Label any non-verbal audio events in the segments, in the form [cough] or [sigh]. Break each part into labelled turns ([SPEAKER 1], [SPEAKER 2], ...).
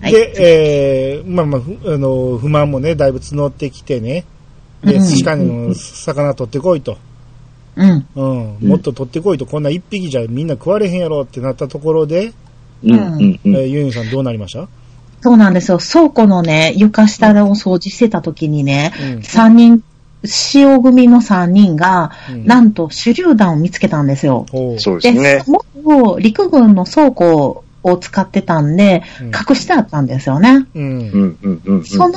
[SPEAKER 1] はい
[SPEAKER 2] で、えー、まあまあ、ふあの、不満もね、だいぶ募ってきてね、で、
[SPEAKER 1] うん
[SPEAKER 2] 鹿にも魚取ってこいと、
[SPEAKER 1] うん。
[SPEAKER 2] うん、もっと取ってこいと、こんな一匹じゃみんな食われへんやろってなったところで、
[SPEAKER 3] うんうんう
[SPEAKER 2] えー
[SPEAKER 3] ん。
[SPEAKER 2] ユンユンさんどうなりました
[SPEAKER 1] そうなんですよ。倉庫のね、床下を掃除してた時にね、
[SPEAKER 2] うん
[SPEAKER 1] 三人、潮組の三人が、
[SPEAKER 2] うん
[SPEAKER 1] なんと手榴弾を見つけたんですよ。
[SPEAKER 2] ほう。
[SPEAKER 3] そうですね。
[SPEAKER 1] 元陸軍の倉庫を使ってたんで、
[SPEAKER 2] うん
[SPEAKER 1] 隠してあったんですよね。
[SPEAKER 2] うん
[SPEAKER 3] う。んうんうんうん。
[SPEAKER 1] その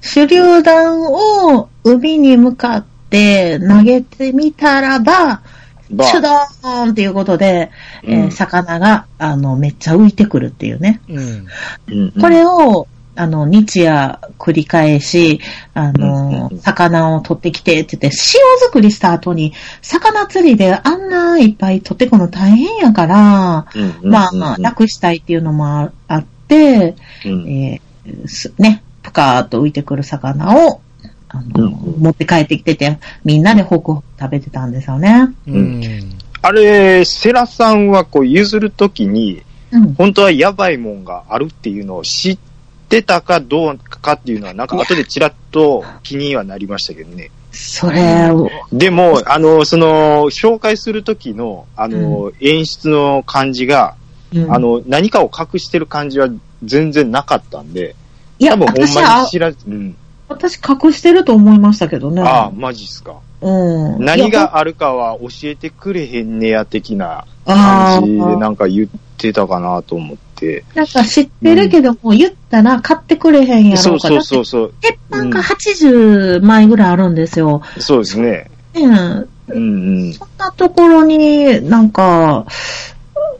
[SPEAKER 1] 手榴弾を海に向かって投げてみたらば、
[SPEAKER 3] ば
[SPEAKER 1] シュドーンっていうことで、えー
[SPEAKER 3] うん
[SPEAKER 1] 魚が、あの、めっちゃ浮いてくるっていうね。
[SPEAKER 2] うん。
[SPEAKER 3] うんうん
[SPEAKER 1] これを、あの、日夜繰り返し、あの
[SPEAKER 3] うん、
[SPEAKER 1] 魚を取ってきてって言って、塩作りした後に、魚釣りであんないっぱい取ってくの大変やから、
[SPEAKER 3] うんうんうん
[SPEAKER 1] まあまあ、楽したいっていうのもああって、
[SPEAKER 3] うん
[SPEAKER 1] えーすね、ぷかーっと浮いてくる魚を、あの、
[SPEAKER 3] うん
[SPEAKER 1] 持って帰ってきてて、みんなでホクホク食べてたんですよね。
[SPEAKER 2] うん。
[SPEAKER 3] あれ、セラさんはこう譲るときに、
[SPEAKER 1] うん。
[SPEAKER 3] 本当はやばいもんがあるっていうのを知ってたかどうかっていうのは、なんか後でちらっと気にはなりましたけどね。
[SPEAKER 1] それを、
[SPEAKER 3] でも、あの、その、紹介するときの、あの、演出の感じが、
[SPEAKER 1] うん
[SPEAKER 3] あの、何かを隠してる感じは全然なかったんで、
[SPEAKER 1] いや、
[SPEAKER 3] 多分ほん
[SPEAKER 1] 私
[SPEAKER 3] ま
[SPEAKER 1] は
[SPEAKER 3] に、知らず、うん。
[SPEAKER 1] 私隠してると思いましたけどね。
[SPEAKER 3] ああ、マジっすか。
[SPEAKER 1] うん。
[SPEAKER 3] 何
[SPEAKER 1] いや
[SPEAKER 3] があるかは教えてくれへんねや、的な
[SPEAKER 1] あ
[SPEAKER 3] 感じで
[SPEAKER 1] ー
[SPEAKER 3] なんか言ってたかなと思って。
[SPEAKER 1] なんか知ってるけども、言ったら買ってくれへんや
[SPEAKER 3] そ
[SPEAKER 1] ろ
[SPEAKER 3] う
[SPEAKER 1] か
[SPEAKER 3] そうそうそう。
[SPEAKER 1] だって鉄板が80枚ぐらいあるんですよ。
[SPEAKER 3] そうですね。
[SPEAKER 1] ねえ
[SPEAKER 3] うんうん。
[SPEAKER 1] そんなところになんか、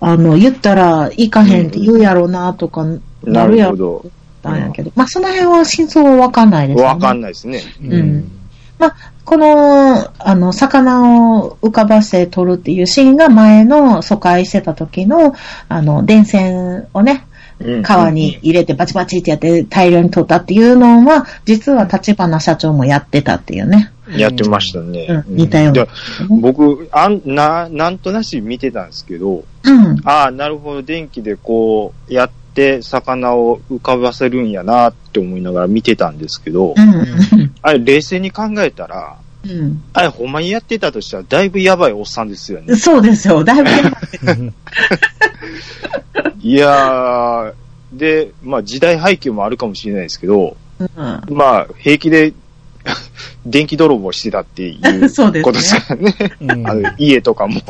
[SPEAKER 1] あの、言ったら行かへんって言うやろなとかな
[SPEAKER 3] な
[SPEAKER 1] る
[SPEAKER 3] る
[SPEAKER 1] や
[SPEAKER 3] ほ
[SPEAKER 1] ろ
[SPEAKER 3] ど。
[SPEAKER 1] なんやけど、まあその辺は真相はわかんないですよね。
[SPEAKER 3] わかんないですね。
[SPEAKER 2] う
[SPEAKER 1] う
[SPEAKER 2] んん。
[SPEAKER 1] この、あの、魚を浮かばせて撮るっていうシーンが前の疎開してた時の、あの、電線をね、
[SPEAKER 3] うん
[SPEAKER 1] 川に。入れてバチバチってやって大量に取ったっていうのは、実は立花社長もやってたっていうね。
[SPEAKER 3] やってましたね。
[SPEAKER 1] うん似たような
[SPEAKER 3] で僕、あんな、なんとなし見てたんですけど、
[SPEAKER 1] うん。
[SPEAKER 3] ああ、なるほど、電気でこう、やって、魚を浮かばせるんやなって思いながら見てたんですけど、
[SPEAKER 1] うん。
[SPEAKER 3] あれ、冷静に考えたら、
[SPEAKER 1] うん
[SPEAKER 3] あれ、ほんまにやってたとしたら、だいぶやばいおっさんですよ
[SPEAKER 1] う
[SPEAKER 3] ね
[SPEAKER 1] ん。。そうですよ。だいぶ。
[SPEAKER 3] いやー、で、まあ、時代背景もあるかもしれないですけど、
[SPEAKER 1] うん
[SPEAKER 3] まあ、平気で、 [laughs] 電気泥棒してたってい
[SPEAKER 1] [laughs] そうですね
[SPEAKER 3] うことですからね。
[SPEAKER 2] うん
[SPEAKER 3] [laughs] あの家とかも、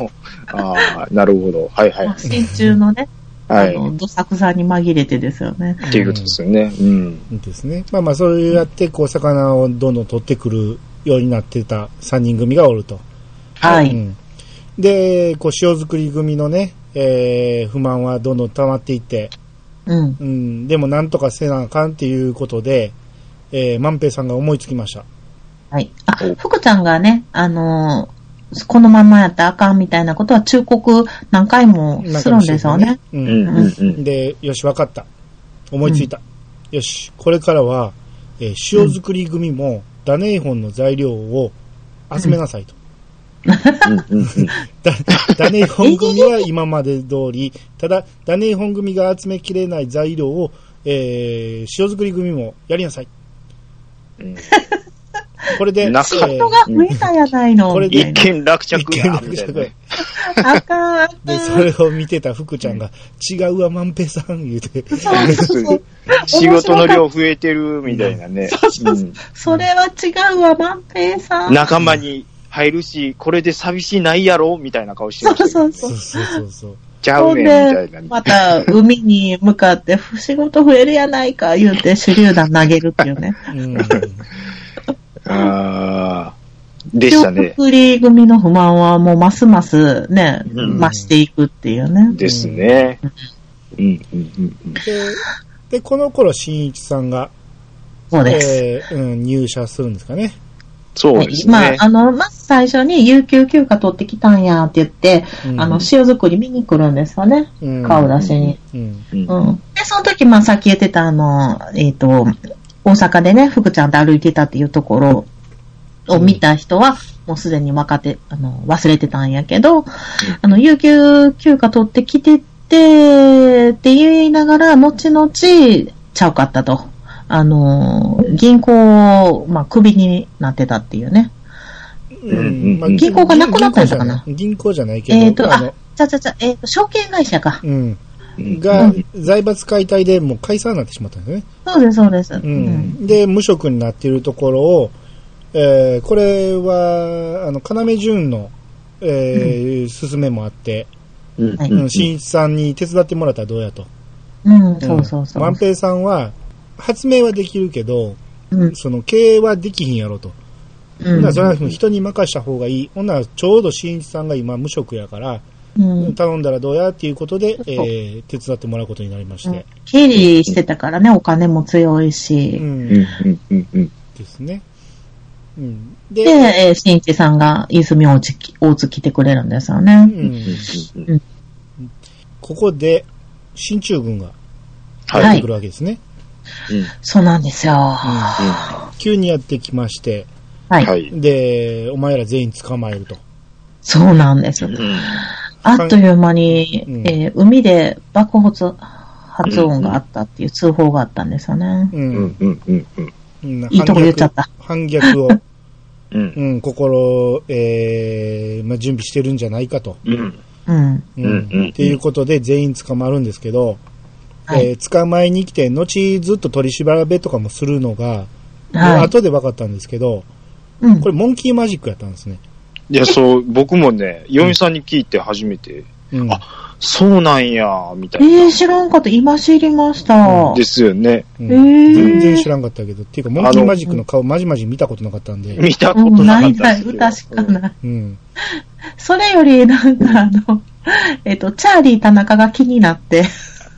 [SPEAKER 3] ああ、なるほど。はいは
[SPEAKER 1] ま
[SPEAKER 3] い
[SPEAKER 1] あ。真鍮のね、
[SPEAKER 3] は
[SPEAKER 1] あ
[SPEAKER 3] い。
[SPEAKER 1] の、どさくさに紛れてですよね。
[SPEAKER 3] っていうことですよね。うん。
[SPEAKER 2] ですね。まあまあ、そうやって、こう、魚をどんどん取ってくるようになってた3人組がおると。
[SPEAKER 1] は
[SPEAKER 2] う
[SPEAKER 1] い。
[SPEAKER 2] ん、で、こう、塩作り組のね、えー、不満はどんどん溜まっていって、
[SPEAKER 1] うん。
[SPEAKER 2] うん、でもなんとかせなあかんっていうことで、えー、万平さんが思いつきました。
[SPEAKER 1] はい。あ、福ちゃんがね、あのーこのままやったらあかんみたいなことは忠告何回もするんですよね。
[SPEAKER 2] う。
[SPEAKER 3] うんんうんうん。
[SPEAKER 2] で、よし、わかった。思いついた。よし、これからは、えー、塩作り組も、ダネイホンの材料を集めなさいと。
[SPEAKER 3] うんうんうん
[SPEAKER 2] だダネイホン組は今まで通り、ただ、ダネイホン組が集めきれない材料を、えー、塩作り組もやりなさい。
[SPEAKER 1] [laughs]
[SPEAKER 3] うん
[SPEAKER 2] これで、
[SPEAKER 3] なか
[SPEAKER 2] えー
[SPEAKER 1] 人が増えたやないの。
[SPEAKER 2] これで
[SPEAKER 1] みたい
[SPEAKER 3] 一
[SPEAKER 1] な
[SPEAKER 3] 見落着
[SPEAKER 2] 一
[SPEAKER 3] や、
[SPEAKER 2] 見
[SPEAKER 3] みたい
[SPEAKER 2] 落
[SPEAKER 3] な
[SPEAKER 2] 着
[SPEAKER 3] ね。
[SPEAKER 1] あかん。
[SPEAKER 2] で、それを見てた福ちゃんが、違うわ、万平さん、言うて。
[SPEAKER 1] そうそうそう。
[SPEAKER 3] 仕事の量増えてる、みたいなね。うん
[SPEAKER 1] それは違うわ、万平さん。
[SPEAKER 3] 仲間に入るし、これで寂しないやろみたいな顔して
[SPEAKER 1] そ
[SPEAKER 3] ま
[SPEAKER 1] う
[SPEAKER 3] した
[SPEAKER 1] そ
[SPEAKER 3] よ
[SPEAKER 1] う
[SPEAKER 3] ね。
[SPEAKER 1] そ
[SPEAKER 2] そうう。そうそうそう。
[SPEAKER 3] ちゃ
[SPEAKER 1] ほ
[SPEAKER 3] うんねん、みたい
[SPEAKER 1] で
[SPEAKER 3] な、。
[SPEAKER 1] また海に向かって、仕事増えるやないか、言うて手榴弾投げるっていうね。
[SPEAKER 2] うん。
[SPEAKER 3] あー [laughs] でしたね。
[SPEAKER 1] 送り組の不満はもうますますね、
[SPEAKER 3] うん
[SPEAKER 1] 増していくっていうね。
[SPEAKER 3] ですね。うん、うん、うんうん。
[SPEAKER 2] で、でこの頃、新一さんが、
[SPEAKER 1] そうです。
[SPEAKER 2] えーうん、入社するんですかね。
[SPEAKER 3] そうです
[SPEAKER 1] は
[SPEAKER 3] ね
[SPEAKER 1] い。まあ、あの、まず最初に有給休暇取ってきたんやって言って、
[SPEAKER 2] うん
[SPEAKER 1] あの、塩作り見に来るんですよね。
[SPEAKER 2] うん
[SPEAKER 1] 顔出しに。
[SPEAKER 2] うん。
[SPEAKER 3] うん
[SPEAKER 1] うん。で、その時、まあ、さっき言ってた、あの、えっ、と、大阪でね、福ちゃんと歩いてたっていうところを見た人は、もうすでに分かって、あの、忘れてたんやけど、あの、有給休暇取ってきてて、って言いながら、後々、ちゃうかったと。あのー、銀行を、まあ、クビになってたっていうね。
[SPEAKER 2] うん
[SPEAKER 3] うん
[SPEAKER 2] まあ
[SPEAKER 1] 銀行がなくなったんだかな
[SPEAKER 2] 銀行じゃない銀行じゃない
[SPEAKER 1] え
[SPEAKER 2] け
[SPEAKER 1] っ、
[SPEAKER 2] ど、
[SPEAKER 1] と、
[SPEAKER 2] あ
[SPEAKER 1] あ
[SPEAKER 2] の、、
[SPEAKER 1] ちゃちゃちゃ、えっ、と、証券会社か。
[SPEAKER 2] うん。
[SPEAKER 3] うん
[SPEAKER 2] が、財閥解体でもう解散になってしまったんですね。
[SPEAKER 1] そうです、そうです。う。
[SPEAKER 2] うんん。で、無職になっているところを、えーこれは、あの、要潤の、えー、勧めもあって、
[SPEAKER 3] うん
[SPEAKER 1] はい
[SPEAKER 2] うん、新一さんに手伝ってもらったらどうやと。
[SPEAKER 1] うん、そうそうそう。
[SPEAKER 2] 万平さんは、発明はできるけど、
[SPEAKER 1] うん。
[SPEAKER 2] その経営はできひんやろと。
[SPEAKER 1] う
[SPEAKER 2] ほん
[SPEAKER 1] ん
[SPEAKER 2] ならそれは人に任した方がいい。ほんならちょうど新一さんが今無職やから、
[SPEAKER 1] うん。
[SPEAKER 2] 頼んだらどうやっていうことで、
[SPEAKER 1] そう
[SPEAKER 2] え
[SPEAKER 1] そう
[SPEAKER 2] ー手伝ってもらうことになりまして。
[SPEAKER 1] 経理してたからね、お金も強いうし。
[SPEAKER 2] ん。
[SPEAKER 3] うんうんうんうん
[SPEAKER 2] ですね。うん。
[SPEAKER 1] で、
[SPEAKER 2] で、
[SPEAKER 1] えー、新一さんが泉大津き大津来てくれるんですよ
[SPEAKER 2] う
[SPEAKER 1] ね。
[SPEAKER 2] ん。
[SPEAKER 3] うん
[SPEAKER 2] ここで、進駐軍がやっ
[SPEAKER 3] は
[SPEAKER 2] て
[SPEAKER 3] い。
[SPEAKER 2] くるわけですね。
[SPEAKER 3] うん
[SPEAKER 1] そうなんですよ。は
[SPEAKER 2] 急にやってきまして、
[SPEAKER 3] うん
[SPEAKER 1] い。
[SPEAKER 3] はい。
[SPEAKER 2] で、お前ら全員捕まえると。
[SPEAKER 1] そうなんです。あっという間に、
[SPEAKER 2] うん
[SPEAKER 1] えー海で爆発、発音があったっていう通報があったんですよね。
[SPEAKER 2] う。
[SPEAKER 3] うんんうんうんうん
[SPEAKER 2] うん
[SPEAKER 1] いいとこ言っちゃった。
[SPEAKER 2] 反逆
[SPEAKER 1] [laughs]
[SPEAKER 2] 反逆を、
[SPEAKER 3] うん
[SPEAKER 2] うん、心、えー、まあ、準備してるんじゃないかと。
[SPEAKER 3] うん
[SPEAKER 1] う
[SPEAKER 2] う
[SPEAKER 1] ん。
[SPEAKER 3] うんうん
[SPEAKER 2] ん。っていうことで全員捕まるんですけど、
[SPEAKER 1] はい
[SPEAKER 2] えー捕まえに来て、後ずっと取り調べとかもするのが、
[SPEAKER 1] はい。
[SPEAKER 2] 後で分かったんですけど、
[SPEAKER 1] うん
[SPEAKER 2] こ。れモンキーマジックやったんですね。
[SPEAKER 3] いや、そう、僕もね、ヨミさんに聞いて初めて、
[SPEAKER 2] うん。
[SPEAKER 3] あそうなんや、みたい
[SPEAKER 1] えー、知らんかった。今知りました
[SPEAKER 3] な。。ですよね。
[SPEAKER 2] う
[SPEAKER 1] え
[SPEAKER 2] ん全然知
[SPEAKER 1] ー。
[SPEAKER 2] らんかったけど、っていうか、モンキーマジックの顔、まじまじ見たことなかったんで、
[SPEAKER 3] 見たこ
[SPEAKER 1] う
[SPEAKER 3] と
[SPEAKER 1] ん、な
[SPEAKER 3] なか
[SPEAKER 1] い
[SPEAKER 3] った
[SPEAKER 1] な
[SPEAKER 3] で
[SPEAKER 1] い、
[SPEAKER 3] す
[SPEAKER 1] 歌しか
[SPEAKER 3] い。
[SPEAKER 1] ない。
[SPEAKER 2] うん。
[SPEAKER 1] それより、なんかあの、えっと、チャーリー田中が気になって、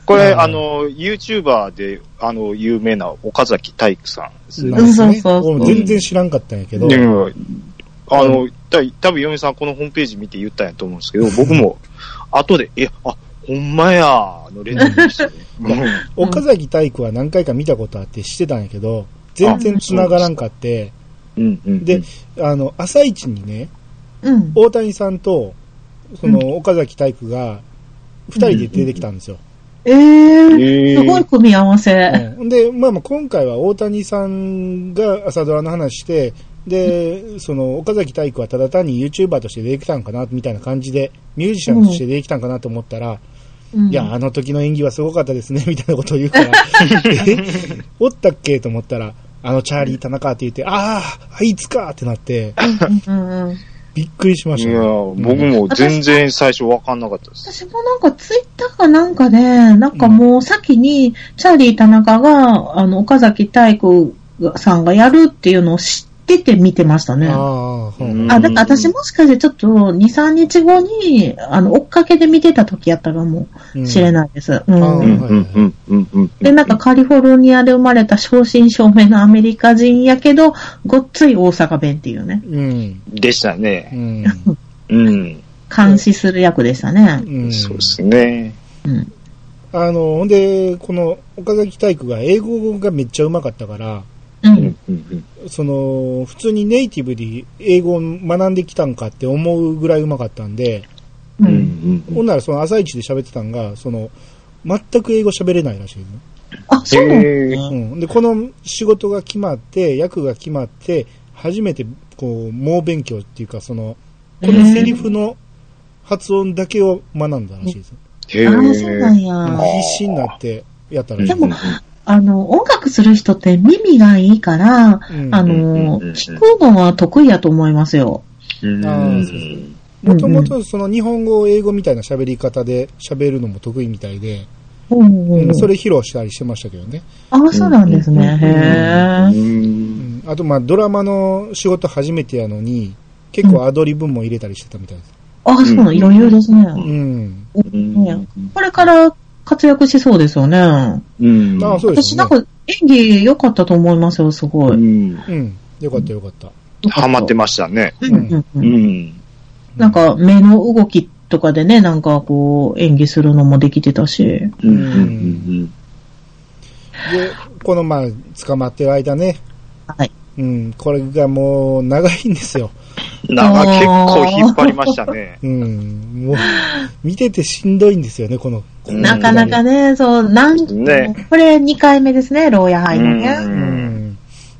[SPEAKER 3] これ、
[SPEAKER 2] うん
[SPEAKER 3] あの、YouTuber で、あの、有名な岡崎体育さんです
[SPEAKER 2] な
[SPEAKER 3] ね
[SPEAKER 2] ん。ですね
[SPEAKER 1] そうそうそう
[SPEAKER 2] 俺も全然知らんかったんやけど、
[SPEAKER 3] でもあの、た多分ヨミさんこのホームページ見て言ったんやと思うんですけど、僕も、後で、いや、あ、ほんまや、の連続でしたね。うん
[SPEAKER 2] 岡崎体育は何回か見たことあってしてたんやけど、全然繋がらんかって、
[SPEAKER 3] うんうん。
[SPEAKER 2] で、あの、朝一にね、
[SPEAKER 1] うん。
[SPEAKER 2] 大谷さんと、その、岡崎体育が、二人で出てきたんですよ。
[SPEAKER 1] えー、
[SPEAKER 3] え
[SPEAKER 1] すごい組み合わせ。
[SPEAKER 2] うんで、まあまあ今回は大谷さんが朝ドラの話して、で、その、岡崎体育はただ単に YouTuber として出てきたんかな、みたいな感じで、ミュージシャンとして出てきたんかなと思ったら、
[SPEAKER 1] うん
[SPEAKER 2] いや、あの時の演技はすごかったですね、み [laughs] たいなことを言うから、えおったっけと思ったら、あのチャーリー田中って言って、ああ、あいつかってなって、
[SPEAKER 1] うんうん
[SPEAKER 2] びっくりしま
[SPEAKER 3] い
[SPEAKER 2] したね、
[SPEAKER 3] や、僕も全然最初わかんなかったです。
[SPEAKER 1] 私もなんかツイッターかなんかで、なんかもう先にチャーリー田中が、あの、岡崎体育さんがやるっていうのを知ってて見てましたね。あ、
[SPEAKER 2] ああ、
[SPEAKER 3] うん
[SPEAKER 1] だって私もしかしてちょっと2、3日後に、あの、追っかけで見てた時やったかもしれ
[SPEAKER 2] い。
[SPEAKER 1] ないです。うん。
[SPEAKER 2] あ
[SPEAKER 3] うんうんうんうんうん。
[SPEAKER 1] で、なんかカリフォルニアで生まれた正真正銘のアメリカ人やけど、ごっつい大阪弁っていうね、
[SPEAKER 2] うん。
[SPEAKER 3] でしたね
[SPEAKER 2] う。ん。
[SPEAKER 3] うん。
[SPEAKER 1] 監視する役でしたね。
[SPEAKER 2] うん
[SPEAKER 3] [laughs] そうですね。
[SPEAKER 1] うん。
[SPEAKER 2] あの、ほんで、この岡崎体育が英語がめっちゃうまかったから、
[SPEAKER 1] う。
[SPEAKER 3] うんんうん
[SPEAKER 2] その、普通にネイティブで英語を学んできたんかって思うぐらいうまかったんで、
[SPEAKER 1] う
[SPEAKER 3] うん
[SPEAKER 1] ん。
[SPEAKER 2] ほんならその朝一で喋ってたんが、その、全く英語喋れないらしいの。
[SPEAKER 1] あ、そうなの
[SPEAKER 3] へえ
[SPEAKER 2] うん。で、この仕事が決まって、役が決まって、初めて、こう、猛勉強っていうか、その、このセリフの発音だけを学んだらしいです。
[SPEAKER 3] へえ
[SPEAKER 1] ああ、そうなんや。
[SPEAKER 2] うん必死になってやったらしい
[SPEAKER 1] で
[SPEAKER 2] です。
[SPEAKER 1] もあの、音楽する人って耳がいいから、
[SPEAKER 2] うん
[SPEAKER 1] あ
[SPEAKER 3] うんうん
[SPEAKER 1] の、
[SPEAKER 3] うん
[SPEAKER 1] 聞くのは得意やと思いますよ。
[SPEAKER 3] うん
[SPEAKER 2] ああそうそうもともとその日本語、英語みたいな喋り方で喋るのも得意みたいで、
[SPEAKER 1] うんうん
[SPEAKER 2] うんそれ披露したりしてましたけどね。
[SPEAKER 1] ああ、そうなんですね。へえ。
[SPEAKER 2] う
[SPEAKER 3] へ
[SPEAKER 2] んあとまあドラマの仕事初めてやのに、結構アドリブも入れたりしてたみたいです。
[SPEAKER 1] ああ、そうなの、
[SPEAKER 3] うん
[SPEAKER 1] 余裕です
[SPEAKER 2] う
[SPEAKER 1] ね。
[SPEAKER 2] ん。
[SPEAKER 1] ねこれから活躍しそうですよね。
[SPEAKER 3] うん。
[SPEAKER 2] ああ、そうで
[SPEAKER 1] 私
[SPEAKER 2] す
[SPEAKER 1] な
[SPEAKER 2] ね
[SPEAKER 1] ん。か演技良かったと思いますよ、すごい。
[SPEAKER 3] ん。
[SPEAKER 2] うん。よかったよかった。
[SPEAKER 3] ハマってましたね。
[SPEAKER 1] うんうんう
[SPEAKER 3] うんん。
[SPEAKER 1] なんか目の動きとかでね、なんかこう演技するのもできてたし。
[SPEAKER 3] うんうん
[SPEAKER 2] で、このまあ捕まってる間ね、
[SPEAKER 1] はい。
[SPEAKER 2] うん、これがもう長いんですよ。
[SPEAKER 3] なんか結構引っ張りましたね。
[SPEAKER 2] うん。もう、見ててしんどいんですよね、この。この
[SPEAKER 1] なかなかね、そう、なん、
[SPEAKER 3] ね
[SPEAKER 1] これ2回目ですね、牢屋
[SPEAKER 3] う
[SPEAKER 1] 杯のね。
[SPEAKER 2] うん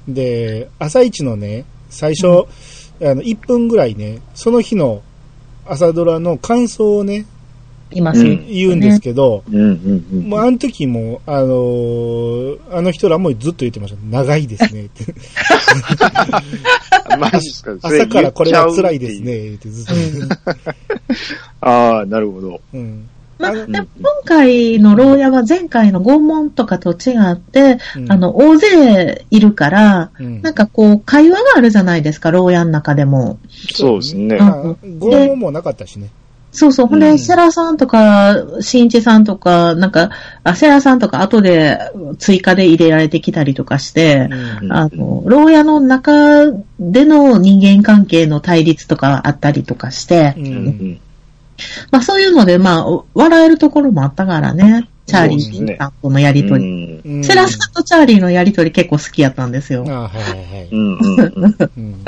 [SPEAKER 2] で、朝一のね、最初、あの、1分ぐらいね、その日の朝ドラの感想をね、
[SPEAKER 1] います。
[SPEAKER 3] うん
[SPEAKER 2] 言うんですけど、
[SPEAKER 3] うんうんうん。
[SPEAKER 2] もうあの時も、あのーあの人らもずっと言ってました。長いですねって。
[SPEAKER 1] [laughs]
[SPEAKER 3] マジですか
[SPEAKER 2] 朝からこれは辛いです。ねってずっと言って。
[SPEAKER 3] ああ、なるほど。
[SPEAKER 2] うん。
[SPEAKER 1] まあ、
[SPEAKER 2] う
[SPEAKER 1] で
[SPEAKER 2] ん
[SPEAKER 1] 今回の牢屋は前回の拷問とかと違って、あ、の、大勢いるから、
[SPEAKER 2] うん
[SPEAKER 1] なんかこう、会話があるじゃないですか、牢屋の中でも。
[SPEAKER 3] そうですね。
[SPEAKER 2] まあ、拷問もなかったしね。
[SPEAKER 1] そうそう。ほん
[SPEAKER 3] う
[SPEAKER 1] で、
[SPEAKER 3] ん
[SPEAKER 1] セラさんとか、新一さんとか、なんか、あ、セラさんとか後で追加で入れられてきたりとかして、
[SPEAKER 2] うん
[SPEAKER 3] ん
[SPEAKER 1] あの、牢屋の中での人間関係の対立とかあったりとかして、
[SPEAKER 2] う。
[SPEAKER 3] うんん
[SPEAKER 1] まあそういうので、まあ、お笑えるところもあったからね。チャーリ
[SPEAKER 3] そうですね
[SPEAKER 1] ーさんとのや
[SPEAKER 3] う
[SPEAKER 1] りとり。
[SPEAKER 3] ん。
[SPEAKER 2] うん
[SPEAKER 1] セラさんとチャーリーのやりとり結構好きやったんですよ。
[SPEAKER 2] ああ、はいはいはい。
[SPEAKER 3] うんうんうん。
[SPEAKER 2] うん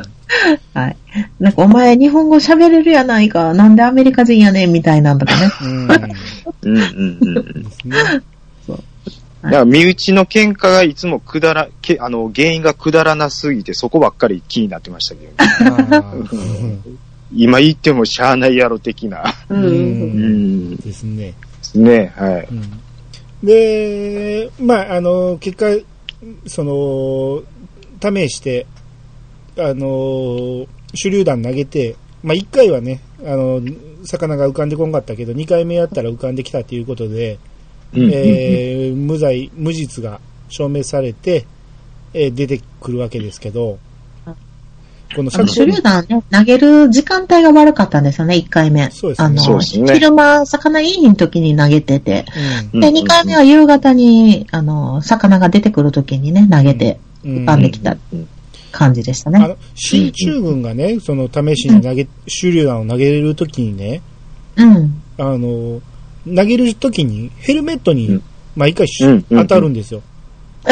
[SPEAKER 1] はい。なんか、お前日本語喋れるやないか、なんでアメリカ人やねん、みたいなんとかね。
[SPEAKER 2] うん。
[SPEAKER 3] うんうんうんうん。
[SPEAKER 2] ですね。
[SPEAKER 3] だから身内の喧嘩がいつもくだら、けあの、原因がくだらなすぎて、そこばっかり気になってましたけ
[SPEAKER 2] [laughs]
[SPEAKER 3] ど、ね、
[SPEAKER 2] ああ
[SPEAKER 3] 今言ってもしゃあないやろ的な。
[SPEAKER 1] う。
[SPEAKER 2] うんん。ですね。
[SPEAKER 3] ねはい。
[SPEAKER 2] うんで、まあ、あの、結果、その、試して、あの、手榴弾投げて、まあ、1回はね、あの、魚が浮かんでこんかったけど、2回目やったら浮かんできたということで、
[SPEAKER 3] うん
[SPEAKER 2] えー無罪、無実が証明されて、えー出てくるわけですけど、この
[SPEAKER 1] あの、手榴
[SPEAKER 2] 弾
[SPEAKER 1] 弾ね、投げる時間帯が悪かったんですよね、1回目。
[SPEAKER 2] そうですね
[SPEAKER 1] あ
[SPEAKER 3] そう
[SPEAKER 1] の、
[SPEAKER 3] ですね
[SPEAKER 1] 昼間、魚いい時に投げてて。
[SPEAKER 3] うん
[SPEAKER 1] で、2回目は夕方に、あの、魚が出てくる時にね、投げて、
[SPEAKER 2] うん
[SPEAKER 1] 浮かんできた
[SPEAKER 3] うん
[SPEAKER 1] 感じでした
[SPEAKER 2] あ
[SPEAKER 1] ね。
[SPEAKER 2] の、進駐軍がね、その試しに投げ、手榴弾を投げれるときにね、
[SPEAKER 1] うん。
[SPEAKER 2] あの、投げるときにヘルメット
[SPEAKER 3] う
[SPEAKER 2] に
[SPEAKER 3] ん
[SPEAKER 2] 毎回し、
[SPEAKER 3] うん
[SPEAKER 2] 当たるんですよ。
[SPEAKER 1] [laughs]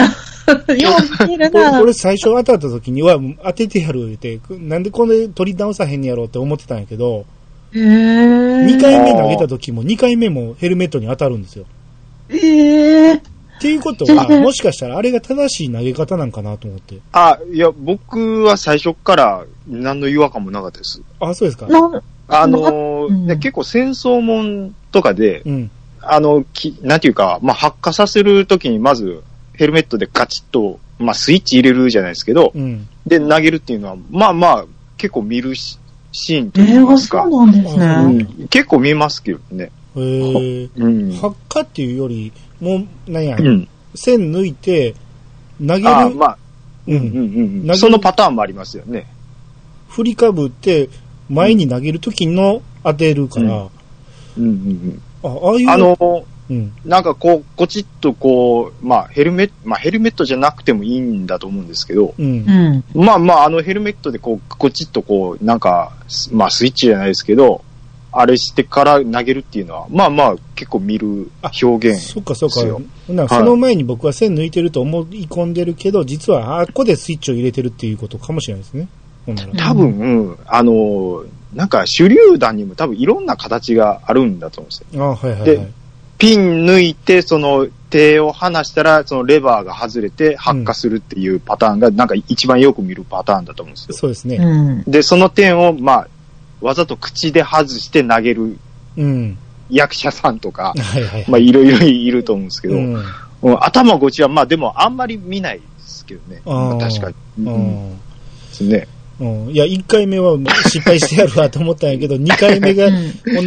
[SPEAKER 1] よう見てる
[SPEAKER 2] これ
[SPEAKER 1] な
[SPEAKER 2] 俺最初当たったときには当ててやる言うて、なんでこれ取り直さへんやろうって思ってたんやけど、
[SPEAKER 1] へー
[SPEAKER 2] 2回目投げたときも2回目もヘルメットに当たるんですよ。
[SPEAKER 1] ええ
[SPEAKER 2] っていうこと
[SPEAKER 1] 全
[SPEAKER 2] は、
[SPEAKER 1] 然
[SPEAKER 2] もしかしたらあれが正しい投げ方なんかなと思って。
[SPEAKER 3] あ、いや、僕は最初から何の違和感もなかったです。
[SPEAKER 2] あ、そうですか。
[SPEAKER 1] なん、
[SPEAKER 3] あのー
[SPEAKER 1] うん
[SPEAKER 3] ね結構戦争もんとかで、
[SPEAKER 2] うん。
[SPEAKER 3] あの、きなんていうか、まあ、発火させるときにまずヘルメットでガチッと、まあ、スイッチ入れるじゃないですけど、
[SPEAKER 2] うん。
[SPEAKER 3] で、投げるっていうのは、まあまあ、結構見るしシーンとい
[SPEAKER 1] 映
[SPEAKER 3] い
[SPEAKER 1] 画
[SPEAKER 3] ます
[SPEAKER 1] そ
[SPEAKER 3] か、
[SPEAKER 1] うなんです
[SPEAKER 2] あ
[SPEAKER 1] ね。
[SPEAKER 3] うん結構見ますけどね。
[SPEAKER 2] へー
[SPEAKER 3] うん。
[SPEAKER 2] 発火っていうより、もう、なんや
[SPEAKER 3] う、ん。
[SPEAKER 2] 線抜いて、投げる、
[SPEAKER 3] あまあ、
[SPEAKER 2] う
[SPEAKER 3] うん
[SPEAKER 2] ん、
[SPEAKER 3] うん
[SPEAKER 2] 投
[SPEAKER 3] う
[SPEAKER 2] げ
[SPEAKER 3] ん。そのパターンもありますよね。
[SPEAKER 2] 振りかぶって、前に投げる時の当てるから、あ、
[SPEAKER 3] うんうん
[SPEAKER 2] ああいうう、
[SPEAKER 3] ん。あの、
[SPEAKER 2] うん、
[SPEAKER 3] なんかこう、ごちっとこう、まあヘルメット、まあヘルメットじゃなくてもいいんだと思うんですけど、
[SPEAKER 2] うん
[SPEAKER 1] う、ん。
[SPEAKER 3] まあまああのヘルメットでこう、ごちっとこう、なんか、すまあスイッチじゃないですけど、あれしてから投げるっていうのは、まあまあ結構見る表現。
[SPEAKER 2] そっかそっか
[SPEAKER 3] ですよ。
[SPEAKER 2] ほんなら
[SPEAKER 3] はい
[SPEAKER 2] その前に僕は線抜いてると思い込んでるけど、実はあっこでスイッチを入れてるっていうことかもしれないですね。ほんなら。
[SPEAKER 3] 多分、うんあの、なんか手榴弾にも多分いろんな形があるんだと思うんですよ
[SPEAKER 2] あはいはいはい
[SPEAKER 3] で。ピン抜いて、その手を離したら、そのレバーが外れて発火するっていうパターンが、なんか一番よく見るパターンだと思うんですよ。
[SPEAKER 2] そうですね。
[SPEAKER 1] うん。
[SPEAKER 3] で、その点を、まあ、わざと口で外して投げる
[SPEAKER 2] うん。
[SPEAKER 3] 役者さん
[SPEAKER 2] [laughs]
[SPEAKER 3] とか、
[SPEAKER 2] はいはいはい。
[SPEAKER 3] まあ、いろいろいると思うんですけど、
[SPEAKER 2] うん
[SPEAKER 3] うん頭ごちは、まあ、でもあんまり見ないですけどね。
[SPEAKER 2] あー
[SPEAKER 3] まあ確かに。
[SPEAKER 2] う
[SPEAKER 3] う
[SPEAKER 2] ん
[SPEAKER 3] んですね。
[SPEAKER 2] うん、いや、1回目は失敗してやるわと思ったんやけど、2回目が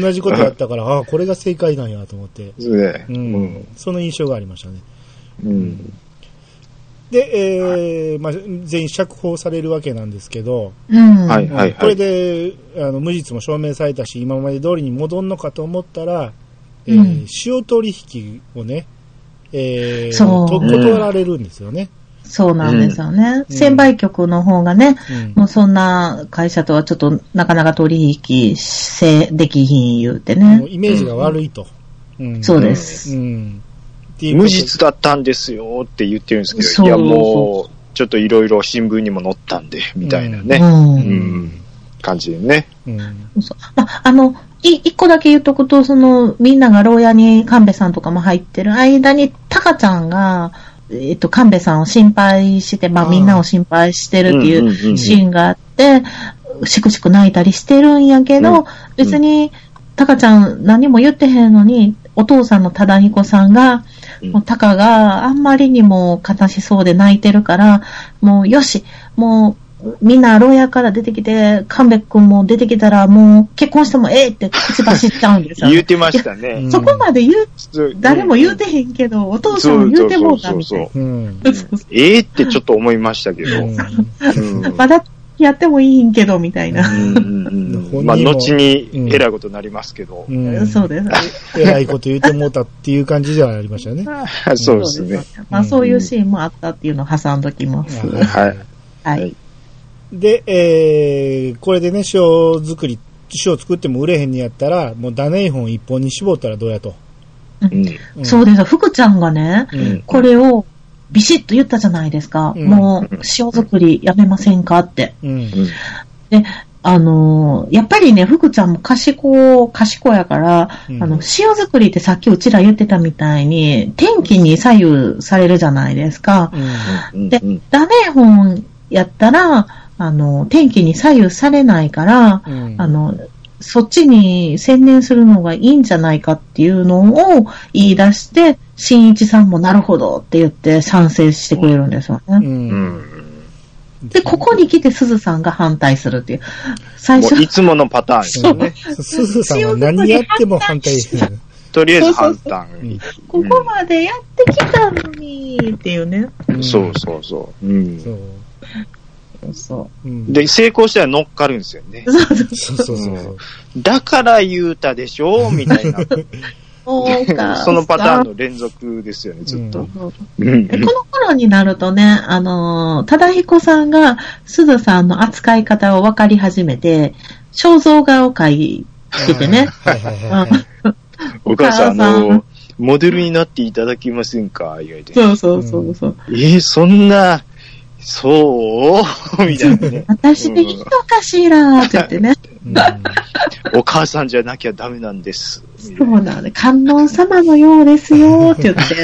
[SPEAKER 2] 同じことやったから、あこれが正解なんやと思って、
[SPEAKER 3] ですね。
[SPEAKER 2] う
[SPEAKER 3] うんん。
[SPEAKER 2] その印象がありましたね。
[SPEAKER 3] うん。
[SPEAKER 2] で、えーまあ、全員釈放されるわけなんですけど、
[SPEAKER 1] うん。
[SPEAKER 3] はいはい
[SPEAKER 2] これ
[SPEAKER 3] はい。
[SPEAKER 2] であの無実も証明されたし、今まで通りに戻んのかと思ったら、えー
[SPEAKER 1] うん
[SPEAKER 2] 塩取引をね、えー
[SPEAKER 1] そう
[SPEAKER 2] と断られるんですよね。
[SPEAKER 1] そうなんですよね。
[SPEAKER 2] うん
[SPEAKER 1] 専売局の方がね、
[SPEAKER 2] うん
[SPEAKER 1] もうそんな会社とはちょっとなかなか取引せできひん言うて
[SPEAKER 2] もう
[SPEAKER 1] ね。
[SPEAKER 2] イメージが悪いと。うん
[SPEAKER 1] そうで
[SPEAKER 2] う
[SPEAKER 1] す。
[SPEAKER 2] んっていうこと
[SPEAKER 3] 無実だったんですよって言ってるんですけ
[SPEAKER 1] そう
[SPEAKER 3] ど、いやもう、ちょっといろいろ新聞にも載ったんで、みたいな
[SPEAKER 1] う
[SPEAKER 3] ね。
[SPEAKER 1] ん。
[SPEAKER 3] うん感じでね。
[SPEAKER 2] うん。
[SPEAKER 1] そうそうまあ、あの、い、一個だけ言っとくと、その、みんなが牢屋に神戸さんとかも入ってる間に、タカちゃんが、えっと、神戸さんを心配して、
[SPEAKER 2] あ
[SPEAKER 1] まあ、
[SPEAKER 2] ー
[SPEAKER 1] みんなを心配してるってい
[SPEAKER 3] んん
[SPEAKER 1] う
[SPEAKER 3] ん
[SPEAKER 1] うんシーンがあって、しくしく泣いたりしてるんやけ
[SPEAKER 3] うん
[SPEAKER 1] ど、別に、タカちゃん何も言ってへんのに、お父さんの忠彦さんが、
[SPEAKER 3] うん
[SPEAKER 1] もうタカがあんまりにも悲しそうで泣いてるから、もうよし、もうみんな牢屋から出てきて、神戸君も出てきたらもう結婚してもええって口走っちゃうんですよ。
[SPEAKER 3] 言うてましたね。
[SPEAKER 1] そこまで言う、
[SPEAKER 3] うん
[SPEAKER 1] 誰も言うてへんけど、お父さんも言うてもうたみたいな。
[SPEAKER 2] うん。
[SPEAKER 3] そうそうそうそううんええってちょっと思いましたけど。うん
[SPEAKER 1] まだやってもいいんけど、みたいな。
[SPEAKER 3] うんうんうん
[SPEAKER 2] 本人も
[SPEAKER 3] まあ、後にえらいことになりますけど。
[SPEAKER 2] うん。
[SPEAKER 1] そうです。
[SPEAKER 2] えらいこと言うてもうたっていう感じではありましたね。
[SPEAKER 3] そうですね。。
[SPEAKER 1] まあそういうシーンもあったっていうのを挟んどきます。
[SPEAKER 3] はい。
[SPEAKER 1] はい。
[SPEAKER 2] で、えー、これでね、塩作り、塩作っても売れへんにやったら、もうダネイ本一本に絞ったらどうやと。
[SPEAKER 3] うん
[SPEAKER 2] うん
[SPEAKER 1] そうです。福ちゃんがね、
[SPEAKER 2] うん。
[SPEAKER 1] これをビシッと言ったじゃないですか。
[SPEAKER 2] うん
[SPEAKER 1] もう、塩作りやめませんかって。
[SPEAKER 2] うん。
[SPEAKER 3] うん
[SPEAKER 1] あのーやっぱりね、福ちゃんも賢い、賢いやから、
[SPEAKER 2] うん
[SPEAKER 1] あの、塩作りってさっきうちら言ってたみたいに、天気に左右されるじゃないですか。
[SPEAKER 3] うん
[SPEAKER 1] で
[SPEAKER 3] うん
[SPEAKER 1] ダメ本やったら、あの、天気に左右されないから、
[SPEAKER 2] うん。
[SPEAKER 1] あの、そっちに専念するのがいいんじゃないかっていうのを言い出して、新一さんもなるほどって言って賛成してくれるんですよ
[SPEAKER 2] う。
[SPEAKER 1] ね。
[SPEAKER 3] うんん
[SPEAKER 1] で、ここに来て鈴さんが反対するっていう。最
[SPEAKER 3] も
[SPEAKER 1] 初
[SPEAKER 3] ういつものパターンですよね。
[SPEAKER 2] すずさんは何やっても反対ですね。
[SPEAKER 3] とりあえず反対。
[SPEAKER 1] ここまでやってきたのにっていうね。
[SPEAKER 2] ん
[SPEAKER 3] そうそうそう。うん
[SPEAKER 2] そう。
[SPEAKER 1] そうそ
[SPEAKER 2] うん、
[SPEAKER 3] で、成功したら乗っかるんですよね
[SPEAKER 1] う。。そうそう。
[SPEAKER 2] そうそうそうそう。
[SPEAKER 3] だから言うたでしょみたいな。
[SPEAKER 1] そうか
[SPEAKER 3] [laughs] そのパターンの連続ですよね、ずっ
[SPEAKER 1] そ
[SPEAKER 3] と
[SPEAKER 1] う。そう
[SPEAKER 3] うん
[SPEAKER 1] でこの頃になるとね、あのー、忠彦さんが鈴さんの扱い方を分かり始めて、肖像画を描いててね。
[SPEAKER 2] はいはいはいはい。
[SPEAKER 3] お母さん、
[SPEAKER 1] お母
[SPEAKER 3] あ
[SPEAKER 1] さん
[SPEAKER 3] の、モデルになっていただきませんか言われて。
[SPEAKER 1] そうそうそうそう。
[SPEAKER 3] えー、そんな、そうみたいなね。
[SPEAKER 1] 私でいいのかしらって言ってね。
[SPEAKER 2] うん
[SPEAKER 3] お母さんじゃなきゃダメなんです。みた
[SPEAKER 1] そ
[SPEAKER 3] いな
[SPEAKER 1] うなんで、観音様のようですよって言
[SPEAKER 3] [laughs]
[SPEAKER 1] って。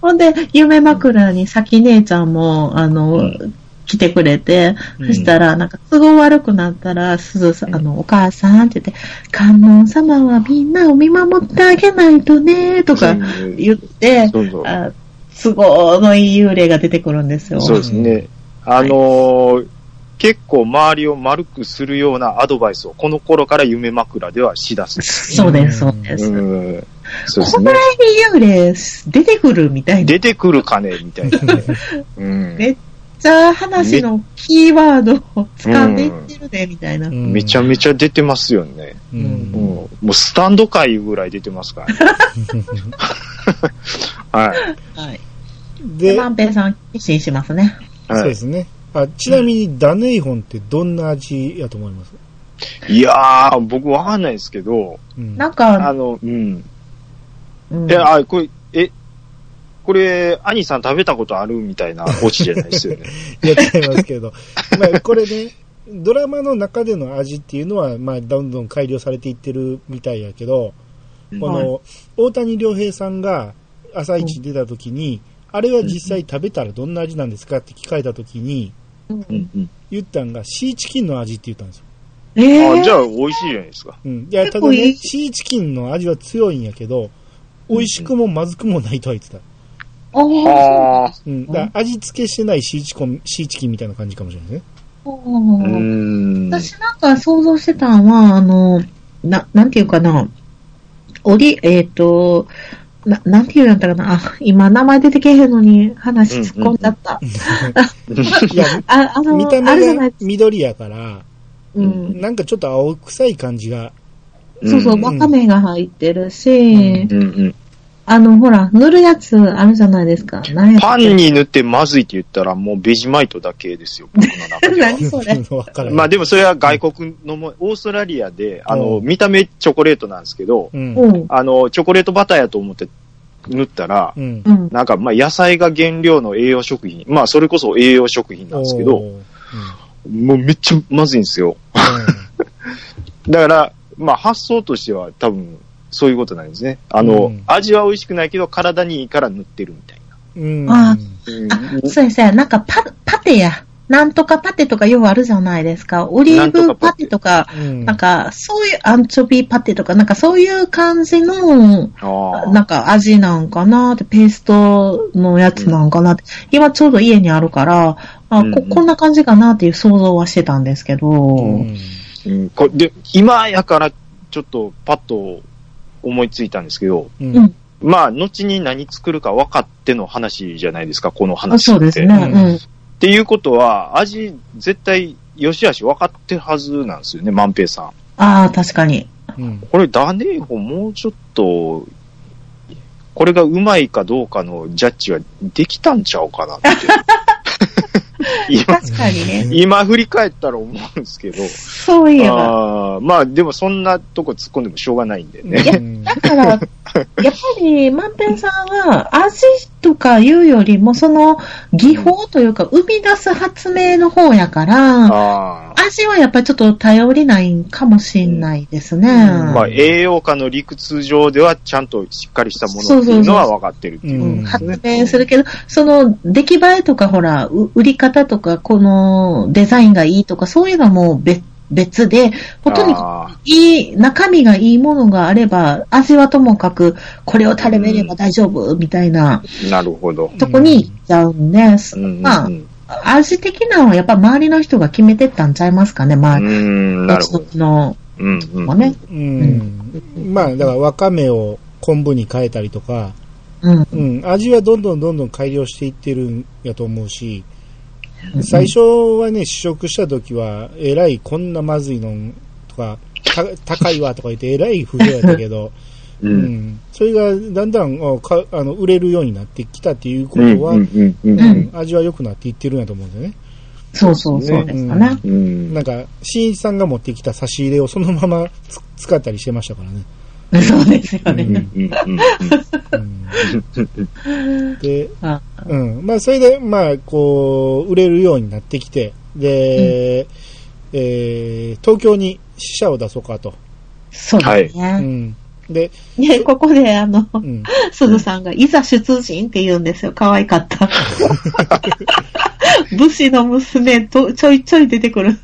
[SPEAKER 1] ほんで、夢枕に咲姉ちゃんも、あの、
[SPEAKER 3] うん
[SPEAKER 1] 来てくれて、
[SPEAKER 2] うん
[SPEAKER 1] そしたら、なんか、都合悪くなったら、すずさん、あの、お母さんって言って、観音様はみんなを見守ってあげないとね、とか
[SPEAKER 3] うん
[SPEAKER 1] 言って、
[SPEAKER 3] そうそう。
[SPEAKER 1] あ都合のいい幽霊が出てくるんですよ。
[SPEAKER 3] そうですね。あのー結構周りを丸くするようなアドバイスをこの頃から夢枕ではしだす。
[SPEAKER 1] そうです、そうです。
[SPEAKER 3] うん。そう
[SPEAKER 1] こ
[SPEAKER 3] です
[SPEAKER 1] んな
[SPEAKER 3] ね
[SPEAKER 1] に。幽霊出てくるみたいな。
[SPEAKER 3] 出てくるかねみ
[SPEAKER 1] [laughs]
[SPEAKER 3] たいなね。うん。
[SPEAKER 1] めっちゃ話のキーワードを掴んでいってるで、みたいな。
[SPEAKER 2] うん
[SPEAKER 3] めちゃめちゃ出てますよね。
[SPEAKER 2] う
[SPEAKER 3] うん、
[SPEAKER 2] ん。
[SPEAKER 3] もうスタンド回ぐらい出てますからね。はい。
[SPEAKER 1] はい。で、
[SPEAKER 2] で、
[SPEAKER 1] 万平さん、決心しますね。
[SPEAKER 2] そう
[SPEAKER 3] は
[SPEAKER 2] で
[SPEAKER 3] い、
[SPEAKER 2] すね。あちなみに、ダネイホンってどんな味やと思います
[SPEAKER 3] いやー、僕わかんないですけど、
[SPEAKER 2] うん
[SPEAKER 1] なんか、
[SPEAKER 3] あの、うん。
[SPEAKER 1] うん
[SPEAKER 3] いや、あ、これ、え、これ、兄さん食べたことあるみたいなオチじゃないですよ
[SPEAKER 1] [laughs]
[SPEAKER 3] ね。
[SPEAKER 2] やっちゃいますけど。 [laughs] まあ、これね、ドラマの中での味っていうのは、まあ、どんどん改良されていってるみたいやけど、この、大谷亮平さんが朝一出た時に、あれは実際食べたらどんな味なんですかって聞かれた時に、
[SPEAKER 3] うんうん。
[SPEAKER 2] 言ったんが、シーチキンの味って言ったんですよ。
[SPEAKER 1] え
[SPEAKER 3] あ、じゃ
[SPEAKER 1] ー、
[SPEAKER 3] あ、美味しいじゃないですか。
[SPEAKER 2] うん。いや、た
[SPEAKER 1] 結
[SPEAKER 2] だ
[SPEAKER 1] 構いい
[SPEAKER 2] ね、シーチキンの味は強いんやけど、美味しくもまずくもないとは言ってた。
[SPEAKER 1] あー
[SPEAKER 3] ああ。
[SPEAKER 2] うん。だから味付けしてないシーチコン、シーチキンみたいな感じかもしれないですね。
[SPEAKER 1] そう
[SPEAKER 3] ー。
[SPEAKER 1] うん私なんか想像してたのは、あの、な、なんていうかな、おり、えっ、と、な、なんていうんやったかな、あ、今名前出てけへんのに話突っ込んじゃった。
[SPEAKER 2] [laughs] いや、
[SPEAKER 1] あ、あ
[SPEAKER 2] 見
[SPEAKER 1] の
[SPEAKER 2] た、
[SPEAKER 1] あるじ
[SPEAKER 2] 目
[SPEAKER 1] ゃな
[SPEAKER 2] が
[SPEAKER 1] い、
[SPEAKER 2] 緑やから、
[SPEAKER 1] うん。
[SPEAKER 2] なんかちょっと青臭い感じが、
[SPEAKER 1] そうそう、
[SPEAKER 3] ん
[SPEAKER 1] わかめが入ってる
[SPEAKER 2] う
[SPEAKER 1] し、
[SPEAKER 2] ん
[SPEAKER 3] うんうん。
[SPEAKER 1] あの、ほら、塗るやつあるじゃないですか。何やった
[SPEAKER 3] パ
[SPEAKER 1] っけ
[SPEAKER 3] ンに塗ってまずいって言ったら、もうベジマイトだけで
[SPEAKER 1] [laughs]
[SPEAKER 3] すよ、僕の中
[SPEAKER 2] [laughs]
[SPEAKER 3] では。
[SPEAKER 1] 何それ。
[SPEAKER 2] わから
[SPEAKER 3] ま
[SPEAKER 2] な
[SPEAKER 3] あ
[SPEAKER 2] い。
[SPEAKER 3] でもそれは外国のも、オーストラリアで、あの、
[SPEAKER 2] うん
[SPEAKER 3] 見た目チョコレートなんですけど、
[SPEAKER 2] うん。
[SPEAKER 1] う。
[SPEAKER 2] うん
[SPEAKER 3] あの、チョコレートバターやと思って塗ったら、
[SPEAKER 2] ん。
[SPEAKER 1] うん。
[SPEAKER 3] なんか、まあ、野菜が原料の栄養食品。まあ、それこそ栄養食品なんですけど、
[SPEAKER 2] おー
[SPEAKER 3] もうめっちゃまずいんですよ。だから、まあ発想としては多分そういうことなんですね。あ
[SPEAKER 2] う
[SPEAKER 3] の、
[SPEAKER 2] ん
[SPEAKER 3] 味は美味しくないけど体にいいから塗ってるみたいな。
[SPEAKER 2] うん。
[SPEAKER 1] あ
[SPEAKER 3] うん
[SPEAKER 1] あ、そうですね。なんかパ、パテや。なんとかパテとかようあるじゃないですか。オリーブパテとか、
[SPEAKER 2] うん。
[SPEAKER 1] なんか、そういうアンチョビパテとか、なんかそういう感じの、
[SPEAKER 3] あー
[SPEAKER 1] なんか味なんかなって、ペーストのやつなんかなって、今ちょうど家にあるから、あ
[SPEAKER 3] うんう
[SPEAKER 1] こ、
[SPEAKER 3] ん
[SPEAKER 1] こんな感じかなっていう想像はしてたんですけど、
[SPEAKER 2] うん
[SPEAKER 3] うんこれで、今やからちょっとパッと思いついたんですけど、
[SPEAKER 2] うん
[SPEAKER 1] うん
[SPEAKER 3] まあ、後に何作るか分かっての話じゃないですか、この
[SPEAKER 1] あ
[SPEAKER 3] 話って。
[SPEAKER 1] そうですね。
[SPEAKER 2] うん
[SPEAKER 1] うん。
[SPEAKER 3] っていうことは、味、絶対、よしあし分かってるはずなんですよね、万平さん。
[SPEAKER 1] ああ、確かに。
[SPEAKER 2] うん。
[SPEAKER 3] これ、ダネーゴ、もうちょっと、これがうまいかどうかのジャッジはできたんちゃうかなって。今、
[SPEAKER 1] 確かにね。
[SPEAKER 3] 今振り返ったら思うんですけど。
[SPEAKER 1] そういえば。
[SPEAKER 3] あーまあ、でもそんなとこ突っ込んでもしょうがないんでね。
[SPEAKER 2] うん
[SPEAKER 1] だから、
[SPEAKER 3] [laughs]
[SPEAKER 1] やっぱり、万平さんは、味とかいうよりも、その、技法というか、生み出す発明の方やから、
[SPEAKER 3] あー
[SPEAKER 1] 味はやっぱりちょっと頼りないんかもしんないですね。
[SPEAKER 2] うん
[SPEAKER 3] まあ、栄養価の理屈上ではちゃんとしっかりしたものっていうのは分かってるっていうう。
[SPEAKER 1] うん
[SPEAKER 2] ん
[SPEAKER 1] 発明するけど、その出来栄えとかほら、う売り方とか、このデザインがいいとか、そういうのはもう別別で、ほとにか
[SPEAKER 3] あー
[SPEAKER 1] くいい、中身がいいものがあれば、味はともかく、これを食べれば大丈夫、みたいな
[SPEAKER 3] なるほど。
[SPEAKER 1] とこに行っちゃうんで、
[SPEAKER 3] うんうんうん
[SPEAKER 1] まあ、味的なのはやっぱ周りの人が決めてったんちゃいますかね、
[SPEAKER 3] う
[SPEAKER 1] 周り
[SPEAKER 3] ん、な
[SPEAKER 1] の
[SPEAKER 3] るほど。
[SPEAKER 1] 人の
[SPEAKER 3] うん、うん。
[SPEAKER 1] もね。
[SPEAKER 2] うん。まあ、だから、わかめを昆布に変えたりとか、
[SPEAKER 1] うん。
[SPEAKER 2] うん。味はどんどんどんどん改良していってるんやと思うし、最初はね、試食した時は、えらい、こんなまずいのんとか、た高いわとか言って、えらい不評やったけど、
[SPEAKER 3] う。
[SPEAKER 2] うんん。それが、だんだん、あかあの、売れるようになってきたっていうこと
[SPEAKER 3] うん、
[SPEAKER 2] は、
[SPEAKER 3] うん、うんう。
[SPEAKER 2] うんん味は良くなっていってるんやと思うんだよね。
[SPEAKER 1] そうそう、そうですかね。
[SPEAKER 2] うん
[SPEAKER 3] うん
[SPEAKER 2] なんか、新一さんが持ってきた差し入れをそのままつ使ったりしてましたからね。
[SPEAKER 1] [laughs] そうですよね。
[SPEAKER 2] うん
[SPEAKER 3] うんうん
[SPEAKER 2] うん、で、
[SPEAKER 1] あ
[SPEAKER 2] うん。まあ、それで、まあ、こう、売れるようになってきて、で、えー東京に支社を出そうかと。
[SPEAKER 1] そうです
[SPEAKER 2] う
[SPEAKER 1] ね。
[SPEAKER 2] ん。で、
[SPEAKER 1] ね、ここで、あの
[SPEAKER 2] う、ん。
[SPEAKER 1] すずさんが、いざ出陣って言うんですよ。可愛かった。武士の娘と、ちょいちょい出てくる。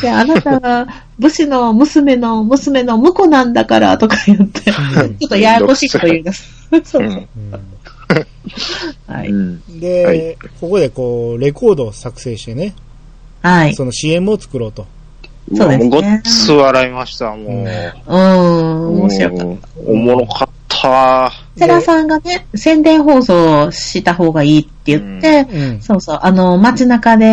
[SPEAKER 1] で、あなたは、武士の娘の娘の婿なんだから、とか言って、ち
[SPEAKER 2] ん
[SPEAKER 1] ょっとややこしいこと言います。そう
[SPEAKER 3] う
[SPEAKER 1] そ
[SPEAKER 3] ん
[SPEAKER 2] う
[SPEAKER 1] う。 [laughs] は
[SPEAKER 3] う
[SPEAKER 1] い。
[SPEAKER 3] ん
[SPEAKER 2] んで、
[SPEAKER 3] はい
[SPEAKER 2] ここでこう、レコードを作成してね、
[SPEAKER 1] はい。
[SPEAKER 2] その CM を作ろうと。
[SPEAKER 3] う
[SPEAKER 1] そう
[SPEAKER 3] わ
[SPEAKER 1] ですね
[SPEAKER 3] もうごっつ笑いました、も
[SPEAKER 1] うー
[SPEAKER 3] う。
[SPEAKER 1] ん、面白かった。
[SPEAKER 3] うんおもろかった。
[SPEAKER 1] セラさんがね、宣伝放送した方がいいって言って、
[SPEAKER 2] うん。
[SPEAKER 1] そうそう、あの、街中で、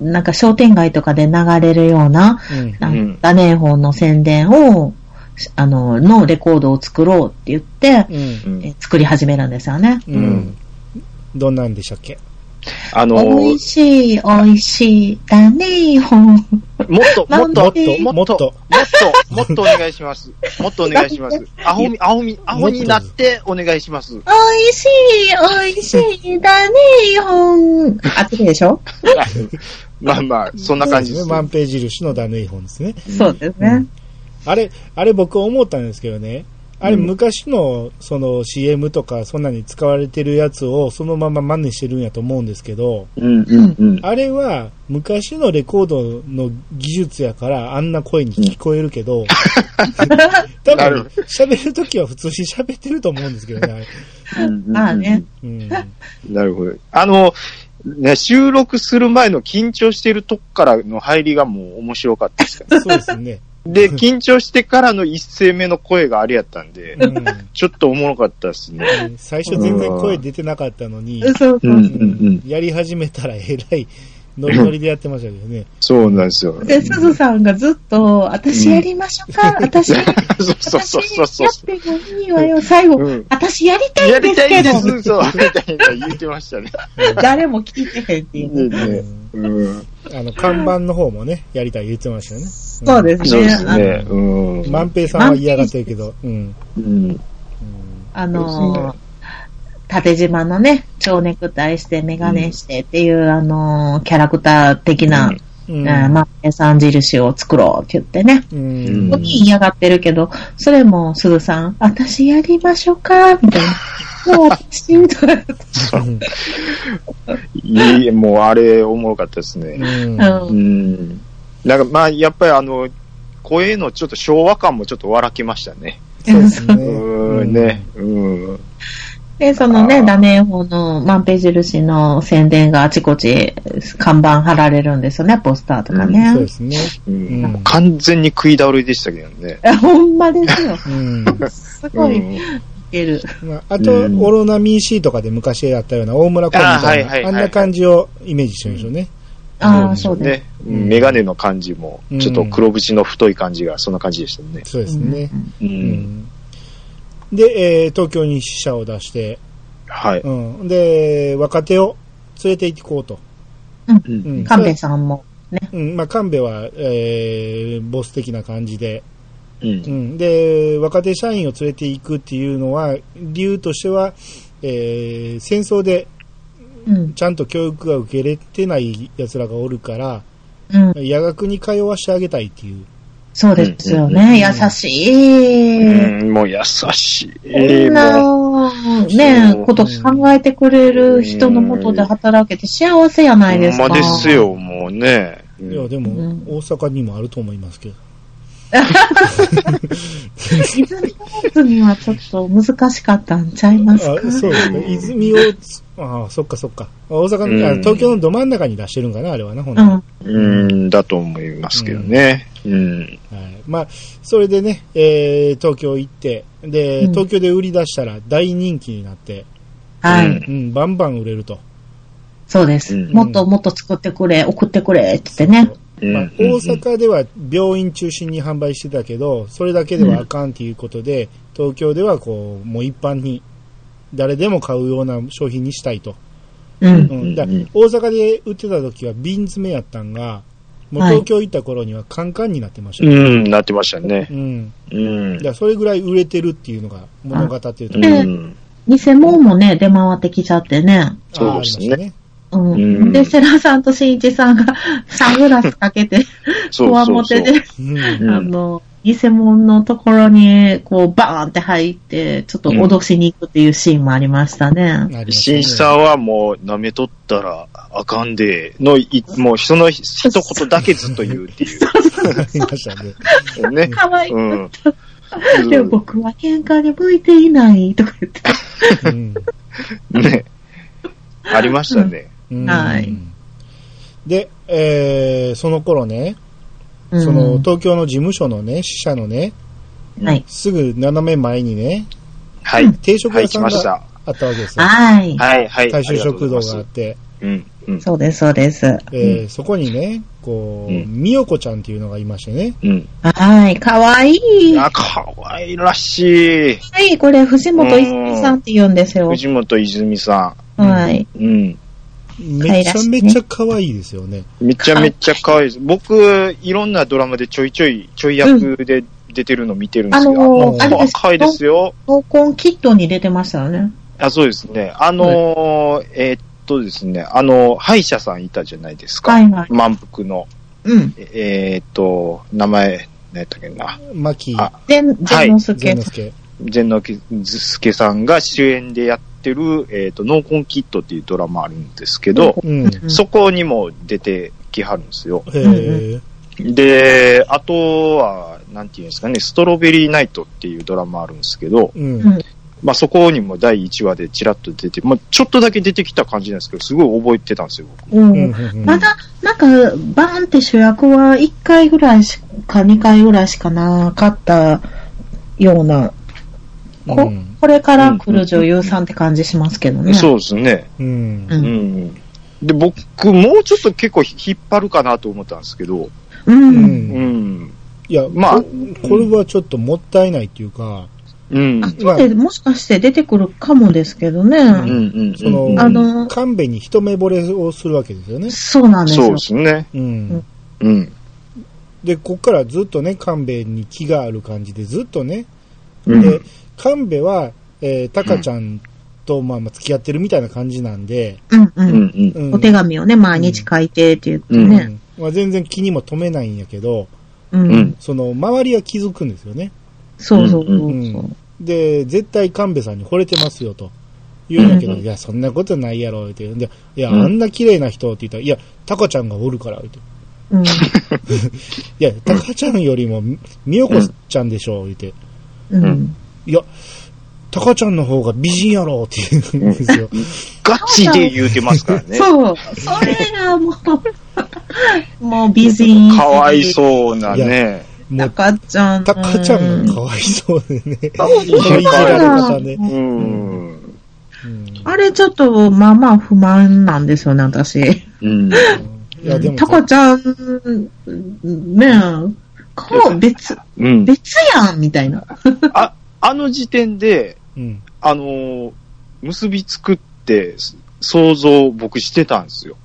[SPEAKER 1] なんか商店街とかで流れるような、
[SPEAKER 2] うん。
[SPEAKER 1] な
[SPEAKER 3] うんん
[SPEAKER 1] ダネーホンの宣伝を、しあの、のレコードを作ろうって言って、
[SPEAKER 2] うん
[SPEAKER 3] う。ん
[SPEAKER 1] え作り始めるんですよね。
[SPEAKER 2] うん。どんなんでしたっけ
[SPEAKER 3] あの、
[SPEAKER 1] 美味しい、美味しい、ダネーホン。
[SPEAKER 3] もっと、もっと、
[SPEAKER 1] な
[SPEAKER 2] も
[SPEAKER 1] ん
[SPEAKER 2] っ
[SPEAKER 1] で
[SPEAKER 2] と、
[SPEAKER 3] も
[SPEAKER 2] も
[SPEAKER 3] っ
[SPEAKER 2] っ
[SPEAKER 3] と
[SPEAKER 2] と。、
[SPEAKER 3] もっと、もっとお願いします。もっとお願いします。アホみ、アホみ、アホになってお願いします。
[SPEAKER 1] 美味しい、美味しい、ダネーホン。合ってるでしょ
[SPEAKER 3] まあまあ、そんな感じです。
[SPEAKER 2] 万平印のダヌイ本ですね。
[SPEAKER 1] そうですね。
[SPEAKER 2] あれ、あれ僕思ったんですけどね。あれ
[SPEAKER 3] うん
[SPEAKER 2] 昔のその CM とかそんなに使われてるやつをそのまま真似してるんやと思うんですけど、
[SPEAKER 3] うんうんうん。
[SPEAKER 2] あれは昔のレコードの技術やからあんな声に聞こえるけ
[SPEAKER 3] [laughs]
[SPEAKER 2] ど、多
[SPEAKER 3] なるほ
[SPEAKER 2] 分喋るときは普通に喋ってると思うんですけどね、あれ。
[SPEAKER 1] まあね。
[SPEAKER 2] うん。
[SPEAKER 3] なるほど。あの、ね、収録する前の緊張してるとこからの入りがもう面白かったですから。
[SPEAKER 2] そうですね。
[SPEAKER 1] [laughs]
[SPEAKER 3] で、緊張してからの一声目の声があれやったんで、
[SPEAKER 2] うん。
[SPEAKER 3] ちょっとおもろかったですね。
[SPEAKER 2] 最初全然声出てなかったのに、
[SPEAKER 1] そうそう。
[SPEAKER 2] やり始めたらえらいノリノリでやってましたけどね。
[SPEAKER 3] そうなんですよ。
[SPEAKER 1] で、すずさんがずっと、私やりましょうか、私、
[SPEAKER 3] そうそうそうそう
[SPEAKER 1] 私
[SPEAKER 3] そう
[SPEAKER 1] や。ってもいいわよ、最後、
[SPEAKER 3] うん
[SPEAKER 1] 私やりたい
[SPEAKER 3] や
[SPEAKER 1] んで
[SPEAKER 3] り
[SPEAKER 1] す
[SPEAKER 3] た
[SPEAKER 1] け
[SPEAKER 3] いで
[SPEAKER 1] ど、
[SPEAKER 3] す、そう、みたいな言ってましたね。
[SPEAKER 1] 誰も聞いてへんっていう。
[SPEAKER 3] ねうん、
[SPEAKER 2] あの、看板の方もね、やりたい言ってましたよね。
[SPEAKER 1] そうです
[SPEAKER 3] そう
[SPEAKER 1] ね。
[SPEAKER 3] ですね。うん。
[SPEAKER 2] 万平さんは嫌がってるけど、うん。
[SPEAKER 3] うん、
[SPEAKER 1] あ
[SPEAKER 3] そう
[SPEAKER 1] の
[SPEAKER 3] です
[SPEAKER 1] ー、縦島のね、蝶ネクタイして、メガネしてっていう、あのー、キャラクター的な
[SPEAKER 2] うん
[SPEAKER 1] えー、万平さん印を作ろうって言ってね。
[SPEAKER 2] うん
[SPEAKER 1] 本当に嫌がってるけど、それも鈴さん、私やりましょうか、みたいな。もう、私、みたいな。
[SPEAKER 3] いい、もうあれ、おもろかったですね。
[SPEAKER 2] うん
[SPEAKER 1] う
[SPEAKER 3] うんん。なんか、まあ、やっぱりあの、声のちょっと昭和感もちょっと笑きましたね。
[SPEAKER 2] そうですね。
[SPEAKER 3] うーん、ね。うん。
[SPEAKER 1] で、その
[SPEAKER 3] あ
[SPEAKER 1] ね、
[SPEAKER 3] ー
[SPEAKER 1] ダネ法の万平印の宣伝があちこち看板貼られるんですよね、ポスターとか
[SPEAKER 2] うん。
[SPEAKER 1] ね
[SPEAKER 2] そう。ですね。
[SPEAKER 3] うん
[SPEAKER 2] うん
[SPEAKER 3] 完全に食い倒れでしたけどね。
[SPEAKER 1] え [laughs] ほんまで
[SPEAKER 2] [laughs]
[SPEAKER 1] すよ。
[SPEAKER 2] うん。
[SPEAKER 1] す
[SPEAKER 3] う
[SPEAKER 1] ごい似
[SPEAKER 3] ん。
[SPEAKER 1] てる。
[SPEAKER 2] まあ、あと、
[SPEAKER 3] うん
[SPEAKER 2] オロナミン C とかで昔やったような大村コンみたい
[SPEAKER 3] あはいはい
[SPEAKER 2] な、
[SPEAKER 3] は
[SPEAKER 2] あ
[SPEAKER 3] い
[SPEAKER 2] んな感じをイメージしてるんでしょうね。
[SPEAKER 1] ああ、そうです。
[SPEAKER 3] ね。うんメガネの感じも、ちょっと黒縁の太い感じが、そんな感じでしたね。
[SPEAKER 2] そうですね。
[SPEAKER 3] う。
[SPEAKER 2] うんんで、えー東京に死者を出して、
[SPEAKER 3] はい。
[SPEAKER 2] うん、で、若手を連れて行こうと。
[SPEAKER 3] う
[SPEAKER 2] うんん、
[SPEAKER 1] 神戸さんも。
[SPEAKER 2] うん、まあ、神戸は、えーボス的な感じで、
[SPEAKER 3] うん
[SPEAKER 2] う。ん、で、若手社員を連れて行くっていうのは、理由としては、えー戦争で
[SPEAKER 1] うん。
[SPEAKER 2] ちゃんと教育が受け入れてない奴らがおるから、
[SPEAKER 1] うん。
[SPEAKER 2] 夜学に通わしてあげたいっていう。
[SPEAKER 1] そうですよ
[SPEAKER 3] うん
[SPEAKER 1] ね。優しい。
[SPEAKER 3] うん、もう優し
[SPEAKER 1] こん
[SPEAKER 3] い。もう
[SPEAKER 1] な、ね
[SPEAKER 3] そう
[SPEAKER 1] こと考えてくれる人のもとで働けて幸せやないですか。
[SPEAKER 3] ほんまですよ、もうね。うん
[SPEAKER 2] いや、で
[SPEAKER 1] う
[SPEAKER 2] も
[SPEAKER 1] ん、
[SPEAKER 2] 大阪にもあると思いますけど。
[SPEAKER 1] 泉大津にはちょっと難しかったんちゃいますか
[SPEAKER 2] あそうですね。泉を、ああ、そっかそっか。大阪の、あ
[SPEAKER 3] うん
[SPEAKER 2] 東京のど真ん中に出してるんかな、あれはな、ほん
[SPEAKER 1] う
[SPEAKER 2] なら
[SPEAKER 1] ん。
[SPEAKER 3] うん、だと思いますけどね。うん。
[SPEAKER 2] はい。まあ、それでね、えー東京行って、で、
[SPEAKER 1] うん
[SPEAKER 2] 東京で売り出したら大人気になって、
[SPEAKER 1] は
[SPEAKER 3] う
[SPEAKER 1] い
[SPEAKER 3] ん。
[SPEAKER 2] うん、バンバン売れると。
[SPEAKER 1] そうです。
[SPEAKER 3] うん
[SPEAKER 1] もっともっと作ってくれ、送ってくれ、ってってね。
[SPEAKER 3] うん
[SPEAKER 2] まあ、大阪では病院中心に販売してたけど、それだけではあかんっていうことで、東京ではこう、もう一般に、誰でも買うような商品にしたいと。
[SPEAKER 1] う。
[SPEAKER 2] うんん、だ
[SPEAKER 3] うんうん
[SPEAKER 2] 大阪で売ってた時は瓶詰めやったんが、もう
[SPEAKER 1] はい
[SPEAKER 2] 東京行った頃にはカンカンになってました
[SPEAKER 3] う
[SPEAKER 2] よ。
[SPEAKER 3] ん、なってましたね。
[SPEAKER 2] うん。
[SPEAKER 3] うん
[SPEAKER 2] だからそれぐらい売れてるっていうのが物語っていうところが
[SPEAKER 3] うん。
[SPEAKER 1] 偽物もね、出回ってきちゃってね。
[SPEAKER 2] あ
[SPEAKER 3] そう
[SPEAKER 2] あ
[SPEAKER 3] で
[SPEAKER 2] り
[SPEAKER 3] す
[SPEAKER 2] ました
[SPEAKER 3] ね。
[SPEAKER 2] ね。
[SPEAKER 1] うん。
[SPEAKER 3] うん
[SPEAKER 1] で、セラさんとしんいちさんが [laughs] サングラスかけて、
[SPEAKER 3] そう
[SPEAKER 1] こわ
[SPEAKER 3] そ
[SPEAKER 1] も
[SPEAKER 3] うそ
[SPEAKER 1] て
[SPEAKER 3] う
[SPEAKER 1] で、。
[SPEAKER 2] うん。
[SPEAKER 3] うん
[SPEAKER 1] あの、偽物のところに、こう、バーンって入って、ちょっと脅しに行くっていうシーンもありましたね。
[SPEAKER 2] ありましたね
[SPEAKER 3] 審査はもう、舐めとったらあかんで、の、いもう人の一言だけずっと言うってい
[SPEAKER 2] ありましたね。
[SPEAKER 1] [laughs]
[SPEAKER 3] う。ね。
[SPEAKER 1] かわいい。
[SPEAKER 3] うん。
[SPEAKER 1] でも僕は喧嘩に向いていないとか言って。
[SPEAKER 2] うん
[SPEAKER 3] ね。ありましたね。
[SPEAKER 2] うん
[SPEAKER 1] はい
[SPEAKER 2] で、えーその頃ね、
[SPEAKER 1] うん
[SPEAKER 2] その、東京の事務所のね、支社のね、
[SPEAKER 1] はい。
[SPEAKER 2] すぐ斜め前にね、
[SPEAKER 3] はい。
[SPEAKER 2] 定食
[SPEAKER 3] は
[SPEAKER 2] 屋
[SPEAKER 3] い、来
[SPEAKER 2] さん
[SPEAKER 3] まし
[SPEAKER 2] があ
[SPEAKER 3] た。
[SPEAKER 2] ったわけですよ。
[SPEAKER 1] はい。
[SPEAKER 3] はい、はい。
[SPEAKER 2] 大衆食堂
[SPEAKER 3] あ
[SPEAKER 2] が
[SPEAKER 3] り
[SPEAKER 2] あ
[SPEAKER 3] とうござい
[SPEAKER 2] っ
[SPEAKER 3] ます。
[SPEAKER 2] て、
[SPEAKER 3] うん。うん。
[SPEAKER 1] そうです、そうです。
[SPEAKER 2] えーそこにね、こう、
[SPEAKER 3] うん
[SPEAKER 2] みよこちゃんっていうのがいましてね、
[SPEAKER 3] うん。
[SPEAKER 1] はい、かわいい。
[SPEAKER 3] あ、かわいらしい。
[SPEAKER 1] はい、これ、藤本泉さんって言うんですよ。
[SPEAKER 3] 藤本泉さ
[SPEAKER 1] はい。
[SPEAKER 3] ん。うん。
[SPEAKER 2] めちゃめちゃ可愛いですよね。
[SPEAKER 3] めちゃめちゃ可愛いです。僕、いろんなドラマでちょいちょい、ちょい役で出てるの見てるんですけど、
[SPEAKER 1] あの
[SPEAKER 2] ー
[SPEAKER 3] あ
[SPEAKER 2] あれ
[SPEAKER 1] です
[SPEAKER 3] 若いですよ。
[SPEAKER 1] 闘魂キットに出てましたよね。
[SPEAKER 3] あ、そうですね。あのー、えーっとですね、あのー、歯医者さんいたじゃないですか。
[SPEAKER 1] はいはい。
[SPEAKER 3] 満腹の。
[SPEAKER 1] うん。
[SPEAKER 3] えーっと、名前、何やったっけな。
[SPEAKER 2] 牧
[SPEAKER 3] あ
[SPEAKER 1] 全、全之助
[SPEAKER 2] 善
[SPEAKER 1] さ
[SPEAKER 2] 之。
[SPEAKER 1] ん
[SPEAKER 2] 助。
[SPEAKER 3] 善之助さんが主演でやってる、えーっと、ノーコンキットっていうドラマあるんですけど、
[SPEAKER 2] うん。へ
[SPEAKER 1] うん
[SPEAKER 3] そこにも出てきはるんですよ。
[SPEAKER 2] ー
[SPEAKER 3] で、あとは、なんていうんですかね、ストロベリーナイトっていうドラマあるんですけど、
[SPEAKER 2] うん。
[SPEAKER 1] うん
[SPEAKER 3] まあそこにも第1話でちらっと出て、まあちょっとだけ出てきた感じなんですけど、すごい覚えてたんですよ、僕。
[SPEAKER 1] うん
[SPEAKER 2] うんうん
[SPEAKER 1] まだ、なんか、バーンって主役は1回ぐらいしか2回ぐらいしかなかったような、こ,、
[SPEAKER 2] うん
[SPEAKER 1] これから来る女優さんって感じしますけどね。
[SPEAKER 3] そうですね。
[SPEAKER 2] うん
[SPEAKER 1] う
[SPEAKER 3] うんん。で、僕、もうちょっと結構引っ張るかなと思ったんですけど、
[SPEAKER 1] う。
[SPEAKER 2] うん。
[SPEAKER 3] うんん。
[SPEAKER 2] いや、
[SPEAKER 3] まあ
[SPEAKER 2] ここれはちょっともったいないっていうか、
[SPEAKER 3] うん。
[SPEAKER 1] あそうでもしかして出てくるかもですけどね。
[SPEAKER 3] うん。うん。
[SPEAKER 2] その、
[SPEAKER 3] うん
[SPEAKER 1] あの
[SPEAKER 2] 神戸に一目惚れをするわけですよね。
[SPEAKER 1] そうなんです
[SPEAKER 3] そう
[SPEAKER 1] よ
[SPEAKER 3] で。すね。
[SPEAKER 2] うん。
[SPEAKER 3] うん。
[SPEAKER 2] で、こっからずっとね、神戸に気がある感じで、ずっとね、
[SPEAKER 3] うん
[SPEAKER 2] で、神戸は、えー、タカちゃんと、まあ、まあ付き合ってるみたいな感じなんで、
[SPEAKER 1] うんう。
[SPEAKER 3] うんん。
[SPEAKER 2] うん
[SPEAKER 1] お手紙をね、毎日書いてって言って
[SPEAKER 3] うん
[SPEAKER 1] ね。
[SPEAKER 2] まあ、全然気にも留めないんやけど、
[SPEAKER 1] う
[SPEAKER 3] うんん。
[SPEAKER 2] その、周りは気づくんですよね。
[SPEAKER 1] そうそうそうそうう。
[SPEAKER 2] で、絶対神戸さんに惚れてますよと。言うんだけど、
[SPEAKER 3] うん
[SPEAKER 2] いや、そんなことないやろ、って言うんで、いや、
[SPEAKER 3] うん
[SPEAKER 2] あんな綺麗な人って言ったら、いや、タカちゃんがおるから、って。
[SPEAKER 1] うん。
[SPEAKER 2] いや、タカちゃんよりも、美代子ちゃんでしょ、言って。
[SPEAKER 1] う
[SPEAKER 3] うんん。
[SPEAKER 2] いや、タカちゃんの方が美人やろ、って言うんですよ。
[SPEAKER 3] ガチで言うてますからね。
[SPEAKER 1] そう。それがもう、もう美人。
[SPEAKER 3] かわいそうなね。
[SPEAKER 2] も
[SPEAKER 1] タ
[SPEAKER 2] う、
[SPEAKER 1] カちゃん。
[SPEAKER 2] タカちゃんが
[SPEAKER 1] う
[SPEAKER 2] かわいそうでね。
[SPEAKER 3] そう
[SPEAKER 2] いじられ方ね。
[SPEAKER 3] うん。
[SPEAKER 2] うん
[SPEAKER 1] あれちょっと、まあまあ不満なんですよね、私。
[SPEAKER 3] うん。
[SPEAKER 2] いや、でも
[SPEAKER 1] タ
[SPEAKER 2] さ
[SPEAKER 1] カ、ちゃん、ねえ、顔別、
[SPEAKER 3] うん。
[SPEAKER 1] 別やん、みたいな。
[SPEAKER 3] あ、あの時点で、
[SPEAKER 2] うん。
[SPEAKER 3] あのー結びつくって想像を僕してたんですよ。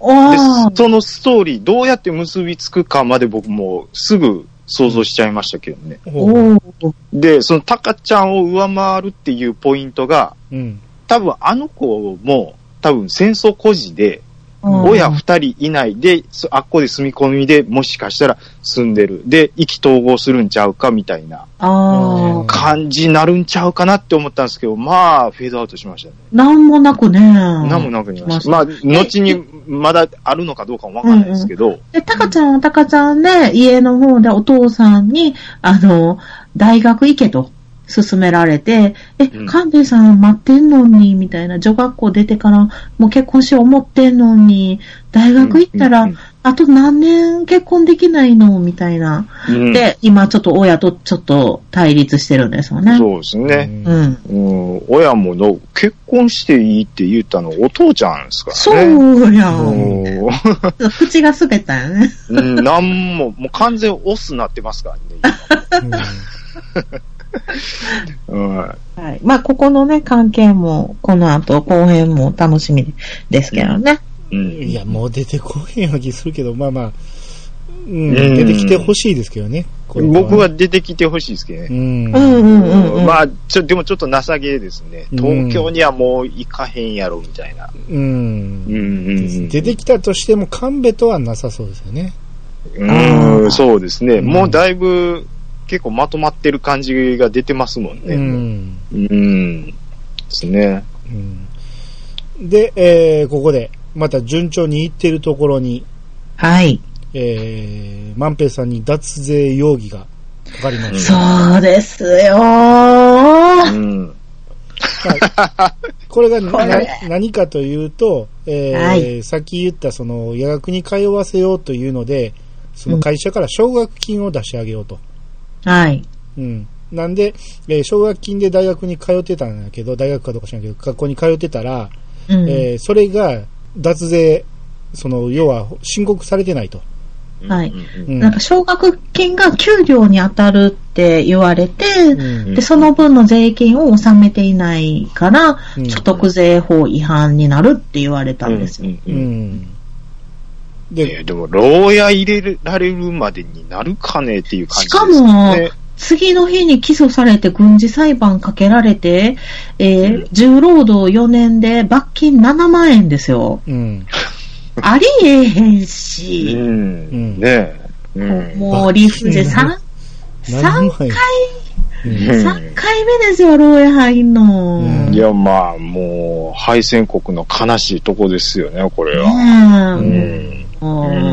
[SPEAKER 3] で
[SPEAKER 1] ああ、、
[SPEAKER 3] そのストーリー、どうやって結びつくかまで僕もすぐ想像しちゃいましたけどね。
[SPEAKER 2] ほう
[SPEAKER 1] おお、
[SPEAKER 3] で、そのタカちゃんを上回るっていうポイントが、
[SPEAKER 2] うん。
[SPEAKER 3] 多分あの子も、多分戦争孤児で、
[SPEAKER 1] うん
[SPEAKER 3] 親二人いないで、そあっこで住み込みでもしかしたら住んでる。で、意気投合するんちゃうかみたいな
[SPEAKER 1] ああ、
[SPEAKER 3] 感じになるんちゃうかなって思ったんですけど、まあ、フェードアウトしましたね。
[SPEAKER 1] なんもなくね。
[SPEAKER 3] なんもなくなりまし
[SPEAKER 1] う
[SPEAKER 3] た。
[SPEAKER 1] ん
[SPEAKER 3] まあ、後にまだあるのかどうかもわかんないですけど、
[SPEAKER 1] で、タカちゃんはタカちゃんで、家の方でお父さんに、あの、大学行けと勧められて、え、
[SPEAKER 3] うん
[SPEAKER 1] 神戸さん待ってんのに、みたいな、女学校出てから、もう結婚しよう思ってんのに、大学行った
[SPEAKER 3] う
[SPEAKER 1] ら
[SPEAKER 3] んうんうん、
[SPEAKER 1] あと何年結婚できないのみたいな。
[SPEAKER 3] うん
[SPEAKER 1] で、今ちょっと親とちょっと対立してるんですよね。
[SPEAKER 3] そうですね。
[SPEAKER 1] う。ん。
[SPEAKER 3] うん、親もの、結婚していいって言ったのお父ちゃんです
[SPEAKER 1] そ
[SPEAKER 3] からね。
[SPEAKER 1] うやん。
[SPEAKER 3] も
[SPEAKER 1] [laughs] 口が滑ったよね。
[SPEAKER 3] う、 [laughs] うん、なんも、もう完全オスになってますからね。今うん
[SPEAKER 1] はい。まあ、ここのね、関係も、この後、後編も楽しみですけどね。
[SPEAKER 3] う
[SPEAKER 2] うんい
[SPEAKER 3] ん。
[SPEAKER 2] や、もう出てこへんような気するけど、まあまあ、うん、
[SPEAKER 3] うん
[SPEAKER 2] 出てきてほしいですけどね。これ
[SPEAKER 3] 僕は、出てきてほしいですけど
[SPEAKER 2] う
[SPEAKER 3] ね。
[SPEAKER 2] ん。
[SPEAKER 1] うんうんうんうん。
[SPEAKER 3] まあ、ちょ、でもちょっと情けですね。東京にはもう行かへんやろ、みたいな。
[SPEAKER 2] うん。
[SPEAKER 3] ん
[SPEAKER 2] 出てきたとしても、神戸とはなさそうですよね。
[SPEAKER 3] う
[SPEAKER 1] あー
[SPEAKER 3] ん、そうですね。
[SPEAKER 2] うん
[SPEAKER 3] もうだいぶ、結構まとまってる感じが出てますもん
[SPEAKER 2] う
[SPEAKER 3] ね。
[SPEAKER 2] ん。
[SPEAKER 3] うん。ですね。
[SPEAKER 2] うんで、えーここで、また順調にいってるところに、
[SPEAKER 1] はい。
[SPEAKER 2] えー、万平さんに脱税容疑がかかりました。
[SPEAKER 1] そうですよー。
[SPEAKER 3] うん。
[SPEAKER 2] これがな
[SPEAKER 1] これ
[SPEAKER 2] 何かというと、えー
[SPEAKER 1] はい
[SPEAKER 2] さっき言ったその夜学に通わせようというので、その会社から奨学金を出し上げようと。
[SPEAKER 1] はい。
[SPEAKER 2] うん。なんで、えー奨学金で大学に通ってたんだけど、大学かどうか知らんけど、学校に通ってたら、
[SPEAKER 1] うん。
[SPEAKER 2] えーそれが脱税、その、要は申告されてないと。
[SPEAKER 1] はい
[SPEAKER 2] うん。
[SPEAKER 1] なんか、奨学金が給料に当たるって言われて、
[SPEAKER 2] うん
[SPEAKER 1] で、その分の税金を納めていないから、
[SPEAKER 2] うん
[SPEAKER 1] 所得税法違反になるって言われたんですよ。
[SPEAKER 2] う
[SPEAKER 3] うんうん
[SPEAKER 2] ん。
[SPEAKER 3] い
[SPEAKER 2] で、
[SPEAKER 3] やでも、牢屋入れられるまでになるかねっていう感じです
[SPEAKER 1] しかも
[SPEAKER 3] ね。
[SPEAKER 1] 次の日に起訴されて軍事裁判かけられて、えー
[SPEAKER 3] うん
[SPEAKER 1] 重労働4年で罰金7万円ですよ。
[SPEAKER 2] うん。
[SPEAKER 1] ありえへん
[SPEAKER 3] う
[SPEAKER 1] し、
[SPEAKER 3] ん。
[SPEAKER 2] ん
[SPEAKER 3] ねえ。うん
[SPEAKER 1] もう理不尽
[SPEAKER 2] 罰金
[SPEAKER 1] 3、
[SPEAKER 2] 7
[SPEAKER 1] 三
[SPEAKER 2] 万
[SPEAKER 1] 回
[SPEAKER 2] 円、
[SPEAKER 3] うん
[SPEAKER 1] 三回目ですよ、牢屋入んの。
[SPEAKER 2] うん
[SPEAKER 3] いや、まあ、もう、敗戦国の悲しいとこですよね、これは。う
[SPEAKER 1] ね
[SPEAKER 3] ん。
[SPEAKER 1] えもう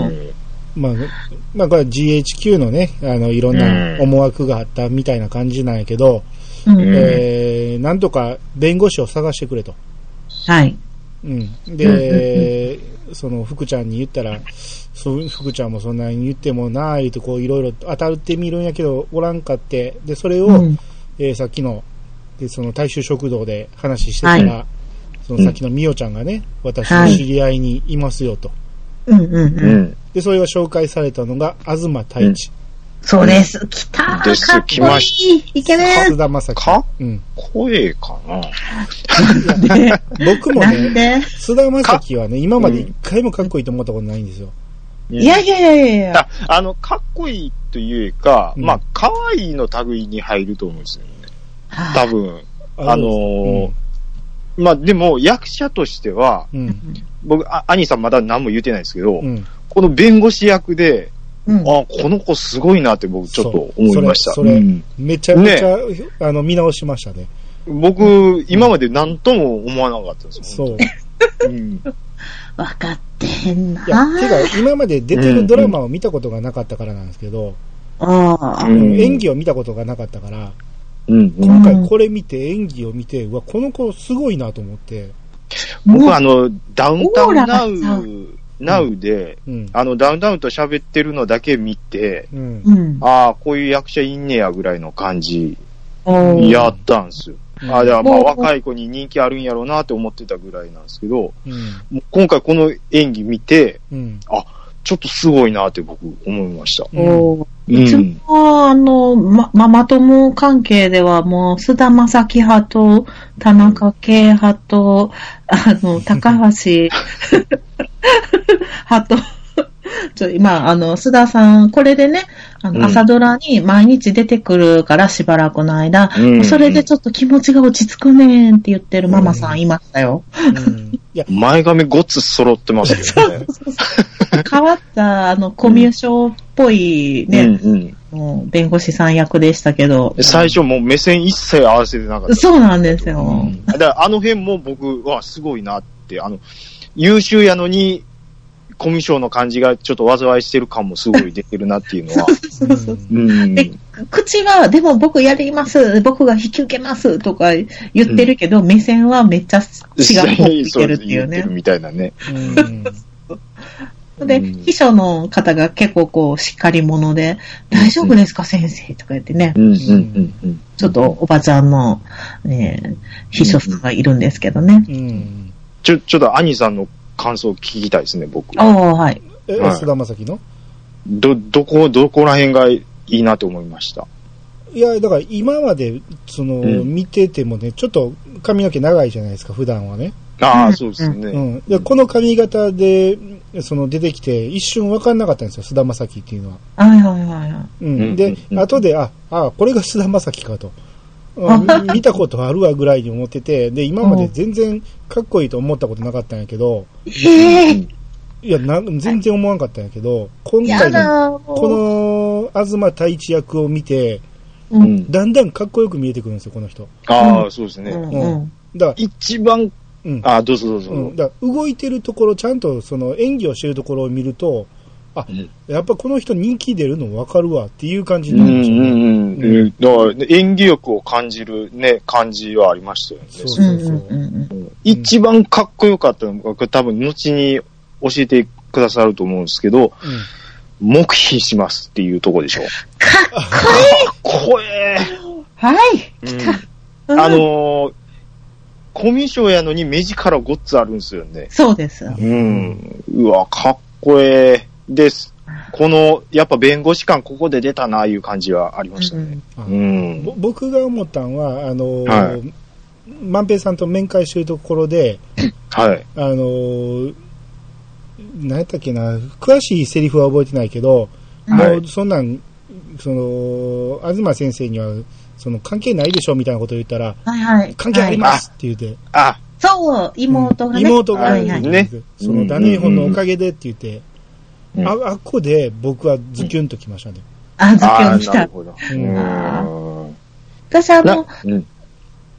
[SPEAKER 2] まあ、まあ、これは GHQ のね、あの、いろんな思惑があったみたいな感じなんやけど、
[SPEAKER 1] うん
[SPEAKER 3] うん
[SPEAKER 2] えー、なんとか弁護士を探してくれと。
[SPEAKER 1] はい。
[SPEAKER 2] うん。で、その、福ちゃんに言ったら、そう、福ちゃんもそんなに言ってもなあ、言うとこう、いろいろ当たってみるんやけど、おらんかって、で、それを、
[SPEAKER 1] うん
[SPEAKER 2] えーさっきの、で、その、大衆食堂で話してたら、その、さっきのみおちゃんがね、私の知り合いにいますよと。
[SPEAKER 1] うんうん
[SPEAKER 3] う
[SPEAKER 1] うん。
[SPEAKER 3] ん。
[SPEAKER 2] で、それを紹介されたのが、東太一、
[SPEAKER 1] そうです。来たー
[SPEAKER 3] です
[SPEAKER 1] かっ
[SPEAKER 3] 来
[SPEAKER 1] こ
[SPEAKER 3] ま
[SPEAKER 1] いいイケメ
[SPEAKER 2] 松
[SPEAKER 1] ン
[SPEAKER 2] 田正樹。
[SPEAKER 3] か
[SPEAKER 2] うん。
[SPEAKER 3] 声かな
[SPEAKER 2] 僕も
[SPEAKER 1] な
[SPEAKER 2] ね
[SPEAKER 1] ん、で
[SPEAKER 2] 須田正樹はね、今まで一回もかっこいいと思ったことないんですよ。
[SPEAKER 1] いやいやいやいやいや。
[SPEAKER 3] ああの、かっこいいというか、
[SPEAKER 2] うん
[SPEAKER 3] まあ、可愛いの類に入ると思うんですよね。多分。あのーまあ、でも、役者としては、
[SPEAKER 2] うん、
[SPEAKER 3] 僕、あ、兄さんまだ何も言ってないですけど、
[SPEAKER 2] うん、
[SPEAKER 3] ここの弁護士役で、
[SPEAKER 1] うん。
[SPEAKER 3] あ、この子すごいなって僕ちょっと思いました。
[SPEAKER 2] そうそれそれ
[SPEAKER 3] うん
[SPEAKER 2] めちゃめちゃ、あの、見直しましたね。
[SPEAKER 3] 僕、今まで何とも思わなかったです
[SPEAKER 2] そ
[SPEAKER 3] [laughs] よ。
[SPEAKER 2] う。い
[SPEAKER 3] うん
[SPEAKER 1] わかってへんな
[SPEAKER 2] や、てか、今まで出てるドラマを見たことがなかったからなんですけど、
[SPEAKER 1] ああ。
[SPEAKER 3] うん
[SPEAKER 2] 演技を見たことがなかったから、
[SPEAKER 3] うんうん
[SPEAKER 2] 今回これ見て、演技を見て、うわ、この子すごいなと思って、
[SPEAKER 1] も
[SPEAKER 3] 僕
[SPEAKER 1] う
[SPEAKER 3] あの、ダウンタ
[SPEAKER 1] オ
[SPEAKER 3] ウ
[SPEAKER 1] ー
[SPEAKER 3] ン
[SPEAKER 1] ラ
[SPEAKER 3] ナ
[SPEAKER 1] がさ
[SPEAKER 3] ウ、ナウで、
[SPEAKER 2] うん。
[SPEAKER 3] あの、ダウンタウンと喋ってるのだけ見て、
[SPEAKER 2] うん。
[SPEAKER 1] うん。
[SPEAKER 3] ああ、こういう役者いんねやぐらいの感じ、
[SPEAKER 1] うん
[SPEAKER 3] やったんですよ。
[SPEAKER 2] うん
[SPEAKER 3] ああ、だからまあ
[SPEAKER 1] もう
[SPEAKER 3] 若い子に人気あるんやろうなって思ってたぐらいなんですけど、
[SPEAKER 2] うん。
[SPEAKER 3] もう今回この演技見て、
[SPEAKER 2] うん。
[SPEAKER 3] ちょっとすごいなって僕思いました。
[SPEAKER 2] うん
[SPEAKER 1] おーうちも、あの、ま、ママ友関係ではもう、菅田正樹派と、田中圭派と、あの、高橋派と、 [laughs] ちょ今、あの、須田さん、これでね、あ
[SPEAKER 3] うん
[SPEAKER 1] の朝ドラに毎日出てくるからしばらくの間、
[SPEAKER 3] うん
[SPEAKER 1] それでちょっと気持ちが落ち着くねーって言ってるママさんいましたよ。
[SPEAKER 2] うんいや、
[SPEAKER 3] 前髪ごっつ揃ってます
[SPEAKER 1] [laughs]
[SPEAKER 3] けどね。
[SPEAKER 1] 変わった、あの、コミュ障っぽいね、
[SPEAKER 3] うん
[SPEAKER 1] もう弁護士さん役でしたけど
[SPEAKER 3] うん。。最初もう目線一切合わせてなかった。
[SPEAKER 1] そうなんですよ。
[SPEAKER 3] うんだからあの辺も僕はすごいなって、あの、優秀やのに、コミュ障の感じがちょっと災いしてる感もすごい出てるなっていうの [laughs] は。
[SPEAKER 1] そうそう
[SPEAKER 2] うん
[SPEAKER 3] [laughs] うん。
[SPEAKER 1] え口は、でも僕やります、僕が引き受けますとか言ってるけど、目線はめっちゃ違う方向いてるっていう
[SPEAKER 3] 言って
[SPEAKER 1] ね
[SPEAKER 3] る。みたいなね。
[SPEAKER 2] うん
[SPEAKER 1] で、
[SPEAKER 3] うん
[SPEAKER 1] 秘書の方が結構こう、しっかり者で、大丈夫ですか、先生とか言ってね
[SPEAKER 3] う、んうんうんうん。
[SPEAKER 1] ちょっとおばちゃんの、ね、秘書さんがいるんですけどね。
[SPEAKER 2] うん。
[SPEAKER 3] ちょ、ちょっと兄さんの感想を聞きたいですね、僕。
[SPEAKER 1] ああ、はい。
[SPEAKER 2] え、
[SPEAKER 3] はい
[SPEAKER 2] 菅田将暉の
[SPEAKER 3] ど、どこ、どこら辺がいいなと思いました。
[SPEAKER 2] いや、だから今まで、その、
[SPEAKER 3] うん
[SPEAKER 2] 見ててもね、ちょっと髪の毛長いじゃないですか、普段はね。
[SPEAKER 3] あ
[SPEAKER 1] う
[SPEAKER 3] あ、
[SPEAKER 1] ん
[SPEAKER 3] そうですね。
[SPEAKER 2] うん。で、この髪型で、その、出てきて、一瞬分かんなかったんですよ、菅田将暉っていうのは。
[SPEAKER 1] はいはいはいは
[SPEAKER 2] う
[SPEAKER 1] い。
[SPEAKER 3] うん
[SPEAKER 2] ん。で
[SPEAKER 3] う、ん
[SPEAKER 2] 後で、あ、あ、これが菅田将暉かと。
[SPEAKER 1] [laughs]
[SPEAKER 2] うん見たことあるわぐらいに思ってて、で、今まで全然かっこいいと思ったことなかったんやけど、
[SPEAKER 1] ええー、
[SPEAKER 2] いや、な全然思わんかったんやけど、今
[SPEAKER 1] や
[SPEAKER 2] 回の、
[SPEAKER 1] だー
[SPEAKER 2] この、東太一役を見て、
[SPEAKER 1] う、
[SPEAKER 3] うんん。
[SPEAKER 2] だんだんかっこよく見えてくるんですよ、この人。
[SPEAKER 3] ああ、そうです
[SPEAKER 1] う
[SPEAKER 3] ね。
[SPEAKER 1] ん、うん。
[SPEAKER 2] だか
[SPEAKER 3] 一番、
[SPEAKER 2] ら、うん。
[SPEAKER 3] ああ、どうぞどうぞ。
[SPEAKER 2] うん、だから動いてるところ、ちゃんとその演技をしてるところを見ると、あ、
[SPEAKER 3] うん
[SPEAKER 2] やっぱこの人人気出るの分かるわっていう感じ
[SPEAKER 3] う
[SPEAKER 2] に
[SPEAKER 3] ん
[SPEAKER 2] な
[SPEAKER 3] う
[SPEAKER 2] るんですよね。う
[SPEAKER 3] んう。
[SPEAKER 2] ん
[SPEAKER 3] だからね演技力を感じるね、感じはありましたよね。
[SPEAKER 2] そう
[SPEAKER 1] う
[SPEAKER 2] そ
[SPEAKER 1] ん
[SPEAKER 2] うそう
[SPEAKER 1] うんうん
[SPEAKER 3] うん一番かっこよかったのが、これ多分後に教えてくださると思うんですけ
[SPEAKER 2] う
[SPEAKER 3] ど、
[SPEAKER 2] ん
[SPEAKER 3] 黙秘しますっていうとこでしょ。
[SPEAKER 1] かっ
[SPEAKER 3] 怖え。
[SPEAKER 1] はい。
[SPEAKER 3] うん、あの、ー、コミュ障やのに目力ごっつあるんですよね。
[SPEAKER 1] そうです。
[SPEAKER 3] うん。うわ、かっこええ。です。この、やっぱ弁護士官ここで出たな、いう感じはありましたね。
[SPEAKER 2] うん
[SPEAKER 3] う
[SPEAKER 2] ぼ
[SPEAKER 3] ん。
[SPEAKER 2] 僕が思ったのは、あの
[SPEAKER 3] は
[SPEAKER 2] ー、万、平さんと面会してるところで、
[SPEAKER 3] はい。
[SPEAKER 2] あのー、何やったっけな、詳しいセリフは覚えてないけど、
[SPEAKER 3] はい
[SPEAKER 2] もうそんなん、その、東先生には、その関係ないでしょみたいなことを言ったら、
[SPEAKER 1] はいはい。
[SPEAKER 2] 関係ありますって言って、
[SPEAKER 3] あ、
[SPEAKER 1] そう、妹がね。
[SPEAKER 2] 妹が、
[SPEAKER 1] はいはい。
[SPEAKER 3] ね
[SPEAKER 2] そのダネイホンのおかげでって言って、
[SPEAKER 3] うん
[SPEAKER 2] ああっこで僕はズキュンときましたね。
[SPEAKER 1] あずき
[SPEAKER 3] あ
[SPEAKER 1] を
[SPEAKER 3] あ
[SPEAKER 1] し
[SPEAKER 3] な
[SPEAKER 1] た
[SPEAKER 3] る。
[SPEAKER 1] [laughs]
[SPEAKER 3] ほど。
[SPEAKER 2] うん
[SPEAKER 3] うん
[SPEAKER 1] 私、あ
[SPEAKER 3] な
[SPEAKER 1] の、
[SPEAKER 3] うん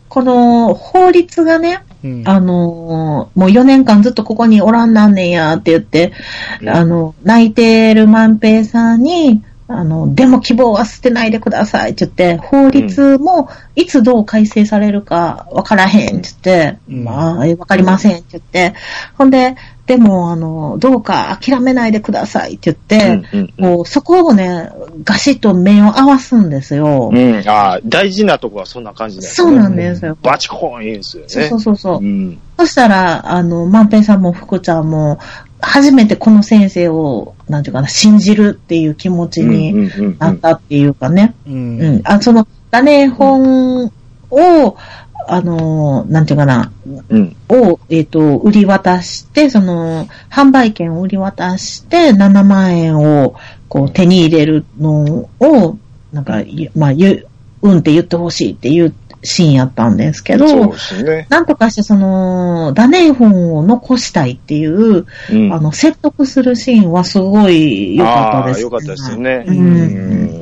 [SPEAKER 1] この法律がね、
[SPEAKER 2] うん。
[SPEAKER 1] あのーもう4年間ずっとここにおらんなんねんやって言って、
[SPEAKER 3] うん
[SPEAKER 1] あの、泣いてる万平さんに、あの、でも希望は捨てないでくださいって言って、法律もいつどう改正されるかわからへんって言って、
[SPEAKER 2] うん
[SPEAKER 1] まあ、えわかりませんって言って、ほんで、でも、あの、どうか諦めないでくださいって言って、
[SPEAKER 3] うんうん
[SPEAKER 1] こうそこをね、ガシッと目を合わすんですよ。
[SPEAKER 3] うん、ああ、大事なとこはそんな感じだよね
[SPEAKER 1] そうなんですよ。
[SPEAKER 3] バチコーン言うんですよね。
[SPEAKER 1] そうそうそうそう。
[SPEAKER 3] うん。
[SPEAKER 1] そしたら、あの、万平さんも福ちゃんも、初めてこの先生を、なんていうかな、信じるっていう気持ちに
[SPEAKER 3] うんうんうん
[SPEAKER 1] なったっていうかね。
[SPEAKER 2] う
[SPEAKER 1] うんん。あその、ダネ本を、あの、なんていうかな、
[SPEAKER 3] うん。
[SPEAKER 1] を、えっ、と、売り渡して、その、販売権を売り渡して、7万円を、こう、手に入れるのを、なんか、いまあ、言う、うんって言ってほしいって言うシーンやったんですけど、
[SPEAKER 3] そうですね。
[SPEAKER 1] なんとかしてその、ダネイフォンを残したいっていう、
[SPEAKER 3] うん
[SPEAKER 1] あの、説得するシーンはすごい良かったです、
[SPEAKER 3] ああ、良かったですよね。
[SPEAKER 1] う
[SPEAKER 3] うん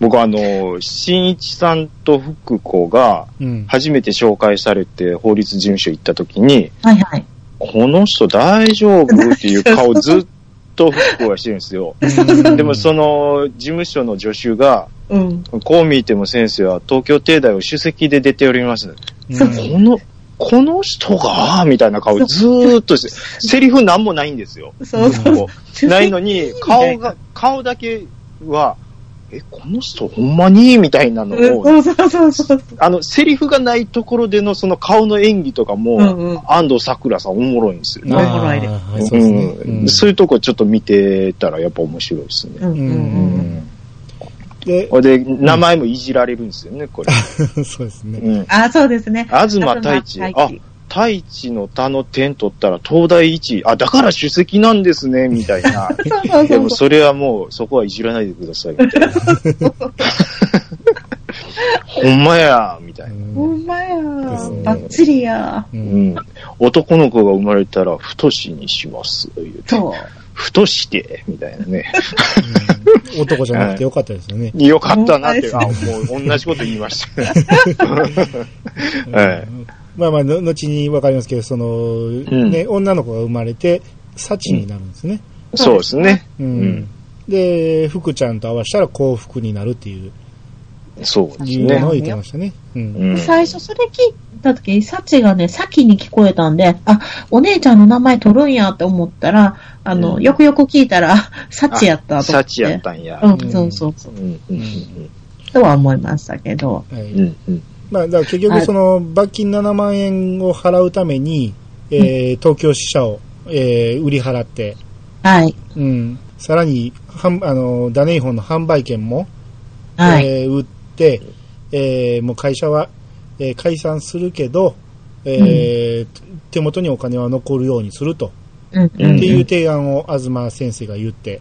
[SPEAKER 3] 僕あの、新一さんと福子が
[SPEAKER 2] うん。
[SPEAKER 3] 初めて紹介されて法律事務所行った時に、
[SPEAKER 1] はいはい。
[SPEAKER 3] この人大丈夫っていう顔ずっと福子がしてるんで
[SPEAKER 1] [laughs]
[SPEAKER 3] すよ。 [laughs] でもその事務所の助手が、
[SPEAKER 1] うん。
[SPEAKER 3] こう見ても先生は東京帝大を首席で出ております。
[SPEAKER 2] うん、
[SPEAKER 1] そう
[SPEAKER 3] この、この人が、みたいな顔ずーっとして、セリフなんもないんですよ。
[SPEAKER 1] そうそう。
[SPEAKER 3] こうない
[SPEAKER 1] [laughs]
[SPEAKER 3] のに、顔が、顔だけは、え、この人ほんまにみたいなのを、
[SPEAKER 1] うんそうそうそうそう。
[SPEAKER 3] あの、セリフがないところでのその顔の演技とかも、
[SPEAKER 1] うんうん。
[SPEAKER 3] 安藤桜さんおもろいんですよ
[SPEAKER 1] おも
[SPEAKER 3] ね。
[SPEAKER 1] ろいで
[SPEAKER 2] あー
[SPEAKER 3] う
[SPEAKER 2] そうですね。うん
[SPEAKER 3] んそういうとこちょっと見てたらやっぱ面白いです
[SPEAKER 1] う
[SPEAKER 3] ね。
[SPEAKER 1] んうんうん。
[SPEAKER 2] で、
[SPEAKER 3] これで、名前もいじられるんですよね、これ。
[SPEAKER 2] [laughs] そうですね。
[SPEAKER 3] うん。
[SPEAKER 1] あ、そうですね。
[SPEAKER 3] 東太一。
[SPEAKER 1] 東
[SPEAKER 3] あ、太一の他の点取ったら東大一位。あ、だから主席なんですね、みた
[SPEAKER 1] [laughs]
[SPEAKER 3] いな。
[SPEAKER 1] そうそう
[SPEAKER 3] で
[SPEAKER 1] そ
[SPEAKER 3] も
[SPEAKER 1] う。
[SPEAKER 3] それはもう、そこはいじらないでください、みたいな。 [laughs] ほんまや、みたいうな。
[SPEAKER 2] ん
[SPEAKER 1] ほんまや
[SPEAKER 2] ですね。
[SPEAKER 1] バッチリや。
[SPEAKER 2] う
[SPEAKER 3] うんん、男の子が生まれたら、太しにします。言うて
[SPEAKER 1] そう。
[SPEAKER 3] 太して、みたいなね。 [laughs]
[SPEAKER 2] うん男じゃなくてよかったですよね。
[SPEAKER 3] よかったなって、
[SPEAKER 1] ほ
[SPEAKER 3] あ
[SPEAKER 1] んま
[SPEAKER 3] もう同じこと言いました。
[SPEAKER 2] う
[SPEAKER 3] [laughs]
[SPEAKER 2] ん
[SPEAKER 3] え
[SPEAKER 2] まあまあ、の後にわかりますけど、その、
[SPEAKER 3] ん
[SPEAKER 2] ね、女の子が生まれて、幸になるんですね。
[SPEAKER 3] そうですね。
[SPEAKER 2] うん
[SPEAKER 3] うん
[SPEAKER 2] で、福ちゃんと合わせたら幸福になるっていう、
[SPEAKER 3] そうです
[SPEAKER 2] いうの
[SPEAKER 3] ね。
[SPEAKER 2] を言ってましたね。うん。
[SPEAKER 3] うん
[SPEAKER 1] 最初それ聞いた時、サチがね、先に聞こえたんで、あ、お姉ちゃんの名前取るんやって思ったら、あの、
[SPEAKER 3] うん
[SPEAKER 1] よくよく聞いたら、あサチやったと思って。
[SPEAKER 3] 幸やったんや。
[SPEAKER 1] うん、そうそうそう。
[SPEAKER 3] うんうんうん
[SPEAKER 1] とは思いましたけど。
[SPEAKER 2] は
[SPEAKER 3] う
[SPEAKER 2] い。
[SPEAKER 3] んうん
[SPEAKER 2] まあ、だから結
[SPEAKER 1] は
[SPEAKER 2] 局、
[SPEAKER 1] い
[SPEAKER 2] その、罰金7万円を払うために、えー東京支社を、えー売り払って、
[SPEAKER 1] はい。
[SPEAKER 2] うん。さらに、はんあの、ダネイホンの販売権も、
[SPEAKER 1] はい。
[SPEAKER 2] えー売って、えーもう会社は、えー解散するけど、えー手元にお金は残るようにすると、
[SPEAKER 1] うん、う
[SPEAKER 3] うん
[SPEAKER 1] ん
[SPEAKER 2] っていう提案を東先生が言って、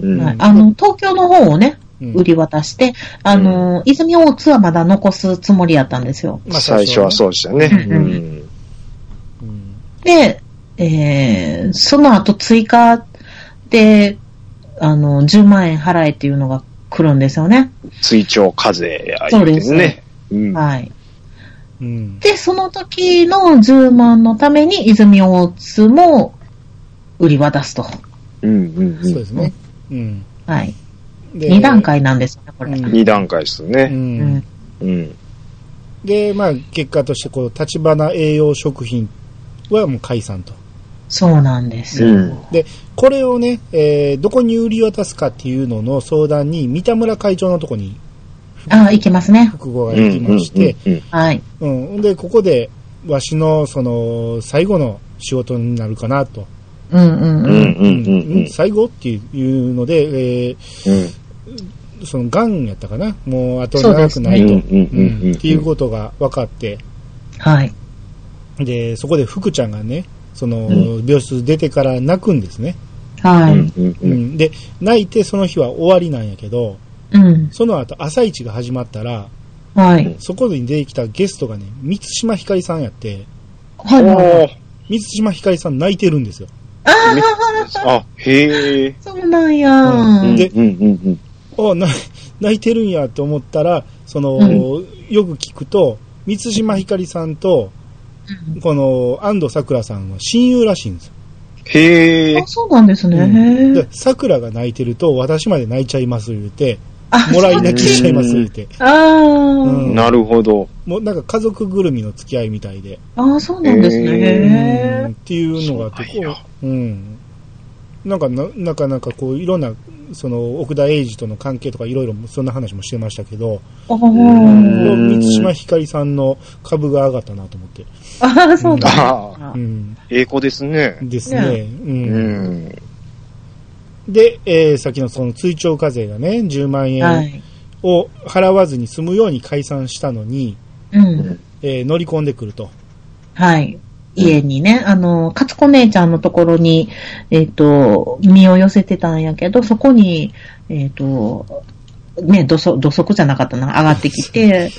[SPEAKER 3] うん
[SPEAKER 1] はい。あの、東京の方をね、
[SPEAKER 2] うん
[SPEAKER 1] 売り渡して、あの、泉大津はまだ残すつもりやったんですよ。
[SPEAKER 2] まあ
[SPEAKER 3] 最初はそうでしたね。
[SPEAKER 1] う
[SPEAKER 3] うん
[SPEAKER 2] う
[SPEAKER 3] ん
[SPEAKER 2] ん
[SPEAKER 1] で、えー、その後追加で、あの、10万円払えっていうのが来るんですよね。
[SPEAKER 3] 追徴課税や
[SPEAKER 1] そう
[SPEAKER 3] 言う
[SPEAKER 1] で
[SPEAKER 3] て
[SPEAKER 1] す
[SPEAKER 3] ね。うん
[SPEAKER 1] はい。
[SPEAKER 2] うん
[SPEAKER 1] で、その時の10万のために泉大津も売り渡すと。
[SPEAKER 3] うんうん
[SPEAKER 2] そう
[SPEAKER 3] う
[SPEAKER 2] ですね。うん。
[SPEAKER 1] はい。
[SPEAKER 2] で
[SPEAKER 1] 2段階なんですよね、これ。
[SPEAKER 2] う
[SPEAKER 3] うんん。二段階です
[SPEAKER 2] う
[SPEAKER 3] ね。
[SPEAKER 1] うんん。
[SPEAKER 3] うん。
[SPEAKER 2] で、まあ、結果として、こう、立花栄養食品はもう解散と。
[SPEAKER 1] そうなんですよ。
[SPEAKER 3] うん
[SPEAKER 2] で、これをね、えーどこに売り渡すかっていうのの相談に、三田村会長のとこに
[SPEAKER 1] ああ、いけますね。
[SPEAKER 2] 複合が
[SPEAKER 3] う
[SPEAKER 2] 行き
[SPEAKER 3] ん
[SPEAKER 2] まして、
[SPEAKER 3] うん
[SPEAKER 1] はい。
[SPEAKER 2] うん。で、ここで、わしの、その、最後の仕事になるかなと。
[SPEAKER 1] うんうん
[SPEAKER 3] う
[SPEAKER 1] うん。
[SPEAKER 3] んうんうんうん
[SPEAKER 2] 最後っていうので、え
[SPEAKER 3] うん
[SPEAKER 2] ーその、癌やったかなもう、あと
[SPEAKER 1] そう
[SPEAKER 2] 長
[SPEAKER 1] で
[SPEAKER 2] く
[SPEAKER 1] す
[SPEAKER 2] な
[SPEAKER 1] ね
[SPEAKER 2] いと。
[SPEAKER 3] うんうんうんうん
[SPEAKER 2] うんっていうことが分かって、
[SPEAKER 1] はい。
[SPEAKER 2] で、そこで福ちゃんがね、その、
[SPEAKER 3] う
[SPEAKER 2] 病室出てから泣くんですね。
[SPEAKER 1] は
[SPEAKER 3] う
[SPEAKER 1] い。
[SPEAKER 3] んうん
[SPEAKER 2] う
[SPEAKER 3] うん
[SPEAKER 2] ん。で、泣いてその日は終わりなんやけど、
[SPEAKER 1] うん。
[SPEAKER 2] その後、朝一が始まったら、
[SPEAKER 1] はい。
[SPEAKER 2] そこに出てきたゲストがね、三島ひかりさんやって、
[SPEAKER 1] はいはい。
[SPEAKER 3] おー
[SPEAKER 2] 三島ひかりさん泣いてるんですよ。
[SPEAKER 1] あ
[SPEAKER 3] め
[SPEAKER 1] あ、
[SPEAKER 3] あ、へえ。
[SPEAKER 1] そうなんや。
[SPEAKER 2] う
[SPEAKER 3] うん
[SPEAKER 2] で
[SPEAKER 3] うんうん
[SPEAKER 2] あな [laughs] 泣いてるんやと思ったら、その、
[SPEAKER 1] う
[SPEAKER 2] よく聞くと、三島ひかりさんと、
[SPEAKER 1] うん
[SPEAKER 2] この、安藤桜さんは親友らしいんですよ。
[SPEAKER 3] へえ
[SPEAKER 1] あ。そうなんですね。
[SPEAKER 2] うん
[SPEAKER 1] へ
[SPEAKER 2] で
[SPEAKER 1] え。
[SPEAKER 2] 桜が泣いてると、私まで泣いちゃいます言うて、
[SPEAKER 1] あ
[SPEAKER 2] もらい泣きしちゃいます言うて。
[SPEAKER 1] ああ
[SPEAKER 2] うん
[SPEAKER 3] なるほど。
[SPEAKER 2] もうなんか家族ぐるみの付き合いみたいで。
[SPEAKER 1] ああ、そうなんですね。
[SPEAKER 2] うん
[SPEAKER 1] へ
[SPEAKER 2] っていうのがあって、
[SPEAKER 3] そうなんや
[SPEAKER 2] こう、うん。なんかな、なかなかこう、いろんな、その、奥田英二との関係とかいろいろ、そんな話もしてましたけど、
[SPEAKER 1] ああ
[SPEAKER 3] うん
[SPEAKER 2] こう三島ひかりさんの株が上がったなと思って。
[SPEAKER 1] ああ、そうなんだ。
[SPEAKER 3] ああ、
[SPEAKER 2] うん。
[SPEAKER 3] ええ子ですね。
[SPEAKER 2] ですね。
[SPEAKER 3] う
[SPEAKER 2] うん
[SPEAKER 3] ん。
[SPEAKER 2] で、えー、先のその追徴課税がね、10万
[SPEAKER 1] は
[SPEAKER 2] 円
[SPEAKER 1] い。
[SPEAKER 2] を払わずに済むように解散したのに、
[SPEAKER 1] うん。
[SPEAKER 2] えー乗り込んでくると。
[SPEAKER 1] はい。家にね、あの、かつこ姉ちゃんのところに、えっ、と、身を寄せてたんやけど、そこに、えっ、と、ね、土足、土足じゃなかったな、上がってきて、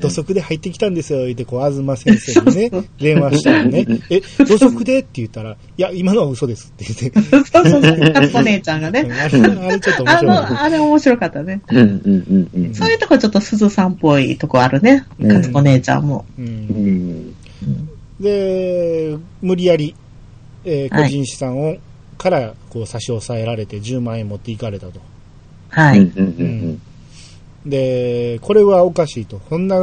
[SPEAKER 2] 土足で入ってきたんですよ、言って、こう、東先生にね、 [laughs] 電話したらね、え、土足でって言ったら、いや、今のは嘘ですって言って、
[SPEAKER 1] そうそうそう。かっこ姉ちゃ
[SPEAKER 2] [laughs]
[SPEAKER 1] んがね。
[SPEAKER 2] あれ、あれちょっと面
[SPEAKER 1] あ
[SPEAKER 2] 白い。
[SPEAKER 1] の、あれ面白かったね。
[SPEAKER 4] うんうんうん
[SPEAKER 1] そういうとこちょっと鈴さんっぽいとこあるね。
[SPEAKER 4] うん
[SPEAKER 1] かつこ姉ちゃんも。
[SPEAKER 2] う、
[SPEAKER 4] うんん。
[SPEAKER 2] で、無理やり、えー
[SPEAKER 1] はい
[SPEAKER 2] 個人資産を、から、こう、差し押さえられて、10万円持っていかれたと。
[SPEAKER 1] は
[SPEAKER 4] うん
[SPEAKER 1] い。
[SPEAKER 4] うんうん
[SPEAKER 2] で、これはおかしいと。こんな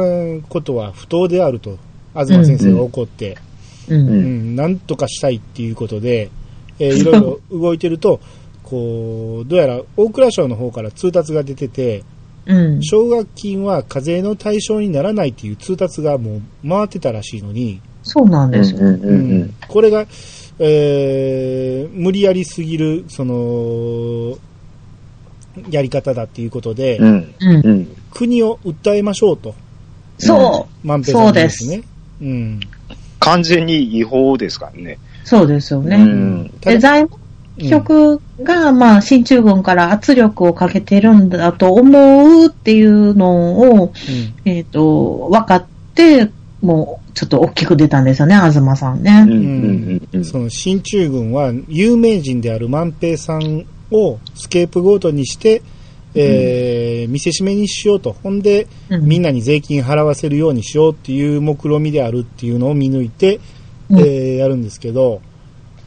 [SPEAKER 2] ことは不当であると、東先生が怒って、
[SPEAKER 1] う。
[SPEAKER 4] うん。
[SPEAKER 2] うんん、なんとかしたいっていうことで、えーいろいろ動いてると、こう、どうやら大蔵省の方から通達が出てて、
[SPEAKER 1] うん。
[SPEAKER 2] 奨学金は課税の対象にならないっていう通達がもう回ってたらしいのに、
[SPEAKER 1] そうなん
[SPEAKER 4] うん
[SPEAKER 1] ですよ。
[SPEAKER 4] うんうんうん。
[SPEAKER 2] これが、えー無理やりすぎる、その、やり方だっていうことで、
[SPEAKER 4] うん
[SPEAKER 1] うん。
[SPEAKER 4] うん。
[SPEAKER 2] 国を訴えましょうと、
[SPEAKER 1] そ
[SPEAKER 2] 万
[SPEAKER 1] う。
[SPEAKER 2] 平さ
[SPEAKER 1] そ
[SPEAKER 2] ん
[SPEAKER 1] うで
[SPEAKER 2] です
[SPEAKER 1] す。
[SPEAKER 2] ね。うん。
[SPEAKER 3] 完全に違法ですからね。
[SPEAKER 1] そうですよ
[SPEAKER 4] う
[SPEAKER 1] ね。
[SPEAKER 4] ん
[SPEAKER 2] ただ
[SPEAKER 1] で、財務局が、まあ、進駐軍から圧力をかけてるんだと思うっていうのを、
[SPEAKER 2] うん
[SPEAKER 1] えっ、と、分かって、もう、ちょっと大きく出たんですよね、東さん
[SPEAKER 4] うん
[SPEAKER 1] ね。
[SPEAKER 4] うんうん
[SPEAKER 2] その進駐軍は有名人である万平さんをスケープゴートにして、えー見せしめにしようと。ほんで、
[SPEAKER 1] う
[SPEAKER 2] みん
[SPEAKER 1] な、
[SPEAKER 2] なに税金払わせるようにしようっていう目論見みであるっていうのを見抜いて、
[SPEAKER 1] うん
[SPEAKER 2] えーやるんですけど、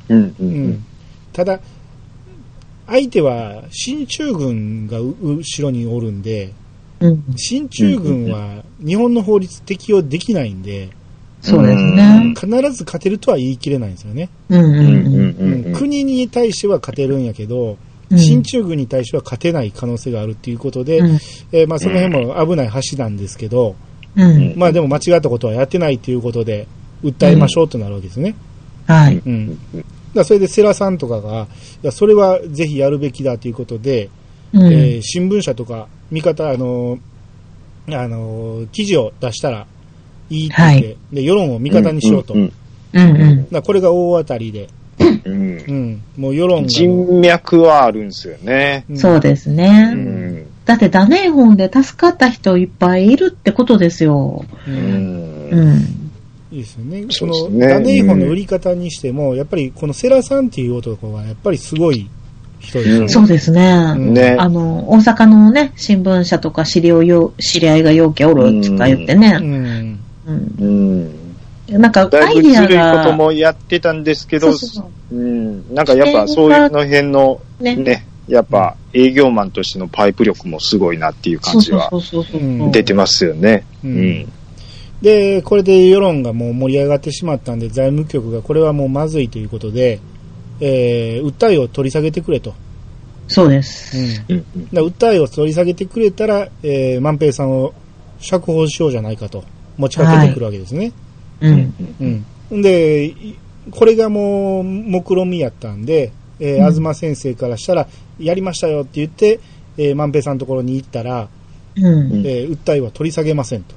[SPEAKER 4] うんう
[SPEAKER 2] うんん、ただ、相手は進駐軍がう後ろにおるんで、
[SPEAKER 1] うん。
[SPEAKER 2] 進駐軍は日本の法律適用できないんで、
[SPEAKER 1] そうですね。
[SPEAKER 2] 必ず勝てるとは言い切れないんですよね。
[SPEAKER 1] うんう
[SPEAKER 4] うん
[SPEAKER 1] ん
[SPEAKER 4] う
[SPEAKER 1] うん。
[SPEAKER 4] んうんうん。
[SPEAKER 2] 国に対しては勝てるんやけど、
[SPEAKER 1] うん
[SPEAKER 2] 進駐軍に対しては勝てない可能性があるっていうことで、
[SPEAKER 1] うん
[SPEAKER 2] えーまあ、その辺も危ない橋なんですけど、
[SPEAKER 1] うん。
[SPEAKER 2] まあでも間違ったことはやってないということで、訴えましょうとなるわけですね。
[SPEAKER 1] はい。
[SPEAKER 2] うん。だからそれで世良さんとかが、いやそれはぜひやるべきだということで、え
[SPEAKER 1] うん。
[SPEAKER 2] ー新聞社とか、見方、あのーあのー記事を出したらいいって言って、
[SPEAKER 1] は
[SPEAKER 2] で、世論を味方にしようと。
[SPEAKER 4] ん
[SPEAKER 2] だか
[SPEAKER 4] ん
[SPEAKER 1] うんうん。
[SPEAKER 2] らこれが大当たりで、
[SPEAKER 4] うん
[SPEAKER 2] うん。もう世論が、
[SPEAKER 3] 人脈はあるんですよね。
[SPEAKER 2] うん
[SPEAKER 1] そうです
[SPEAKER 3] う
[SPEAKER 1] ね。
[SPEAKER 3] ん。
[SPEAKER 1] だって、ダネー本で助かった人いっぱいいるってことですよ。
[SPEAKER 2] う
[SPEAKER 3] うん。
[SPEAKER 1] うんん。
[SPEAKER 2] いいですよね。そ
[SPEAKER 3] そう
[SPEAKER 2] の
[SPEAKER 3] ですね、
[SPEAKER 2] ダネイホの売り方にしても、やっぱりこの世良さんっていう男は、やっぱりすごい人ですよね。
[SPEAKER 1] そうですね。
[SPEAKER 2] うん
[SPEAKER 3] ね。
[SPEAKER 1] あの、大阪のね、新聞社とか知り合いよ知り合いがようけおるとか言ってね。
[SPEAKER 2] うん。
[SPEAKER 1] うん。
[SPEAKER 4] うん。
[SPEAKER 1] なんか、
[SPEAKER 3] だ
[SPEAKER 1] ア
[SPEAKER 3] いぶ
[SPEAKER 1] イデ
[SPEAKER 3] ず
[SPEAKER 1] ィア
[SPEAKER 3] るいこ
[SPEAKER 1] が
[SPEAKER 3] と、もやってたんですけ
[SPEAKER 1] そ
[SPEAKER 3] ど
[SPEAKER 1] う、そうそ
[SPEAKER 3] うん。なんかやっぱそういうの辺の
[SPEAKER 1] う。ね。
[SPEAKER 3] ね、やっぱ営業マンとしてのパイプ力もすごいなっていう
[SPEAKER 1] そ
[SPEAKER 3] 感
[SPEAKER 1] う
[SPEAKER 3] じ
[SPEAKER 1] そう
[SPEAKER 3] は
[SPEAKER 1] そうそうそう。
[SPEAKER 2] うん
[SPEAKER 3] 出てますよね。
[SPEAKER 2] う
[SPEAKER 3] うんん。
[SPEAKER 2] で、これで世論がもう盛り上がってしまったんで、財務局がこれはもうまずいということで、えー、訴えを取り下げてくれと。
[SPEAKER 1] そうです。
[SPEAKER 2] うん。
[SPEAKER 4] うん
[SPEAKER 2] だ訴えを取り下げてくれたら、えー、万平さんを釈放しようじゃないかと、持ちかけてくるわけですね。
[SPEAKER 1] うん。
[SPEAKER 2] うん。で、いこれがもう、目論みやったんで、えー、
[SPEAKER 1] うん
[SPEAKER 2] 東先生からしたら、やりましたよって言って、えー、万平さんのところに行ったら、
[SPEAKER 1] うん。
[SPEAKER 2] えー訴えは取り下げませんと。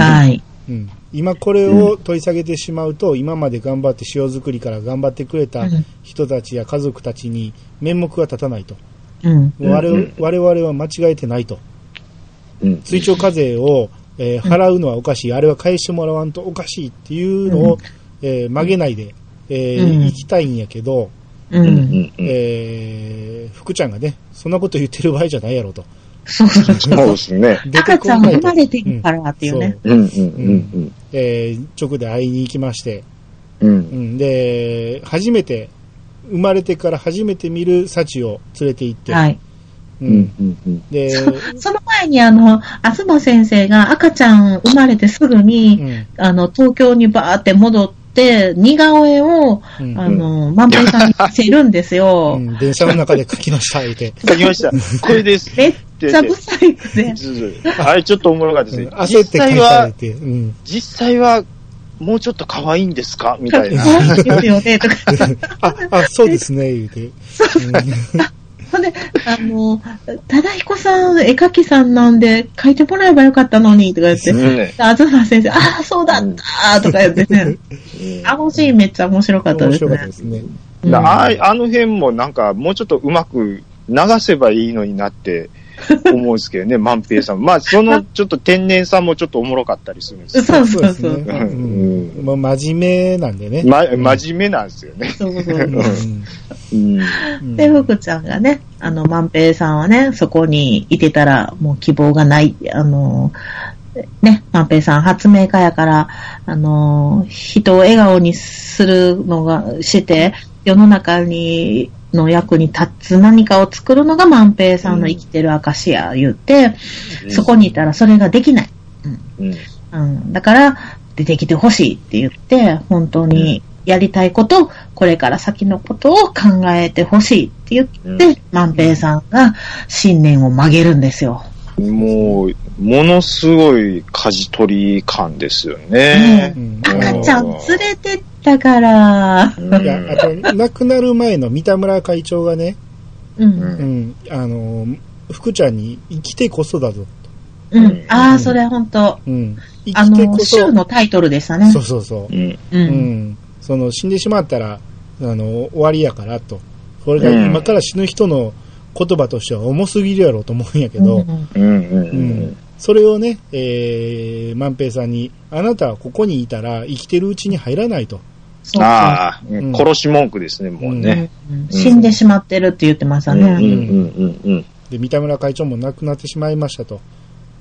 [SPEAKER 1] はい。
[SPEAKER 2] うん。今これを取り下げてしまうと、今まで頑張って塩作りから頑張ってくれた
[SPEAKER 1] うん
[SPEAKER 2] 人たちや家族たちに面目が立たないと。
[SPEAKER 1] うん。
[SPEAKER 4] うん
[SPEAKER 2] 我々
[SPEAKER 4] うん
[SPEAKER 2] 我々は間違えてないと。
[SPEAKER 4] うん。
[SPEAKER 2] 追徴課税を、えー払うのはおかしい、あれは返してもらわんとおかしいっていうのを、
[SPEAKER 1] うん
[SPEAKER 2] えー曲げないで、えー
[SPEAKER 1] うん
[SPEAKER 2] 行きたいんやけど、
[SPEAKER 1] う。
[SPEAKER 4] うんんうん。
[SPEAKER 2] えー福ちゃんがね、そんなこと言ってる場合じゃないやろと。
[SPEAKER 1] そうそう
[SPEAKER 3] そうですね。
[SPEAKER 1] 赤ちゃん
[SPEAKER 2] 出てこ
[SPEAKER 1] が
[SPEAKER 2] な
[SPEAKER 1] 生ま
[SPEAKER 2] いと
[SPEAKER 1] れてるからっていうね。
[SPEAKER 4] うんうん
[SPEAKER 2] えー直で会いに行きまして、
[SPEAKER 4] うんう。
[SPEAKER 2] うんん、で、初めて、生まれてから初めて見る幸を連れて行って、
[SPEAKER 1] はい。
[SPEAKER 2] う
[SPEAKER 4] うんん、うんうん。
[SPEAKER 2] で、
[SPEAKER 1] その前に、あの、東先生が赤ちゃん生まれてすぐに、
[SPEAKER 2] うん
[SPEAKER 1] あの、東京にバーって戻って、似顔絵を、
[SPEAKER 2] うん
[SPEAKER 1] あの、万平さんに見せるんですよ。
[SPEAKER 2] うん電車の中で書きました、言う
[SPEAKER 1] [laughs]
[SPEAKER 2] て。
[SPEAKER 3] 書きました。これです。
[SPEAKER 1] めっちゃ不細工で。
[SPEAKER 3] あれちょっとおもろかったですね。
[SPEAKER 2] 焦
[SPEAKER 3] 実
[SPEAKER 2] って書い
[SPEAKER 3] 際
[SPEAKER 2] た、言
[SPEAKER 3] は
[SPEAKER 2] う、て。
[SPEAKER 1] [laughs]
[SPEAKER 2] うん
[SPEAKER 3] 実際は、もうちょっと可愛いんですかみ
[SPEAKER 1] かっ
[SPEAKER 3] たいな。
[SPEAKER 1] こいいですよね、とか。
[SPEAKER 2] あ、あ、そうですね、言うて。
[SPEAKER 1] ほんで、あの、忠彦さん、絵描きさんなんで、描いてもらえばよかったのに、とか言って。
[SPEAKER 3] ね
[SPEAKER 1] 東先生、ああ、そうだったーとか言ってね。あのシーンめっちゃ面白かった
[SPEAKER 2] 面
[SPEAKER 1] です
[SPEAKER 2] 白かった
[SPEAKER 1] ね
[SPEAKER 2] で。すね。
[SPEAKER 1] うん
[SPEAKER 3] だああの辺もなんかもうちょっとうまく流せばいいのになって、思うんですけどね、万平さん。まあ、そのちょっと天然さもちょっとおもろかったりするんですよ。
[SPEAKER 1] そう
[SPEAKER 2] そう
[SPEAKER 1] そ
[SPEAKER 2] で
[SPEAKER 1] う
[SPEAKER 2] す
[SPEAKER 1] そ
[SPEAKER 2] ね
[SPEAKER 1] う。
[SPEAKER 3] う。ん。
[SPEAKER 2] まあ、真面目なんでね。
[SPEAKER 3] ま、真面目なんですよね。
[SPEAKER 1] そうそう
[SPEAKER 2] うんうん
[SPEAKER 4] うん。
[SPEAKER 2] うん
[SPEAKER 1] で、福ちゃんがね、あの、万平さんはね、そこにいてたらもう希望がない、あの、ね、万平さん発明家やから、あの、人を笑顔にするのが、して、世の中に、の役に立つ何かを作るのが万平さんの生きてる証や、言って、そこにいたらそれができない。
[SPEAKER 4] うん。
[SPEAKER 1] うん、だから、出てきてほしいって言って、本当にやりたいこと、これから先のことを考えてほしいって言って、
[SPEAKER 4] うん
[SPEAKER 1] 万平さんが信念を曲げるんですよ。
[SPEAKER 3] もう、ものすごい舵取り感ですよね
[SPEAKER 1] ね。
[SPEAKER 2] うん
[SPEAKER 1] 赤ちゃん連れてったから。
[SPEAKER 2] いや、あと、亡くなる前の三田村会長がね、
[SPEAKER 1] うん。
[SPEAKER 2] うん、あの、福ちゃんに生きてこそだぞ。
[SPEAKER 1] うん。
[SPEAKER 4] うん
[SPEAKER 1] ああ、それ本当
[SPEAKER 2] うん。生
[SPEAKER 1] あ
[SPEAKER 2] きて
[SPEAKER 1] の、
[SPEAKER 2] こ
[SPEAKER 1] 週
[SPEAKER 2] そ。
[SPEAKER 1] のタイトルでしたね。
[SPEAKER 2] そうそうそう
[SPEAKER 4] う。ん。
[SPEAKER 1] う。
[SPEAKER 2] うんん。その、死んでしまったら、あの、終わりやからと。これが
[SPEAKER 4] うん
[SPEAKER 2] 今から死ぬ人の言葉としては重すぎるやろうと思うんやけど、
[SPEAKER 1] うん
[SPEAKER 4] うん。う
[SPEAKER 2] うんん。それをね、えー、万平さんに、あなたはここにいたら生きてるうちに入らないと。
[SPEAKER 1] そうそう
[SPEAKER 3] ああ、
[SPEAKER 2] ん
[SPEAKER 3] 殺し文句ですね、もうね。
[SPEAKER 1] うん死んでしまってるって言ってました
[SPEAKER 4] うん。
[SPEAKER 1] ね。
[SPEAKER 4] うん。うん。
[SPEAKER 2] で、三田村会長も亡くなってしまいましたと。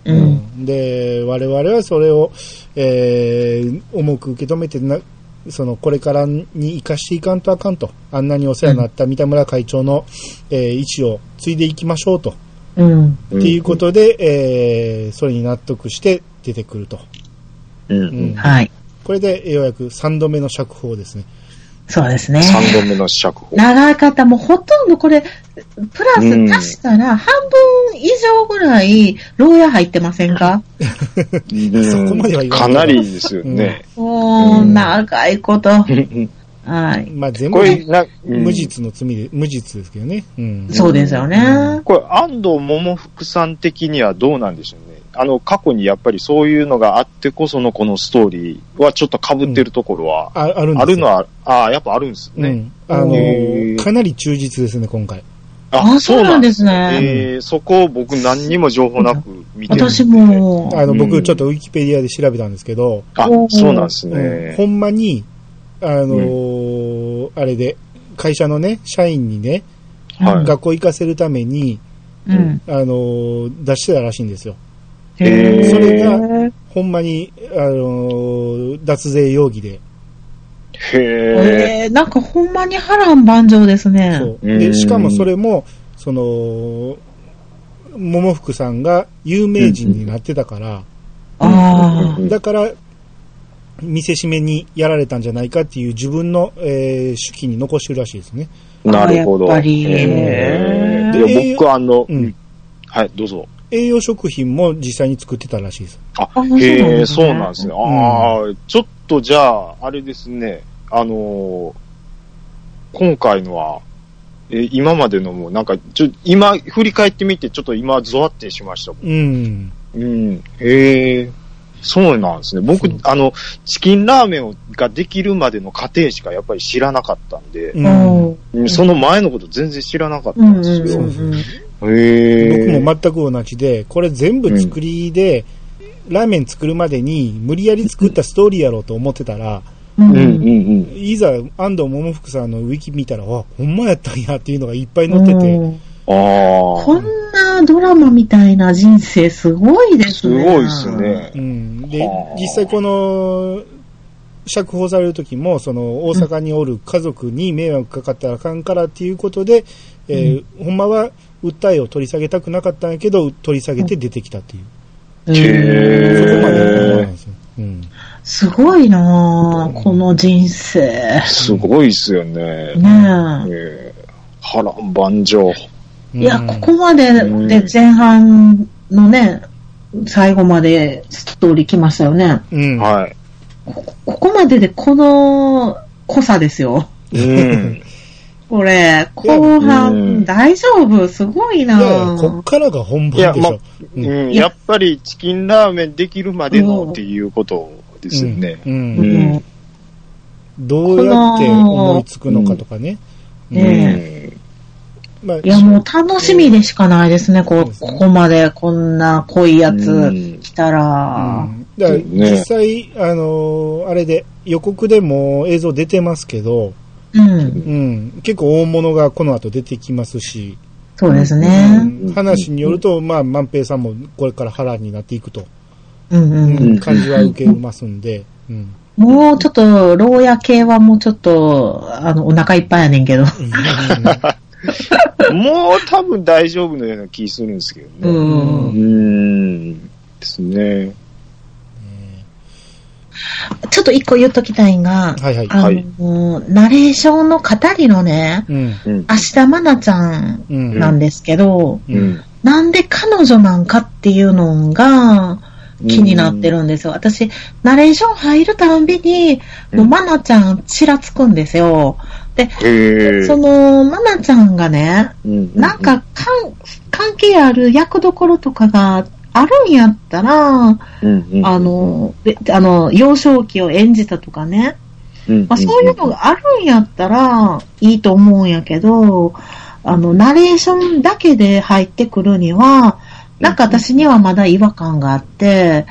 [SPEAKER 1] う。
[SPEAKER 2] うんんで、我々はそれを、えー重く受け止めてな、その、これからに生かしていかんとあかんと。あんなにお世話になった三田村会長の、えー位置を継いでいきましょうと。
[SPEAKER 1] うん。
[SPEAKER 4] うん。
[SPEAKER 2] っていうことで、えーそれに納得して出てくると。
[SPEAKER 4] うん。う。
[SPEAKER 2] うん
[SPEAKER 1] はい。
[SPEAKER 2] これで、ようやく3度目の釈放ですね。
[SPEAKER 1] そうですね。
[SPEAKER 3] 三度目の釈放。
[SPEAKER 1] 長かった。もうほとんどこれ、プ
[SPEAKER 4] う
[SPEAKER 1] ラ
[SPEAKER 4] ん
[SPEAKER 1] ス足したら半分以上ぐらい、牢屋入ってませんか、
[SPEAKER 2] そこまでは言わない
[SPEAKER 3] かなりですよね。
[SPEAKER 1] もう、
[SPEAKER 4] うん
[SPEAKER 1] 長いこと。
[SPEAKER 4] う
[SPEAKER 3] [laughs]
[SPEAKER 4] ん。
[SPEAKER 1] はい。
[SPEAKER 2] まあ、全部
[SPEAKER 3] こ、れ、な、うん
[SPEAKER 2] 無実の罪で、無実ですけどね。うん。
[SPEAKER 1] そうですよね。
[SPEAKER 3] これ、安藤桃福さん的にはどうなんでしょうね。あの、過去にやっぱりそういうのがあってこそのこのストーリーはちょっと被ってるところは、
[SPEAKER 2] ああるんですよ
[SPEAKER 3] あるのは、ああ、やっぱあるんです
[SPEAKER 2] う
[SPEAKER 3] ね。
[SPEAKER 2] ん。あの
[SPEAKER 3] へー
[SPEAKER 2] かなり忠実ですね、今回。
[SPEAKER 1] あ、そうなんです
[SPEAKER 3] え
[SPEAKER 1] ね。
[SPEAKER 3] ーそこを僕何にも情報なく見てるんで。
[SPEAKER 1] 私も、
[SPEAKER 2] あの、
[SPEAKER 4] う
[SPEAKER 2] 僕、
[SPEAKER 4] ん
[SPEAKER 2] ちょっとウィキペディアで調べたんですけど、
[SPEAKER 3] あ、そうなんです
[SPEAKER 2] うん
[SPEAKER 3] ね。
[SPEAKER 2] ほんまに、あのーあれで、会社のね、社員にね、
[SPEAKER 3] はい
[SPEAKER 2] 学校行かせるために、
[SPEAKER 1] うん。
[SPEAKER 2] あのー出してたらしいんですよ。
[SPEAKER 1] へ
[SPEAKER 3] え
[SPEAKER 1] ー
[SPEAKER 2] それがほんまに、あのー脱税容疑で。
[SPEAKER 3] へえ。
[SPEAKER 1] えー、なんかほんまに波乱万丈ですね。
[SPEAKER 2] そう。
[SPEAKER 4] う
[SPEAKER 2] で、
[SPEAKER 4] ん
[SPEAKER 2] しかもそれも、その、桃福さんが有名人になってたから、
[SPEAKER 1] あ
[SPEAKER 4] うん
[SPEAKER 2] だから、見せしめにやられたんじゃないかっていう自分の、えー手記に残してるらしいですね。
[SPEAKER 3] なるほど。
[SPEAKER 1] やっぱり
[SPEAKER 3] へ
[SPEAKER 2] で
[SPEAKER 3] ーいや僕、あの、
[SPEAKER 2] うん
[SPEAKER 3] はい、どうぞ。
[SPEAKER 2] 栄養食品も実際に作ってたらしいです。
[SPEAKER 3] あ
[SPEAKER 1] あそうなん、ですね
[SPEAKER 3] へえ、そうなんですね。ああ、ちょっとじゃあ、あれですね、あのー今回のは、えー今までのも、なんか、ちょ、今、振り返ってみて、ちょっと今、ゾワってしましたもん。
[SPEAKER 2] うん。
[SPEAKER 3] うん。へえ、そうなんですね。僕
[SPEAKER 2] そう、
[SPEAKER 3] あの、チキンラーメンができるまでの過程しかやっぱり知らなかったんで、
[SPEAKER 2] う
[SPEAKER 1] ー。
[SPEAKER 2] ん
[SPEAKER 1] おー
[SPEAKER 3] うんその前のこと全然知らなかった
[SPEAKER 1] うんん
[SPEAKER 3] で
[SPEAKER 1] う
[SPEAKER 3] す
[SPEAKER 1] ん
[SPEAKER 3] よ。
[SPEAKER 1] うんうん。
[SPEAKER 3] へえ。
[SPEAKER 2] 僕も全く同じで、これ全部作りで、ラーメン作るまでに無理やり作ったストーリーやろうと思ってたら、
[SPEAKER 1] うん
[SPEAKER 4] う
[SPEAKER 1] うん
[SPEAKER 4] ん。うん。
[SPEAKER 2] いざ安藤桃福さんのウィキ見たら、あ、ほんまやったんやっていうのがいっぱい載ってて、
[SPEAKER 3] ああ。
[SPEAKER 1] こんなドラマみたいな人生すごいです
[SPEAKER 3] す
[SPEAKER 1] ね。
[SPEAKER 3] ごいです。ね
[SPEAKER 2] う。ん。で
[SPEAKER 3] はあ、
[SPEAKER 2] 実際この、釈放される時も、その、大阪におる家族に迷惑かかったらあかんからっていうことで、えーほんまは訴えを取り下げたくなかったんやけど、取り下げて出てきたっていう。
[SPEAKER 1] うん
[SPEAKER 3] へ
[SPEAKER 2] そこまで
[SPEAKER 3] ー
[SPEAKER 2] 思わないですよ。うん。
[SPEAKER 1] すごいなぁ、この人生。ね
[SPEAKER 3] すごいですよね。
[SPEAKER 1] え。
[SPEAKER 3] えー波乱万丈。
[SPEAKER 1] いや、
[SPEAKER 2] うん
[SPEAKER 1] ここまで
[SPEAKER 3] うん
[SPEAKER 1] で前半のね、最後までストーリー来ましたよね。
[SPEAKER 2] うん。
[SPEAKER 3] はい。
[SPEAKER 1] ここまででこの濃さですよ。
[SPEAKER 3] うん。
[SPEAKER 1] これ、後
[SPEAKER 3] うん
[SPEAKER 1] 半大丈夫すごい
[SPEAKER 2] いや
[SPEAKER 1] ない
[SPEAKER 2] や、こっ
[SPEAKER 1] ぁ。
[SPEAKER 2] からが本番でし
[SPEAKER 3] いやま
[SPEAKER 2] ょ。うん
[SPEAKER 3] うんやっぱりチキンラーメンできるまでのっていうことですよね。
[SPEAKER 2] うん
[SPEAKER 1] う
[SPEAKER 2] うん
[SPEAKER 1] ん
[SPEAKER 2] どうやって思いつくのかとかね。
[SPEAKER 1] んね
[SPEAKER 3] うん
[SPEAKER 2] まあ、
[SPEAKER 1] いや、もう楽しみでしかないですね、こ
[SPEAKER 2] そうですね
[SPEAKER 1] ここまでこんな濃いや
[SPEAKER 4] う
[SPEAKER 1] つ
[SPEAKER 4] ん
[SPEAKER 1] 来たら。
[SPEAKER 2] だから
[SPEAKER 3] そうね
[SPEAKER 2] 実際、あのーあれで、予告でも映像出てますけど、
[SPEAKER 1] うん、
[SPEAKER 2] うん、結構大物がこの後出てきますし、
[SPEAKER 1] そうです
[SPEAKER 2] う
[SPEAKER 1] ね。
[SPEAKER 2] ん話によると、まあ、万平さんもこれから波乱になっていくと、
[SPEAKER 1] うん
[SPEAKER 2] う
[SPEAKER 1] うんん。
[SPEAKER 4] ん
[SPEAKER 2] 感じは受けますんで、うん。
[SPEAKER 1] もうちょっと、牢屋系はもうちょっと、あの、お腹いっぱいやねんけど。
[SPEAKER 3] もう多分大丈夫のような気するんですけど
[SPEAKER 1] う
[SPEAKER 3] ね。
[SPEAKER 1] ん。
[SPEAKER 4] うーん。
[SPEAKER 3] ですね。
[SPEAKER 1] ちょっと一個言っときたいんが、
[SPEAKER 2] はいはい。
[SPEAKER 1] あ
[SPEAKER 3] はい
[SPEAKER 1] の、ナレーションの語りのね、
[SPEAKER 2] うん。
[SPEAKER 4] うん。
[SPEAKER 1] 芦田愛菜ちゃん
[SPEAKER 2] うん。
[SPEAKER 1] なんですけど、
[SPEAKER 2] う。
[SPEAKER 4] うんん。
[SPEAKER 1] なんで彼女なんかっていうのが気になってるんですよ。私、ナレーション入るたんびに、もうマナちゃんちらつくんですよ。
[SPEAKER 3] へえ。
[SPEAKER 1] その、マナちゃんがね、
[SPEAKER 4] うん。
[SPEAKER 1] なんかかん関係ある役どころとかがあるんやったら、
[SPEAKER 4] うん、うん。
[SPEAKER 1] あの、であの、幼少期を演じたとかね、
[SPEAKER 4] うん、うん
[SPEAKER 1] まあ、そういうのがあるんやったらいいと思うんやけど、あの、ナレーションだけで入ってくるには、なんか私にはまだ違和感があって、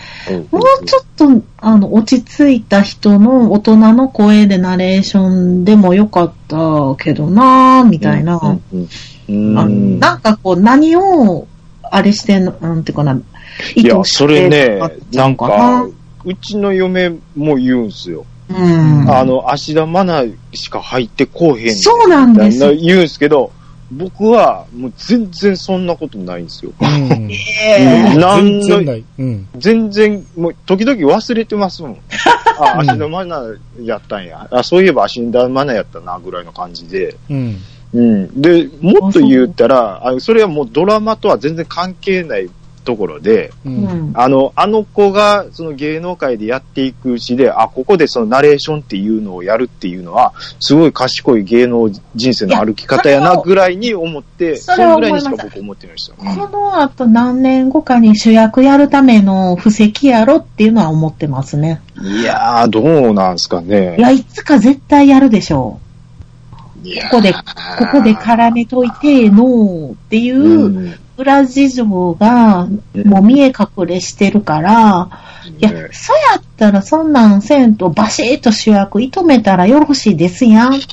[SPEAKER 1] もうちょっと、あの、落ち着いた人の大人の声でナレーションでもよかったけどなぁ、みたいな。あ
[SPEAKER 4] うん。うん。
[SPEAKER 1] のなんかこう、何を、あれしてんの、なんていうかな、
[SPEAKER 3] い
[SPEAKER 1] 意
[SPEAKER 3] や、
[SPEAKER 1] 図し
[SPEAKER 3] そ
[SPEAKER 1] て
[SPEAKER 3] れね
[SPEAKER 1] とっ、ていう
[SPEAKER 3] なん
[SPEAKER 1] の
[SPEAKER 3] か、うちの嫁も言うんすよ。
[SPEAKER 1] うん。
[SPEAKER 3] あの、芦田愛菜しか入ってこうへん。
[SPEAKER 1] そうなんですよ
[SPEAKER 3] 言うんすけど、僕はもう全然そんなことないんですよ。
[SPEAKER 2] うん。
[SPEAKER 1] え
[SPEAKER 3] なん
[SPEAKER 2] 全然
[SPEAKER 3] の、
[SPEAKER 2] ない。うん。
[SPEAKER 3] 全然、もう時々忘れてますもん。あ、
[SPEAKER 2] うん
[SPEAKER 3] 芦田愛菜やったんや。あ、そういえば芦田愛菜やったな、ぐらいの感じで。
[SPEAKER 2] うん。
[SPEAKER 3] うん。で、もっと言ったら、あそれはもうドラマとは全然関係ないところで、
[SPEAKER 2] う
[SPEAKER 1] え
[SPEAKER 2] ん。
[SPEAKER 3] あの、あの子が、その芸能界でやっていくうちで、あ、ここでそのナレーションっていうのをやるっていうのは、すごい賢い芸能人生の歩き方や
[SPEAKER 1] いやそ
[SPEAKER 3] な、
[SPEAKER 1] れを
[SPEAKER 3] ぐらいに思って、
[SPEAKER 1] そ
[SPEAKER 3] そ
[SPEAKER 1] れは
[SPEAKER 3] れ
[SPEAKER 1] 思
[SPEAKER 3] ぐら
[SPEAKER 1] い
[SPEAKER 3] い
[SPEAKER 1] ます
[SPEAKER 3] にしか僕思ってました。
[SPEAKER 1] この後何年後かに主役やるための布石やろっていうのは思ってますね。
[SPEAKER 3] いやー、どうなんすか
[SPEAKER 1] い
[SPEAKER 3] ね。
[SPEAKER 1] や、いつか絶対やるでしょ。
[SPEAKER 3] いうや
[SPEAKER 1] ここで、ここで絡めといてのっていうん裏事情がもう見え隠れしてるから、いや
[SPEAKER 3] ね、
[SPEAKER 1] そうやったらそんなんせんとバシッと主役射止めたらよろしいですやんって。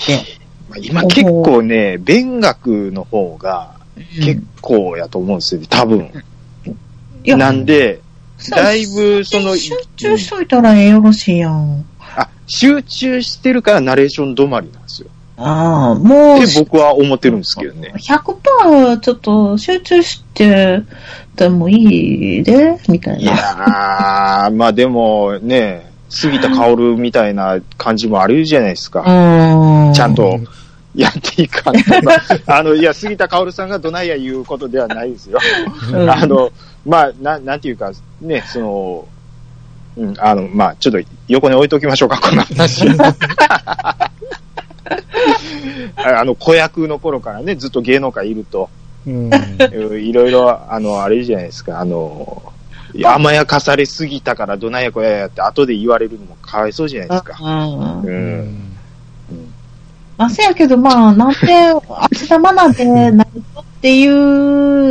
[SPEAKER 3] まあ今結構ね、勉学の方が結構やと思うんですよ、多分。
[SPEAKER 1] いや
[SPEAKER 3] なんで、
[SPEAKER 1] そう
[SPEAKER 3] だいぶその、
[SPEAKER 1] 集中しといたらええよろしいやん。
[SPEAKER 3] あ、集中してるからナレーション止まりなんですよ。
[SPEAKER 1] ああ、もう
[SPEAKER 3] って僕は思ってるんですけどね。
[SPEAKER 1] 100%ちょっと集中してでもいいで、みたい
[SPEAKER 3] いや
[SPEAKER 1] な。
[SPEAKER 3] ー、まあでもね、杉田薫みたいな感じもあるじゃないですか。
[SPEAKER 1] う
[SPEAKER 3] ちゃんとやってい [laughs] かんと。まああの、いや、杉田薫さんがどないや言うことではないですよ。
[SPEAKER 1] [laughs] うん
[SPEAKER 3] あの、まあ、ななんていうか、ね、その、うん、あの、まあ、ちょっと横に置いときましょうか、この
[SPEAKER 1] [laughs]
[SPEAKER 3] 話。あの、子役の頃からね、ずっと芸能界いると。
[SPEAKER 2] うん。
[SPEAKER 3] うんいろいろ、あの、あれじゃないですか、あの、いや甘やかされすぎたからどないやこややって後で言われるのもかわいそうじゃないですか。
[SPEAKER 1] うん
[SPEAKER 3] う。
[SPEAKER 2] うんん
[SPEAKER 1] まあ、せやけど、まあ、なんで、芦田愛菜でなるとってい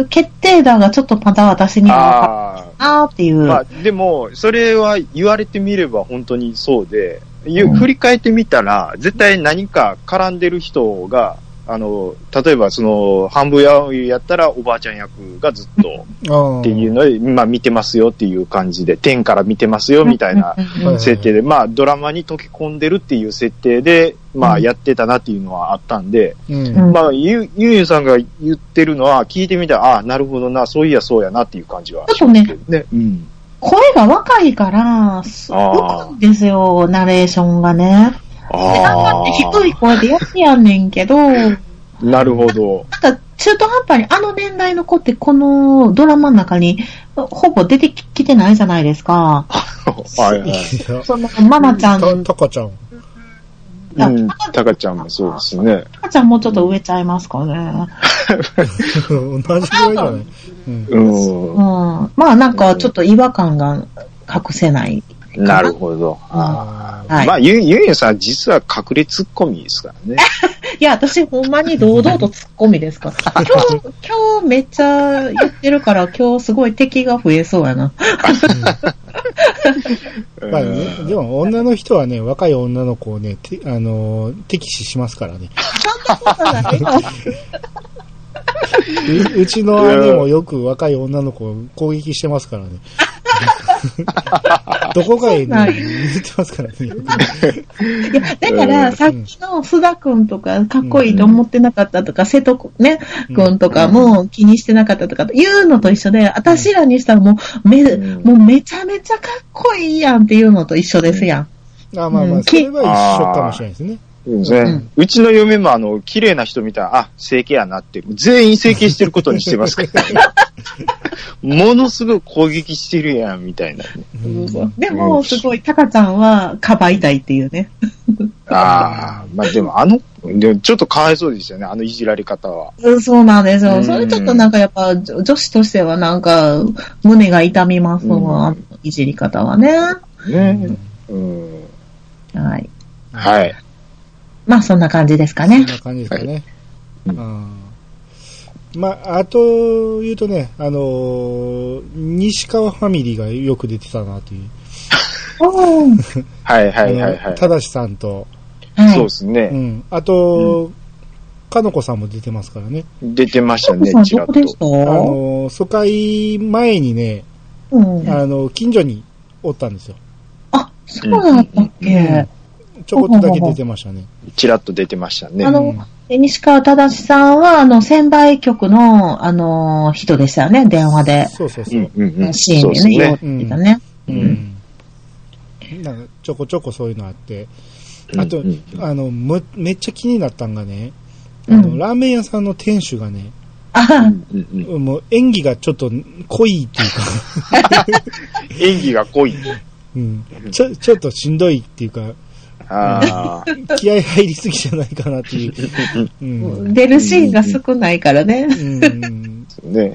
[SPEAKER 1] う決定打がちょっとまた私には
[SPEAKER 3] あ
[SPEAKER 1] 分かんないなっていう。
[SPEAKER 3] あ、まあでも、それは言われてみれば本当にそうで、ゆ振り返ってみたら、絶対何か絡んでる人が、あの、例えばその、半分ややったらおばあちゃん役がずっと
[SPEAKER 2] ああ
[SPEAKER 3] っていうので、まあ見てますよっていう感じで、天から見てますよみたいな
[SPEAKER 1] うんうん
[SPEAKER 3] 設定で、まあドラマに溶け込んでるっていう設定で、まあやってたなっていうのはあったんで、
[SPEAKER 2] うん
[SPEAKER 1] うん
[SPEAKER 3] まあゆ、ゆうゆうさんが言ってるのは聞いてみたら、ああ、なるほどな、そういやそうやなっていう感じは
[SPEAKER 1] ちょっとね、
[SPEAKER 3] ね。うん。
[SPEAKER 1] 声が若いから、すごくいいんですよ、ナレーションがね。で頑張って低い声でやってやんねんけど、
[SPEAKER 3] なるほど。
[SPEAKER 1] なんか中途半端にあの年代の子ってこのドラマの中にほぼ出てきてないじゃないですか。
[SPEAKER 3] はいはい。
[SPEAKER 2] いや
[SPEAKER 1] そのマナちゃん、マ
[SPEAKER 2] たたかちゃん。
[SPEAKER 3] うん、たかちゃんもそうですね。
[SPEAKER 1] ナちゃんもうちょっと植えちゃいますかね。
[SPEAKER 2] 同じぐらいじゃないうん。
[SPEAKER 3] う。
[SPEAKER 1] うんん。まあなんかちょっと違和感が隠せない
[SPEAKER 4] なるほど。あ
[SPEAKER 2] あー
[SPEAKER 1] はい
[SPEAKER 3] まあ、ゆ、ゆうやさん実は隠れツッコミですからね。
[SPEAKER 1] いや、私ほんまに堂々とツッコミですから。今日、今日めっちゃ言ってるから、今日すごい敵が増えそうやな。
[SPEAKER 2] まあね、でも女の人はね、若い女の子をね、てあのー敵視しますからね。ううちの姉もよく若い女の子を攻撃してますからね。どこかへね、言ってますからね。
[SPEAKER 1] いや、だから、さっきの須田くんとか、かっこいいと思ってなかったとか、瀬戸くんね、くんとかも気にしてなかったとか、いうのと一緒で、私らにしたらもう、め、
[SPEAKER 4] うん
[SPEAKER 1] もうめちゃめちゃかっこいいやんっていうのと一緒ですやん。
[SPEAKER 2] あまあま
[SPEAKER 1] う
[SPEAKER 2] あ、
[SPEAKER 1] ん
[SPEAKER 2] それは一緒かもしれないですね。
[SPEAKER 3] うんそうねうちの嫁もあの、綺麗な人見たら、あ、整形やなって、全員整形してることにしてますから。ものすごい攻撃してるやん、みたいなね。
[SPEAKER 2] うん
[SPEAKER 1] でも、すごい、タカちゃんは、かばいたいっていうね。
[SPEAKER 3] ああ、まあでもあの、でもちょっとかわいそうですよね、あのいじられ方は。
[SPEAKER 1] うんそうなんです
[SPEAKER 3] う
[SPEAKER 1] よ。
[SPEAKER 3] ん
[SPEAKER 1] それちょっとなんかやっぱ、女女子としてはなんか、胸が痛みますわ、あのいじり方はね。
[SPEAKER 3] ね。うん。
[SPEAKER 1] はい。
[SPEAKER 3] はい。
[SPEAKER 1] まあ、そんな感じですか
[SPEAKER 2] そん
[SPEAKER 1] ね。
[SPEAKER 2] な感じですかね。う
[SPEAKER 3] はいうん
[SPEAKER 2] んまあ、あと言うとね、あのー西川ファミリーがよく出てたなという。
[SPEAKER 1] おー
[SPEAKER 3] はいはいはい
[SPEAKER 2] あ
[SPEAKER 3] は
[SPEAKER 2] の
[SPEAKER 3] い。
[SPEAKER 2] ただしさんと、
[SPEAKER 1] はい。
[SPEAKER 3] そうです
[SPEAKER 2] う
[SPEAKER 3] ね。
[SPEAKER 2] ん。あと、かのこさんも出てますからね。
[SPEAKER 3] 出てましたね
[SPEAKER 1] さん、
[SPEAKER 3] ちら
[SPEAKER 1] ど
[SPEAKER 3] っ
[SPEAKER 1] こ。
[SPEAKER 3] と
[SPEAKER 1] でした
[SPEAKER 2] あの、疎開前にね、
[SPEAKER 1] うん
[SPEAKER 2] あの、近所におったんですよ。
[SPEAKER 1] あ、そうだったっけ。
[SPEAKER 2] ちょこっとだけ出てましたね。
[SPEAKER 3] ちらっと出てましたね
[SPEAKER 1] あ。の、で西川忠さんは、あの、仙台局の、あの、人でしたよね、電話で。
[SPEAKER 2] そうそう
[SPEAKER 3] う
[SPEAKER 2] そ
[SPEAKER 3] ん
[SPEAKER 2] う。
[SPEAKER 3] うんうん。
[SPEAKER 1] シー
[SPEAKER 3] そ
[SPEAKER 1] ン
[SPEAKER 3] うで
[SPEAKER 1] ですね、よう
[SPEAKER 3] ね。
[SPEAKER 1] ってたね。
[SPEAKER 2] うん。なんか、ちょこちょこそういうのあって。あと
[SPEAKER 3] うん、
[SPEAKER 2] あの、むめっちゃ気になったんがね、あの、
[SPEAKER 1] うん
[SPEAKER 2] ラーメン屋さんの店主がね、
[SPEAKER 1] あ
[SPEAKER 3] うんうん
[SPEAKER 2] もう演技がちょっと濃いっていうか、
[SPEAKER 3] [laughs] 演技が濃い。
[SPEAKER 2] うん、ちょ、ちょっとしんどいっていうか、
[SPEAKER 3] ああ。
[SPEAKER 2] [laughs] 気合入りすぎじゃないかなって
[SPEAKER 3] [laughs]
[SPEAKER 2] いう。うん。
[SPEAKER 1] 出るシーンが少ないからね。
[SPEAKER 2] うん。
[SPEAKER 3] ね。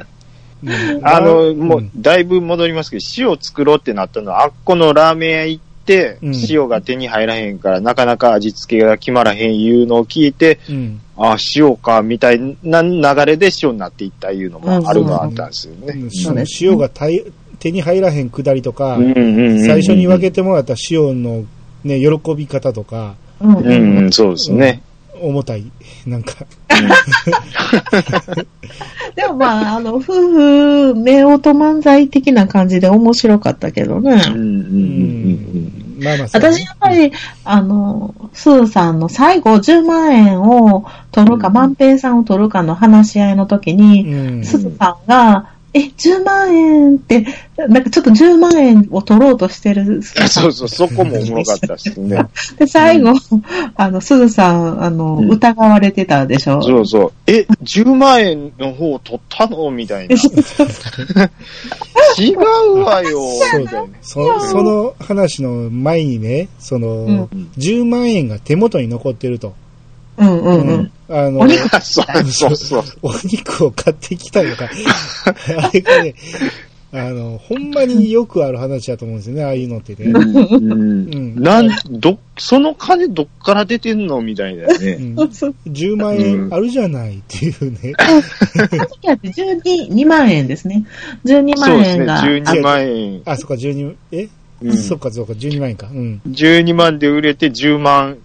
[SPEAKER 2] うん
[SPEAKER 3] あの、も
[SPEAKER 2] う
[SPEAKER 3] う、
[SPEAKER 2] ん
[SPEAKER 3] だいぶ戻りますけど、塩を作ろうってなったのは、あっこのラーメン屋行って、
[SPEAKER 2] うん
[SPEAKER 3] 塩が手に入らへんから、なかなか味付けが決まらへんいうのを聞いて、
[SPEAKER 2] うん。
[SPEAKER 3] ああ、塩か、みたいな流れで塩になっていったいうのもあるのはあったんですよね。
[SPEAKER 1] そうです
[SPEAKER 2] 塩がたい手に入らへんくだりとか、
[SPEAKER 3] うんうんうんうん
[SPEAKER 2] 最初に分けてもらった塩の、ね、喜び方とか、
[SPEAKER 1] うん。
[SPEAKER 3] う
[SPEAKER 1] うん
[SPEAKER 3] んうん、そうですね。
[SPEAKER 2] 重たい、なんか、
[SPEAKER 1] でもまあ、あの、夫婦、夫婦漫才的な感じで面白かったけどね。
[SPEAKER 3] うんうんうんうん
[SPEAKER 2] まあまあ、そうね
[SPEAKER 1] 私やっぱり、あの、スーさんの最後10万円を取るか、
[SPEAKER 3] うん
[SPEAKER 1] 万平さんを取るかの話し合いの時に、
[SPEAKER 2] うん、
[SPEAKER 1] すずさんが、え、10万円って、なんかちょっと10万円を取ろうとしてる。
[SPEAKER 3] うん。 [laughs] そうそう、そこもおもろかったですね。
[SPEAKER 1] で、最後、あの、すずさん、あの、
[SPEAKER 3] うん
[SPEAKER 1] 疑われてたでしょ。
[SPEAKER 3] そうそう。え、10万円の方を取ったのみたいな。違うわよ。
[SPEAKER 2] そう
[SPEAKER 3] みたいな
[SPEAKER 2] そその話の前にね、その、
[SPEAKER 1] ん
[SPEAKER 2] 10万円が手元に残ってると。
[SPEAKER 1] うんうんうん。
[SPEAKER 2] あの
[SPEAKER 1] お、肉
[SPEAKER 3] [laughs] そうそうそう。
[SPEAKER 2] お肉を買ってきたのか。あれがね、あの、ほんまによくある話だと思うんですよね、ああいうのってね。ん
[SPEAKER 3] なん、ど、その金どっから出てんのみたいだよ
[SPEAKER 2] う
[SPEAKER 3] ね。
[SPEAKER 2] ん、
[SPEAKER 1] そう
[SPEAKER 2] 10万円あるじゃないっていうね。
[SPEAKER 1] あの時は12、2万円ですね。12
[SPEAKER 3] そ
[SPEAKER 1] 万
[SPEAKER 3] うです
[SPEAKER 1] 円
[SPEAKER 3] ね、
[SPEAKER 1] が。
[SPEAKER 3] 12万円。
[SPEAKER 2] あ、そっか、12、え、
[SPEAKER 3] うん
[SPEAKER 2] そっか、そっか、12万円か。うん。
[SPEAKER 3] 12万で売れて10万、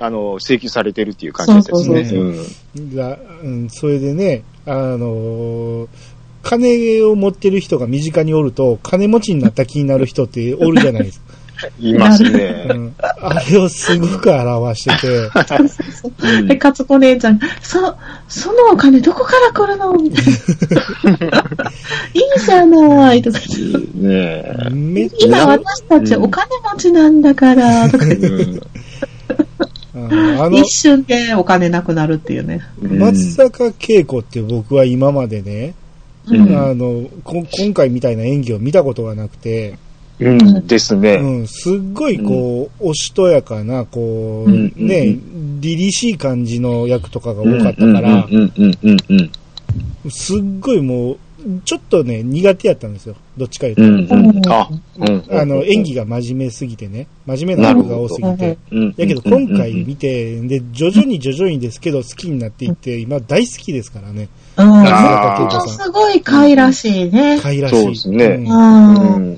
[SPEAKER 3] あの、請求されてるっていう感じですね。
[SPEAKER 2] そうそうそうが、うん、それでね、あのー金を持ってる人が身近におると、金持ちになった気になる人っておるじゃないですか。
[SPEAKER 3] うんいます
[SPEAKER 2] う
[SPEAKER 3] ね。
[SPEAKER 2] ん、あれをすごく表してて、
[SPEAKER 1] そうそうそうで、かつこ姉ちゃんが、そ、そのお金どこから来るのみたいな。いいじゃない、とか言って。
[SPEAKER 3] ねえ
[SPEAKER 2] めっち
[SPEAKER 1] 今
[SPEAKER 2] ゃ、
[SPEAKER 1] 私たちお金持ちなんだから、とか言って
[SPEAKER 3] うん
[SPEAKER 2] うんあの
[SPEAKER 1] 一、瞬でお金なくなるっていうね。
[SPEAKER 3] うん
[SPEAKER 2] 松坂慶子って僕は今までね、
[SPEAKER 1] う
[SPEAKER 3] うん
[SPEAKER 1] ん。
[SPEAKER 2] あのこ、今回みたいな演技を見たことがなくて、
[SPEAKER 3] うん、です
[SPEAKER 2] う
[SPEAKER 3] ね。
[SPEAKER 2] ん、すっごいこう、おしとやかな、こ
[SPEAKER 4] う
[SPEAKER 2] う、
[SPEAKER 4] ん
[SPEAKER 2] ね、凛々しい感じの役とかが多かったから、
[SPEAKER 4] うんうんうんうんうんうん。
[SPEAKER 2] すっごいもう、ちょっとね、苦手やったんですよ。どっちか言う
[SPEAKER 4] う
[SPEAKER 2] と。
[SPEAKER 4] んうん。
[SPEAKER 3] あ
[SPEAKER 4] うん。
[SPEAKER 2] あの、演技が真面目すぎてね。真面目な方が多すぎて。
[SPEAKER 4] うん。
[SPEAKER 2] やけど今回
[SPEAKER 4] うん。
[SPEAKER 2] 見て、で、徐々に徐々にですけど好きになっていって、今大好きですからね。
[SPEAKER 1] うん。も
[SPEAKER 3] あー
[SPEAKER 1] のすごい回らしいね。
[SPEAKER 2] かいらしい。
[SPEAKER 3] そうですね
[SPEAKER 1] う
[SPEAKER 2] うん
[SPEAKER 1] ん。
[SPEAKER 3] うん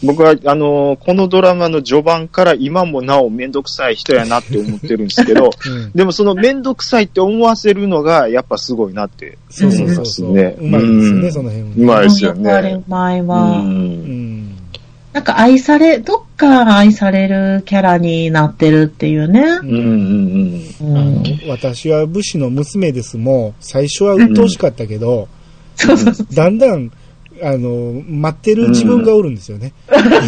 [SPEAKER 3] 僕は、あのーこのドラマの序盤から今もなおめんどくさい人やなって思ってるんですけど、
[SPEAKER 2] うん
[SPEAKER 3] でもそのめんどくさいって思わせるのがやっぱすごいなって。
[SPEAKER 2] そうそうそうそう。
[SPEAKER 3] ね
[SPEAKER 2] うまいです
[SPEAKER 3] う
[SPEAKER 2] ね、
[SPEAKER 3] ん
[SPEAKER 2] その辺も
[SPEAKER 3] うまいですよ
[SPEAKER 1] やっぱり
[SPEAKER 3] ね
[SPEAKER 1] う。まいうわ。
[SPEAKER 2] うんん。
[SPEAKER 1] なんか愛され、どっか愛されるキャラになってるっていうね。
[SPEAKER 4] うんうん
[SPEAKER 1] う
[SPEAKER 2] あの
[SPEAKER 1] ん。
[SPEAKER 2] 私は武士の娘ですも、最初は鬱陶しかったけど、
[SPEAKER 1] そうそうそう。
[SPEAKER 2] だんだん、あの、待ってる自分がおるんですよね。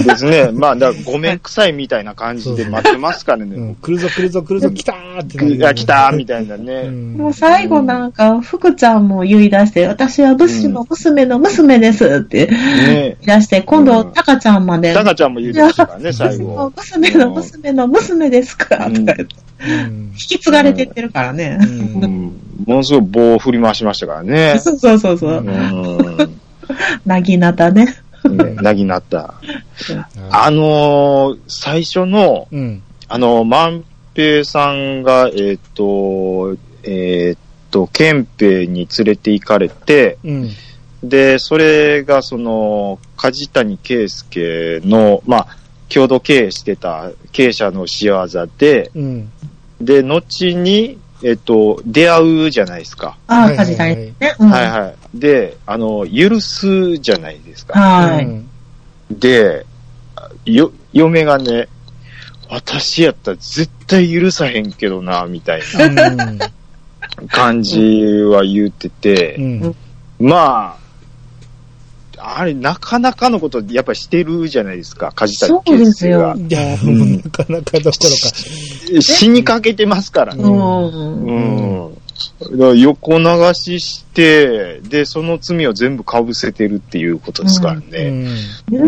[SPEAKER 3] ですね。まあ、だからごめんくさいみたいな感じで待ってますから
[SPEAKER 2] うん
[SPEAKER 3] ね。
[SPEAKER 2] 来るぞ来るぞ来るぞ、来たーってなる
[SPEAKER 3] ぐあ、来たーみたいな
[SPEAKER 2] う
[SPEAKER 3] ね。
[SPEAKER 2] ん
[SPEAKER 1] もう最後なんか、福ちゃんも言い出して、私は武士の娘の娘ですって
[SPEAKER 3] ね
[SPEAKER 1] 言い出して、今度、
[SPEAKER 3] うん
[SPEAKER 1] タカちゃんまで。
[SPEAKER 3] タカちゃんも言うてましたからね、最後。
[SPEAKER 1] 娘の娘の娘ですから、
[SPEAKER 3] う
[SPEAKER 1] と
[SPEAKER 3] ん
[SPEAKER 1] か言って
[SPEAKER 2] うん
[SPEAKER 1] 引き継がれてってるからね。
[SPEAKER 2] うん
[SPEAKER 3] うんものすごい棒を振り回しましたからね。
[SPEAKER 1] [laughs] そうそうそうそうう。
[SPEAKER 3] う
[SPEAKER 1] なぎなたね。
[SPEAKER 3] ん。ねなぎなった。あのー最初の、
[SPEAKER 2] うん。
[SPEAKER 3] あの、万平さんが、えーっ、と、えーっ、と、憲兵に連れて行かれて、
[SPEAKER 2] うん。
[SPEAKER 3] で、それが、その、梶谷圭介の、まあ、共同経営してた経営者の仕業で、
[SPEAKER 2] うん。
[SPEAKER 3] で、後に、えーっ、と、出会うじゃないですか。
[SPEAKER 1] あ
[SPEAKER 2] は
[SPEAKER 1] あ、
[SPEAKER 2] いは
[SPEAKER 1] か
[SPEAKER 2] いはい
[SPEAKER 1] じたいね。うん
[SPEAKER 3] はいはい。で、あの、許すじゃないですか。
[SPEAKER 1] は
[SPEAKER 2] う
[SPEAKER 1] い。
[SPEAKER 2] ん
[SPEAKER 3] で、よ、嫁がね、私やったら絶対許さへんけどな、みたいな感じは言って
[SPEAKER 2] う
[SPEAKER 3] て、
[SPEAKER 2] ん。うん
[SPEAKER 3] まあ、あれ、なかなかのこと、やっぱりしてるじゃないですか、梶
[SPEAKER 1] そ
[SPEAKER 3] 谷
[SPEAKER 1] うで
[SPEAKER 3] 圭
[SPEAKER 1] す
[SPEAKER 3] 介
[SPEAKER 1] よ
[SPEAKER 3] が。。
[SPEAKER 2] いや、もうなかなかどこ
[SPEAKER 3] 死にかけてますから
[SPEAKER 1] う
[SPEAKER 3] ね。
[SPEAKER 1] ん。
[SPEAKER 3] う
[SPEAKER 1] うん
[SPEAKER 3] ん。だから横流しして、で、その罪を全部被せてるっていうことですから
[SPEAKER 2] ろか。う
[SPEAKER 3] ね。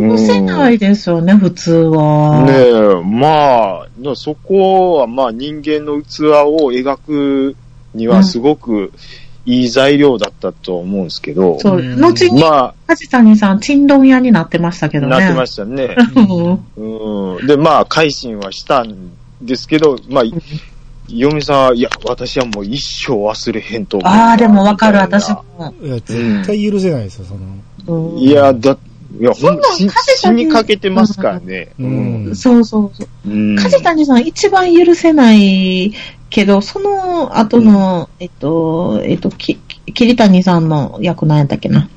[SPEAKER 2] ん
[SPEAKER 1] 許せないですよね、普通は。
[SPEAKER 3] ねえ、まあ、なそこは、まあ人間の器を描くにはすごくいい材料だったと思うんですけど、
[SPEAKER 1] そう。
[SPEAKER 2] うん
[SPEAKER 1] 後に、
[SPEAKER 3] ま
[SPEAKER 1] 梶谷さん、ちんどん屋になってましたけ
[SPEAKER 3] あ、
[SPEAKER 1] どね。
[SPEAKER 3] なってましたね。
[SPEAKER 1] うん
[SPEAKER 3] [laughs] うん。で、まあ、改心はしたんですけど、まあ、嫁さんは、いや、私はもう一生忘れへんと思う
[SPEAKER 1] [laughs]
[SPEAKER 3] な。
[SPEAKER 1] ああ、でもわかる、
[SPEAKER 3] みたい
[SPEAKER 1] 私
[SPEAKER 3] な
[SPEAKER 1] も。
[SPEAKER 2] いや、絶対許せないですよ、その。
[SPEAKER 1] うん
[SPEAKER 3] いや、だ、いや、ほん
[SPEAKER 1] そんなん
[SPEAKER 3] 死
[SPEAKER 1] 風
[SPEAKER 3] 死
[SPEAKER 1] 邪
[SPEAKER 3] にかけてますからね。
[SPEAKER 2] う
[SPEAKER 3] うん
[SPEAKER 2] ん。
[SPEAKER 1] そうそうそう。
[SPEAKER 4] うん。
[SPEAKER 1] 梶谷さん一番許せないけど、その後の、えっと、えっと、き、桐谷さんの役なんやったっけな。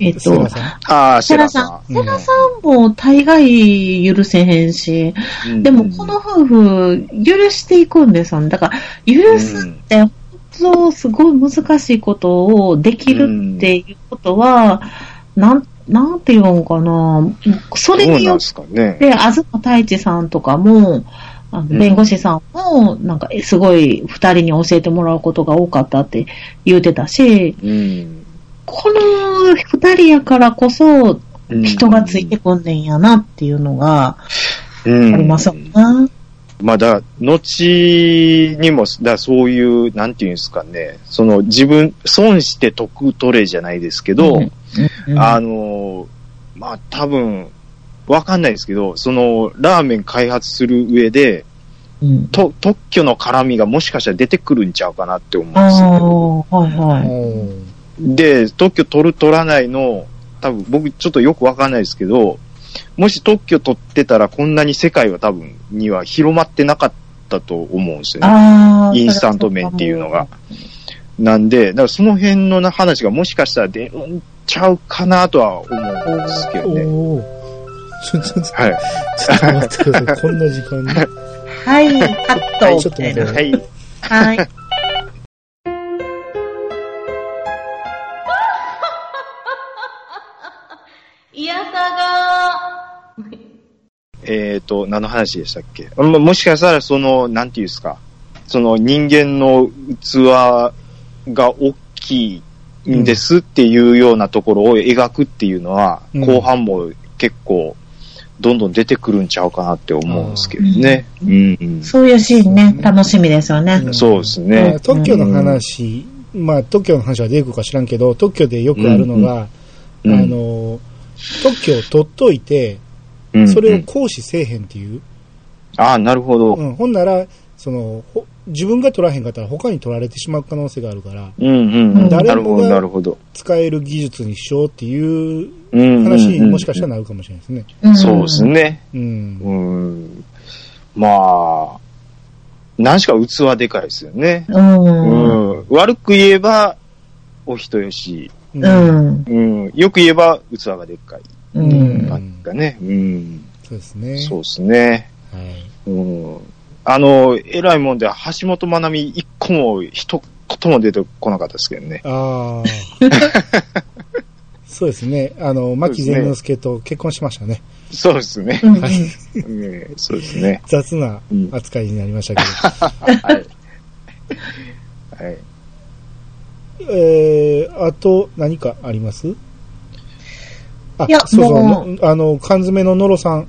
[SPEAKER 1] えっ
[SPEAKER 2] すい
[SPEAKER 1] と
[SPEAKER 2] ま、せん。
[SPEAKER 3] ああ、
[SPEAKER 1] セ
[SPEAKER 3] セ
[SPEAKER 1] ラ
[SPEAKER 3] ラ
[SPEAKER 1] さ
[SPEAKER 3] さ
[SPEAKER 1] ん。
[SPEAKER 2] セ
[SPEAKER 1] セ
[SPEAKER 2] ラ
[SPEAKER 1] ラ
[SPEAKER 2] さ
[SPEAKER 1] さんも大概許せへんし、
[SPEAKER 4] うん
[SPEAKER 1] でもこの夫婦、許していくんですよね。だから、許すって、本当すごい難しいことをできるっていうことは、なん、なんて言うんかな。それ
[SPEAKER 3] どう
[SPEAKER 1] に
[SPEAKER 3] な
[SPEAKER 1] よ
[SPEAKER 3] ん
[SPEAKER 1] っ
[SPEAKER 3] ですかね。
[SPEAKER 1] で、東太一さんとかも、あの
[SPEAKER 4] うん
[SPEAKER 1] 弁護士さんも、なんか、すごい二人に教えてもらうことが多かったって言うてたし、
[SPEAKER 4] うん。
[SPEAKER 1] この二人やからこそ、
[SPEAKER 4] うん
[SPEAKER 1] 人がついてこんねんやなっていうのがありますよね。
[SPEAKER 3] まあだ、後にも、だそういう、なんていうんですかね、その自分、損して得取れじゃないですけど、
[SPEAKER 1] うんうん
[SPEAKER 3] あの、まあ多分、わかんないですけど、その、ラーメン開発する上で、
[SPEAKER 1] うん
[SPEAKER 3] と、特許の絡みがもしかしたら出てくるんちゃうかなって思うん
[SPEAKER 1] あ
[SPEAKER 3] です
[SPEAKER 1] あ、
[SPEAKER 3] よ。
[SPEAKER 1] はいはい。
[SPEAKER 2] お
[SPEAKER 3] で、特許取る取らないの、多分僕ちょっとよくわかんないですけど、もし特許取ってたらこんなに世界は多分には広まってなかったと思うんですよね。
[SPEAKER 1] ああ。
[SPEAKER 3] インスタント麺っていうのが。なんで、だからその辺のな話がもしかしたら出るんちゃうかなとは思うんですけ
[SPEAKER 2] ー
[SPEAKER 3] どね。
[SPEAKER 2] おーちょ、ちょ、ちょ、ちょ
[SPEAKER 3] はい。
[SPEAKER 2] っと待ってください。こんな時間に。
[SPEAKER 1] はい、カッ
[SPEAKER 2] はい
[SPEAKER 1] ト
[SPEAKER 2] ちょ
[SPEAKER 1] み
[SPEAKER 2] っと
[SPEAKER 1] た
[SPEAKER 2] 待っ
[SPEAKER 1] い
[SPEAKER 2] て
[SPEAKER 1] な。
[SPEAKER 3] はい。
[SPEAKER 1] はい。
[SPEAKER 5] いやさが
[SPEAKER 3] えっ、と、何の話でしたっけまもしかしたらその、なんていうんですか、その人間の器が大きいんですっていうようなところを描くっていうのは、
[SPEAKER 2] うん
[SPEAKER 3] 後半も結構、どんどん出てくるんちゃうかなって思うんですけどね。うん。
[SPEAKER 1] そういうシーンね、楽しみですよね。
[SPEAKER 2] うん
[SPEAKER 3] そうですね。
[SPEAKER 2] 特許の話まあ、特許の話は出てくるか知らんけど、特許でよくあるのが、
[SPEAKER 4] うん
[SPEAKER 2] あの、特許を取っといて、
[SPEAKER 4] うん
[SPEAKER 2] それを行使せえへんっていう。
[SPEAKER 4] ああ、なるほど。
[SPEAKER 2] うん、ほんなら、その、ほ自分が取らへんかったら他に取られてしまう可能性があるから、
[SPEAKER 4] うんうんうん。
[SPEAKER 2] 誰
[SPEAKER 4] なるほ
[SPEAKER 2] もが
[SPEAKER 4] ど、なるほど。
[SPEAKER 2] 使える技術にしようっていう
[SPEAKER 4] うん
[SPEAKER 2] 話にもしかし
[SPEAKER 4] ら。
[SPEAKER 2] たらなるかもしれないですね。
[SPEAKER 1] うん
[SPEAKER 4] そうです。ね。
[SPEAKER 2] うん。
[SPEAKER 4] うん。
[SPEAKER 3] まあ、何しか器でかいですよね。
[SPEAKER 1] うん。
[SPEAKER 3] うん。悪く言えば、お人よし。
[SPEAKER 2] うん
[SPEAKER 1] うん。
[SPEAKER 3] うん。よく言えば、器がでっかい。
[SPEAKER 1] う
[SPEAKER 2] うん
[SPEAKER 1] ん。
[SPEAKER 3] なんかね。うん。
[SPEAKER 2] そうですね。
[SPEAKER 3] そうですね。
[SPEAKER 2] はい。
[SPEAKER 3] うん。あの、偉いもんで、橋本まなみ一個も一言も出てこなかったですけどね。
[SPEAKER 2] ああ。そうですね。あの、牧善之助と結婚しましたね。
[SPEAKER 3] そうですね。
[SPEAKER 1] うん
[SPEAKER 2] はい
[SPEAKER 3] うんそうですね。
[SPEAKER 2] [laughs] 雑な
[SPEAKER 3] うん
[SPEAKER 2] 扱いになりましたけど。
[SPEAKER 3] はい。はい。
[SPEAKER 2] えー、あと何かありますあ
[SPEAKER 1] いや
[SPEAKER 2] そうそう
[SPEAKER 1] もう
[SPEAKER 2] のあの、缶詰のノロさん、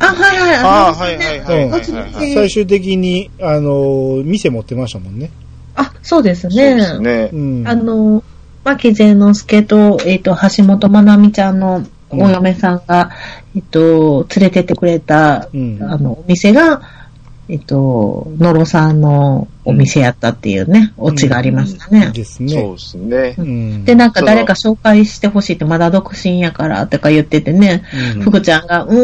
[SPEAKER 1] あ、はいはい。
[SPEAKER 3] ああ、
[SPEAKER 1] の
[SPEAKER 3] はいはい
[SPEAKER 1] ね
[SPEAKER 3] はいはい
[SPEAKER 1] うん
[SPEAKER 3] はいはい。
[SPEAKER 1] えー
[SPEAKER 2] 最終的に、あの、店持ってましたもんね。
[SPEAKER 1] あ、そうです
[SPEAKER 3] そう
[SPEAKER 1] ね。
[SPEAKER 3] ですね
[SPEAKER 2] う。ん。
[SPEAKER 1] あの、牧善之助と、えっ、と、橋本まなみちゃんのお嫁さんが、えっ、と、連れてってくれた、
[SPEAKER 2] うん
[SPEAKER 1] あの、お店が、えっ、と、野呂さんのお店やったっていうね、オチがありましたね。
[SPEAKER 2] です
[SPEAKER 3] そう
[SPEAKER 2] ね。
[SPEAKER 3] ですね
[SPEAKER 2] う。ん。
[SPEAKER 1] で、なんか誰か紹介してほしいって、まだ独身やから、とか言っててね、
[SPEAKER 2] うん
[SPEAKER 1] 福ちゃんが、うー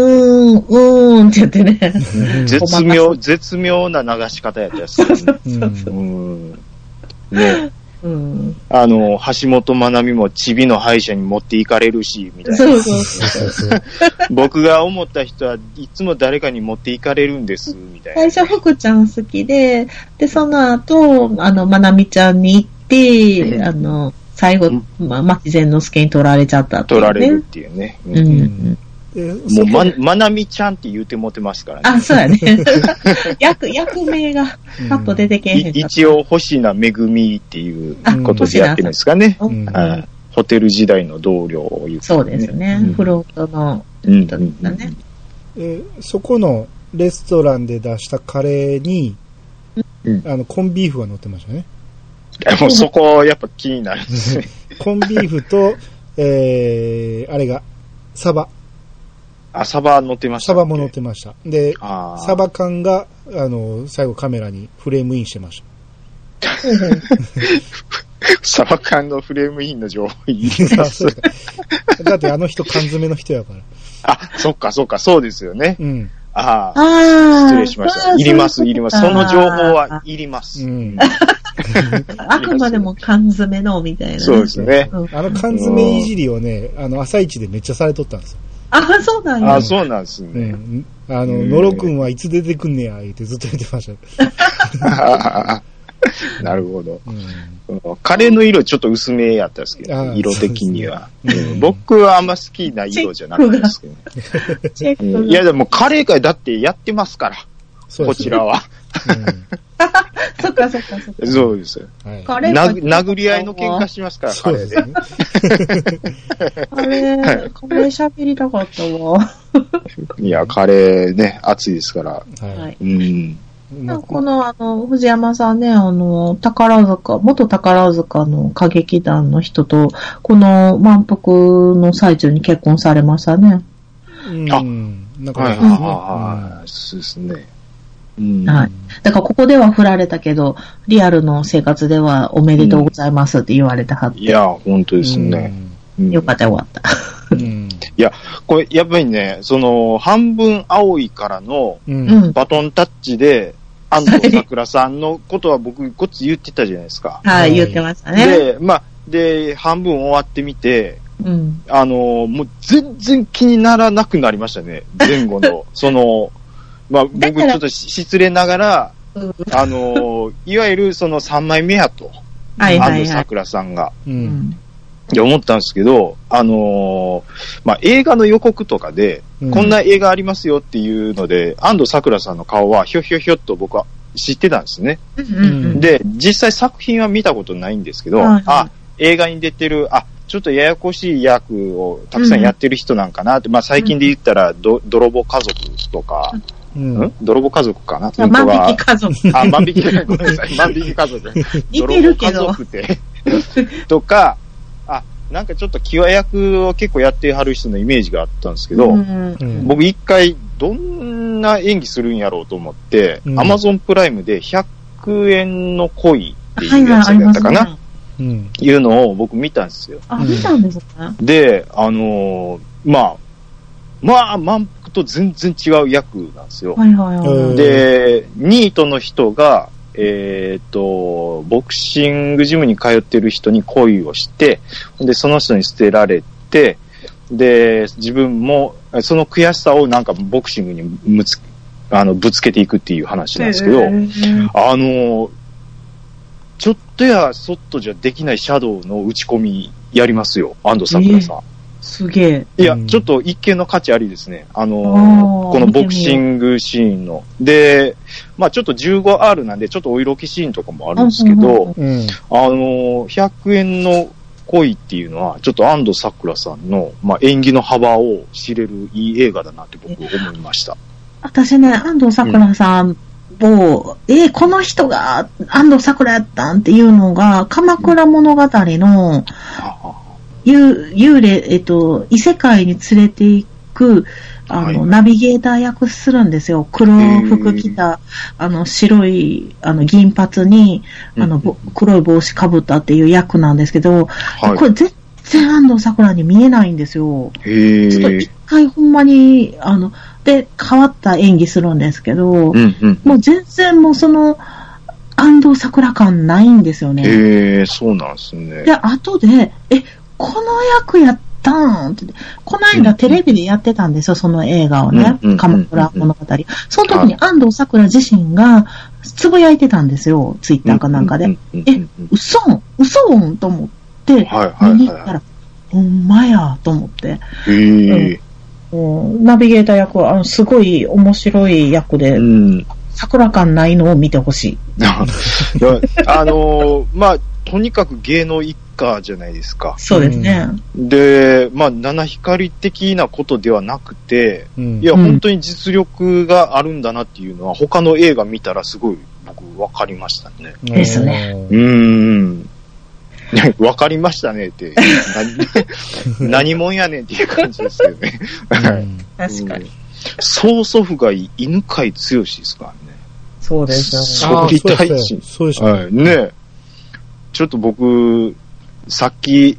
[SPEAKER 1] ん、うーんって言ってね。
[SPEAKER 3] 絶妙、絶妙な流し方やったやつです [laughs] ね。
[SPEAKER 2] うん
[SPEAKER 3] うん。ね。
[SPEAKER 1] うん。
[SPEAKER 3] あの、橋本まなみもチビの歯医者に持っていかれるし、みたいな。
[SPEAKER 1] [laughs] そうそうそう。
[SPEAKER 2] そうそう
[SPEAKER 3] 僕が思った人はいつも誰かに持っていかれるんです、みたいな
[SPEAKER 1] 最。初、福ちゃん好きで、で、その後、あの、まなみちゃんに行っ
[SPEAKER 3] う
[SPEAKER 1] て、
[SPEAKER 3] ん
[SPEAKER 1] あの、最後、まあ、牧善之助に取られちゃったってい
[SPEAKER 3] 取
[SPEAKER 1] うね
[SPEAKER 3] られるっ。ていうね。
[SPEAKER 1] う
[SPEAKER 3] うん
[SPEAKER 1] ん。
[SPEAKER 2] で
[SPEAKER 3] も、
[SPEAKER 2] そう
[SPEAKER 3] ま
[SPEAKER 2] こ、
[SPEAKER 3] まなみちゃんって言うてもてますからね。
[SPEAKER 1] あ、そうやね。 [laughs] 役、役名が、パッと出てけえへん
[SPEAKER 3] い一応、星名めぐみっていうことでやってるんですかね。
[SPEAKER 2] うん
[SPEAKER 3] はいホテル時代の同僚を言って、
[SPEAKER 1] そうです。ね
[SPEAKER 2] うん。
[SPEAKER 1] フロートの
[SPEAKER 3] うん
[SPEAKER 1] 人だね。
[SPEAKER 2] えそこのレストランで出したカレーに、
[SPEAKER 3] うん
[SPEAKER 2] あの、コンビーフが乗ってましたね。
[SPEAKER 3] もうそこ、やっぱ気に
[SPEAKER 2] [laughs]
[SPEAKER 3] なるんですね。
[SPEAKER 2] コンビーフと、 [laughs] えー、あれが、サバ。
[SPEAKER 3] あ、サバ乗ってました
[SPEAKER 2] サ
[SPEAKER 3] っけ。
[SPEAKER 2] バも乗ってました。で、
[SPEAKER 3] あー
[SPEAKER 2] サバ缶が、あの、最後カメラにフレームインしてまし
[SPEAKER 3] [laughs] サバ缶のフレームインの情報いい [laughs]
[SPEAKER 2] た。あ [laughs] そうかだってあの人缶詰の人やから。
[SPEAKER 3] あ、そっかそっか、そうですよね。
[SPEAKER 2] うん。
[SPEAKER 3] あ
[SPEAKER 1] あ
[SPEAKER 3] あ、
[SPEAKER 1] あ。
[SPEAKER 3] 失礼しました。いります、いります。その情報はいりま
[SPEAKER 2] う
[SPEAKER 3] す。
[SPEAKER 2] ん。
[SPEAKER 1] あくまでも缶詰の、みたいなね。
[SPEAKER 3] そうですね。
[SPEAKER 1] うん
[SPEAKER 2] あの缶詰いじりをね、あの、朝一でめっちゃされとったんですよ。
[SPEAKER 1] あ、そうなんや
[SPEAKER 3] あ。そうなんです
[SPEAKER 2] う
[SPEAKER 3] ね。
[SPEAKER 2] ん。あの、
[SPEAKER 3] うん
[SPEAKER 2] 野呂くんはいつ出てくんねや、言ってずっと言ってました。
[SPEAKER 3] [laughs] なるほど。
[SPEAKER 2] うん。
[SPEAKER 3] カレーの色ちょっと薄めやったんですけ
[SPEAKER 2] あ
[SPEAKER 3] ど、
[SPEAKER 2] ー
[SPEAKER 3] 色的には。
[SPEAKER 2] そうですね
[SPEAKER 3] うん僕はあんま好きな色じゃなかったですけど。
[SPEAKER 1] チェッ
[SPEAKER 3] うん
[SPEAKER 1] ク
[SPEAKER 3] いやでもカレー会だってやってますから、
[SPEAKER 2] そうで
[SPEAKER 3] こ
[SPEAKER 2] す
[SPEAKER 3] ちらは。
[SPEAKER 1] そっかそっかそっか。
[SPEAKER 3] そうですよ。
[SPEAKER 2] うんはい
[SPEAKER 1] カレー
[SPEAKER 3] な
[SPEAKER 1] か
[SPEAKER 3] 殴り合いの喧嘩しますから、カ
[SPEAKER 2] そう
[SPEAKER 3] レ
[SPEAKER 2] で
[SPEAKER 3] ー
[SPEAKER 2] す
[SPEAKER 3] で。
[SPEAKER 2] ね。
[SPEAKER 1] カレー、カレー喋りたかったわ。
[SPEAKER 3] いや、カレーね、熱いですから。
[SPEAKER 2] は
[SPEAKER 1] はいい。
[SPEAKER 3] うん。
[SPEAKER 2] う
[SPEAKER 1] な
[SPEAKER 2] ま
[SPEAKER 1] んか
[SPEAKER 2] く
[SPEAKER 1] この、あの、藤山さんね、あの、宝塚、元宝塚の歌劇団の人と、この満腹の最中に結婚されましたね。
[SPEAKER 2] うん
[SPEAKER 3] あ
[SPEAKER 2] なんか
[SPEAKER 3] はいは
[SPEAKER 2] ですね
[SPEAKER 3] いはい。そうですね。うん
[SPEAKER 1] はい。だからここでは振られたけど、リアルの生活ではおめでとうございますって言われてはって、
[SPEAKER 3] いや、本当ですね。。うん
[SPEAKER 1] よかったよかった。
[SPEAKER 2] うんうん。
[SPEAKER 3] これ、やっぱりね、その、半分青いからの
[SPEAKER 2] うん
[SPEAKER 1] うん。
[SPEAKER 3] バトンタッチで、安藤桜さんのことは僕、こっち言ってたじゃないですか。
[SPEAKER 1] は
[SPEAKER 2] はい
[SPEAKER 1] い、言ってましたね。
[SPEAKER 3] で、まあ、で、半分終わってみて、
[SPEAKER 1] うん。
[SPEAKER 3] あの、もう全然気にならなくなりましたね、前
[SPEAKER 1] [laughs]
[SPEAKER 3] 後の。その、まあ、
[SPEAKER 1] だ
[SPEAKER 3] 僕
[SPEAKER 1] か
[SPEAKER 3] ち
[SPEAKER 1] ら
[SPEAKER 3] ょっと失礼ながら、
[SPEAKER 1] うん
[SPEAKER 3] あの、いわゆるその3枚目やと、
[SPEAKER 1] はいは
[SPEAKER 3] 安
[SPEAKER 1] い
[SPEAKER 3] 藤
[SPEAKER 1] はい。
[SPEAKER 3] 桜さんが。
[SPEAKER 2] う。
[SPEAKER 1] うんん
[SPEAKER 3] いや、思ったんですけど、あのーまあ、映画の予告とかで、
[SPEAKER 2] うん
[SPEAKER 3] こんな映画ありますよっていうので、安藤サクラさんの顔はひょひょひょっと僕は知ってたんですね。
[SPEAKER 1] うんうん。
[SPEAKER 3] で、実際作品は見たことないんですけど、
[SPEAKER 1] はいはい
[SPEAKER 3] あ、映画に出てる、あ、ちょっとややこしい役をたくさんやってる人なんかなって、まあ、最近で言ったらど、泥棒家族とか、
[SPEAKER 2] うん
[SPEAKER 3] ん泥棒家族かな
[SPEAKER 1] あ
[SPEAKER 3] 本
[SPEAKER 1] 万
[SPEAKER 3] 当は
[SPEAKER 1] 引き家族。
[SPEAKER 3] あ、万引き家族。ごめんなさ
[SPEAKER 1] [laughs]
[SPEAKER 3] い。万引き家族。
[SPEAKER 1] 似てるけど
[SPEAKER 3] 泥棒家。族って。 [laughs] とか、あ、なんかちょっと際役を結構やってはる人のイメージがあったんですけど、
[SPEAKER 1] うん
[SPEAKER 2] うん
[SPEAKER 3] 僕一回どんな演技するんやろうと思って、
[SPEAKER 2] うん
[SPEAKER 3] Amazon プライムで100円の恋って
[SPEAKER 1] はいいうは
[SPEAKER 3] や
[SPEAKER 1] い、
[SPEAKER 3] つ
[SPEAKER 1] あり
[SPEAKER 3] だ
[SPEAKER 1] ま
[SPEAKER 3] った
[SPEAKER 1] す
[SPEAKER 3] か
[SPEAKER 1] ね
[SPEAKER 3] な、。
[SPEAKER 2] うん。
[SPEAKER 3] いうのを僕見たんですよ。
[SPEAKER 1] あ、見たんですね。
[SPEAKER 3] で、あのーまあ、まあ、満腹と全然違う役なんですよ。
[SPEAKER 1] はいはいはい。
[SPEAKER 3] で、ニートの人が、えっ、と、ボクシングジムに通ってる人に恋をして、で、その人に捨てられて、で、自分も、その悔しさをなんかボクシングにぶつ、あの、ぶつけていくっていう話なんですけど、あの、ちょっとやそっとじゃできないシャドウの打ち込みやりますよ、安藤桜さん。
[SPEAKER 1] すげえ。
[SPEAKER 3] いや
[SPEAKER 2] う、ん
[SPEAKER 3] ちょっと一見の価値ありですね。あの
[SPEAKER 1] あー
[SPEAKER 3] このボクシングシーンの。で、まあちょっと 15R なんで、ちょっとお色気シーンとかもあるんですけ
[SPEAKER 1] うんうん
[SPEAKER 3] ど、
[SPEAKER 2] うん。
[SPEAKER 3] あの100円の恋っていうのは、ちょっと安藤サクラさんの、まあ、演技の幅を知れるいい映画だなって僕思いました。
[SPEAKER 1] 私ね、安藤サクラさん、某、えーこの人が安藤サクラやったんっていうのが、鎌倉物語の、幽幽霊、えっと、異世界に連れていく、あの、
[SPEAKER 3] は
[SPEAKER 1] ナビゲーター役するんですよ。黒服着た、あの、白い、あの、銀髪に、あの、ぼ黒い帽子かぶったっていう役なんですけど、
[SPEAKER 3] はい
[SPEAKER 1] これ全然安藤サクラに見えないんですよ。
[SPEAKER 3] へ
[SPEAKER 1] ちょっと
[SPEAKER 3] え
[SPEAKER 1] 一。回ほんまに、あの、で、変わった演技するんですけど、
[SPEAKER 3] うんうん。
[SPEAKER 1] もう全然もうその、安藤桜感ないんですよね。
[SPEAKER 3] へえ、そうなんですね。
[SPEAKER 1] で、後で、え、この役やったんって、この間テレビでやってたんですよ、その映画をね
[SPEAKER 3] うんうんうんう。ん
[SPEAKER 1] 鎌倉物語。その時に安藤桜自身がつぶやいてたんですよ、ツイッターかなんかで。
[SPEAKER 3] ううんうんうんうん。
[SPEAKER 1] 嘘ん嘘んと思って、
[SPEAKER 3] はいはい
[SPEAKER 1] 見に行った
[SPEAKER 3] は
[SPEAKER 1] ら、ほんまや、と思って。
[SPEAKER 3] い。へえ。
[SPEAKER 1] うんナビゲーター役は、あの、すごい面白い役で、
[SPEAKER 3] うん。
[SPEAKER 1] 桜感ないのを見てほしい。
[SPEAKER 3] いや [laughs] あのーまあ、とにかく芸能一家じゃないですか。
[SPEAKER 1] そうですね。
[SPEAKER 3] で、まあ、七光的なことではなくて、
[SPEAKER 2] うん
[SPEAKER 3] いや、
[SPEAKER 1] うん
[SPEAKER 3] 本当に実力があるんだなっていうのは、他の映画見たらすごい僕分かりましたね。
[SPEAKER 1] ですね。
[SPEAKER 3] うーん。 [laughs] 分かりましたねって、何何もんやねんっていう感じですよね。
[SPEAKER 2] うん
[SPEAKER 1] 確かに。
[SPEAKER 3] うん。曽祖父が犬飼剛ですからね。
[SPEAKER 1] そうですよね。
[SPEAKER 3] 総理大臣
[SPEAKER 2] そうでしょ。
[SPEAKER 3] はい。ねえちょっと僕、さっき、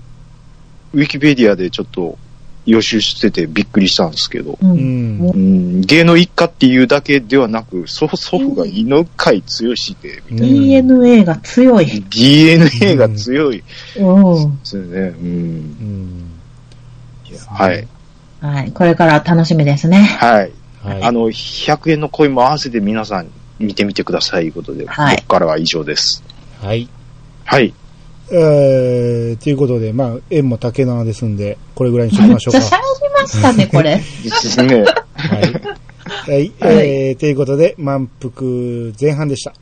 [SPEAKER 3] ウィキペディアでちょっと予習しててびっくりしたんですけど、
[SPEAKER 1] う。
[SPEAKER 2] うんん。
[SPEAKER 3] うん、芸能一家っていうだけではなく、祖祖父が犬飼強しで、
[SPEAKER 1] DNA が強い。
[SPEAKER 3] DNA が強いで
[SPEAKER 1] うん。
[SPEAKER 3] すよね。うん
[SPEAKER 2] うん。
[SPEAKER 3] はい。
[SPEAKER 1] はい。これから楽しみですね。
[SPEAKER 3] はい。
[SPEAKER 2] はい。
[SPEAKER 3] あの、100円の恋も合わせて皆さん見てみてくださいということで、
[SPEAKER 1] はい
[SPEAKER 3] 僕からは以上です。
[SPEAKER 2] はい。
[SPEAKER 3] はい。
[SPEAKER 2] えー、ということで、まあ、縁も竹縄ですんで、これぐらいにしときましょう
[SPEAKER 1] じゃ [laughs]
[SPEAKER 2] か
[SPEAKER 1] あ、。しゃべりましたね、これ。
[SPEAKER 3] です
[SPEAKER 2] は
[SPEAKER 3] ね。
[SPEAKER 2] い。はい。
[SPEAKER 1] はい
[SPEAKER 2] えー、ということで、満腹前半でした。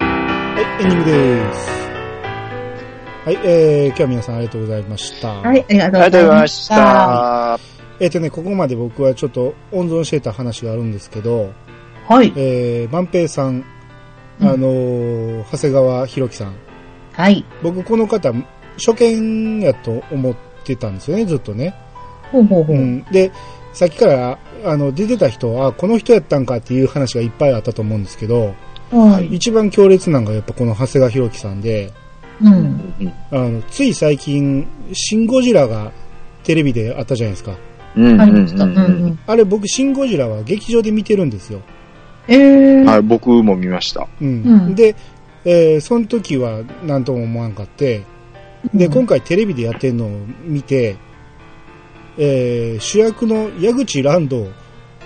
[SPEAKER 2] はい、エンディングです。はい、えー、今日は皆さんありがとうございました。
[SPEAKER 1] はい、ありがと
[SPEAKER 3] あ
[SPEAKER 1] うござ
[SPEAKER 3] りがとうござ
[SPEAKER 1] い
[SPEAKER 3] い
[SPEAKER 1] ま
[SPEAKER 3] ま
[SPEAKER 1] し。
[SPEAKER 3] したた。
[SPEAKER 2] えっ、とね、ここまで僕はちょっと温存してた話があるんですけど、
[SPEAKER 1] はい。
[SPEAKER 2] えー、万平さん、あ
[SPEAKER 1] うん
[SPEAKER 2] のー長谷川博樹さん。
[SPEAKER 1] はい。
[SPEAKER 2] 僕この方、初見やと思ってたんですよね、ずっとね。
[SPEAKER 1] ほうほうほ
[SPEAKER 2] う
[SPEAKER 1] う。
[SPEAKER 2] ん。で、さっきから、あの、出てた人は、あこの人やったんかっていう話がいっぱいあったと思うんですけど、
[SPEAKER 1] はい。
[SPEAKER 2] 一番強烈なのがやっぱこの長谷川博樹さんで、
[SPEAKER 1] うん。
[SPEAKER 3] うん
[SPEAKER 2] あの、つい最近、シン・ゴジラがテレビであったじゃないですか。
[SPEAKER 3] うん
[SPEAKER 1] あ
[SPEAKER 3] うん
[SPEAKER 1] りました。
[SPEAKER 3] う
[SPEAKER 1] うん
[SPEAKER 3] んうん
[SPEAKER 1] うん。
[SPEAKER 2] あれ僕、シン・ゴジラは劇場で見てるんですよ。
[SPEAKER 1] えー。
[SPEAKER 3] はい、僕も見ました。
[SPEAKER 2] うん
[SPEAKER 1] うん
[SPEAKER 2] で、えーその時は何とも思わんかって、で、
[SPEAKER 1] うん
[SPEAKER 2] 今回テレビでやってるのを見て、えー主役の矢口蘭道、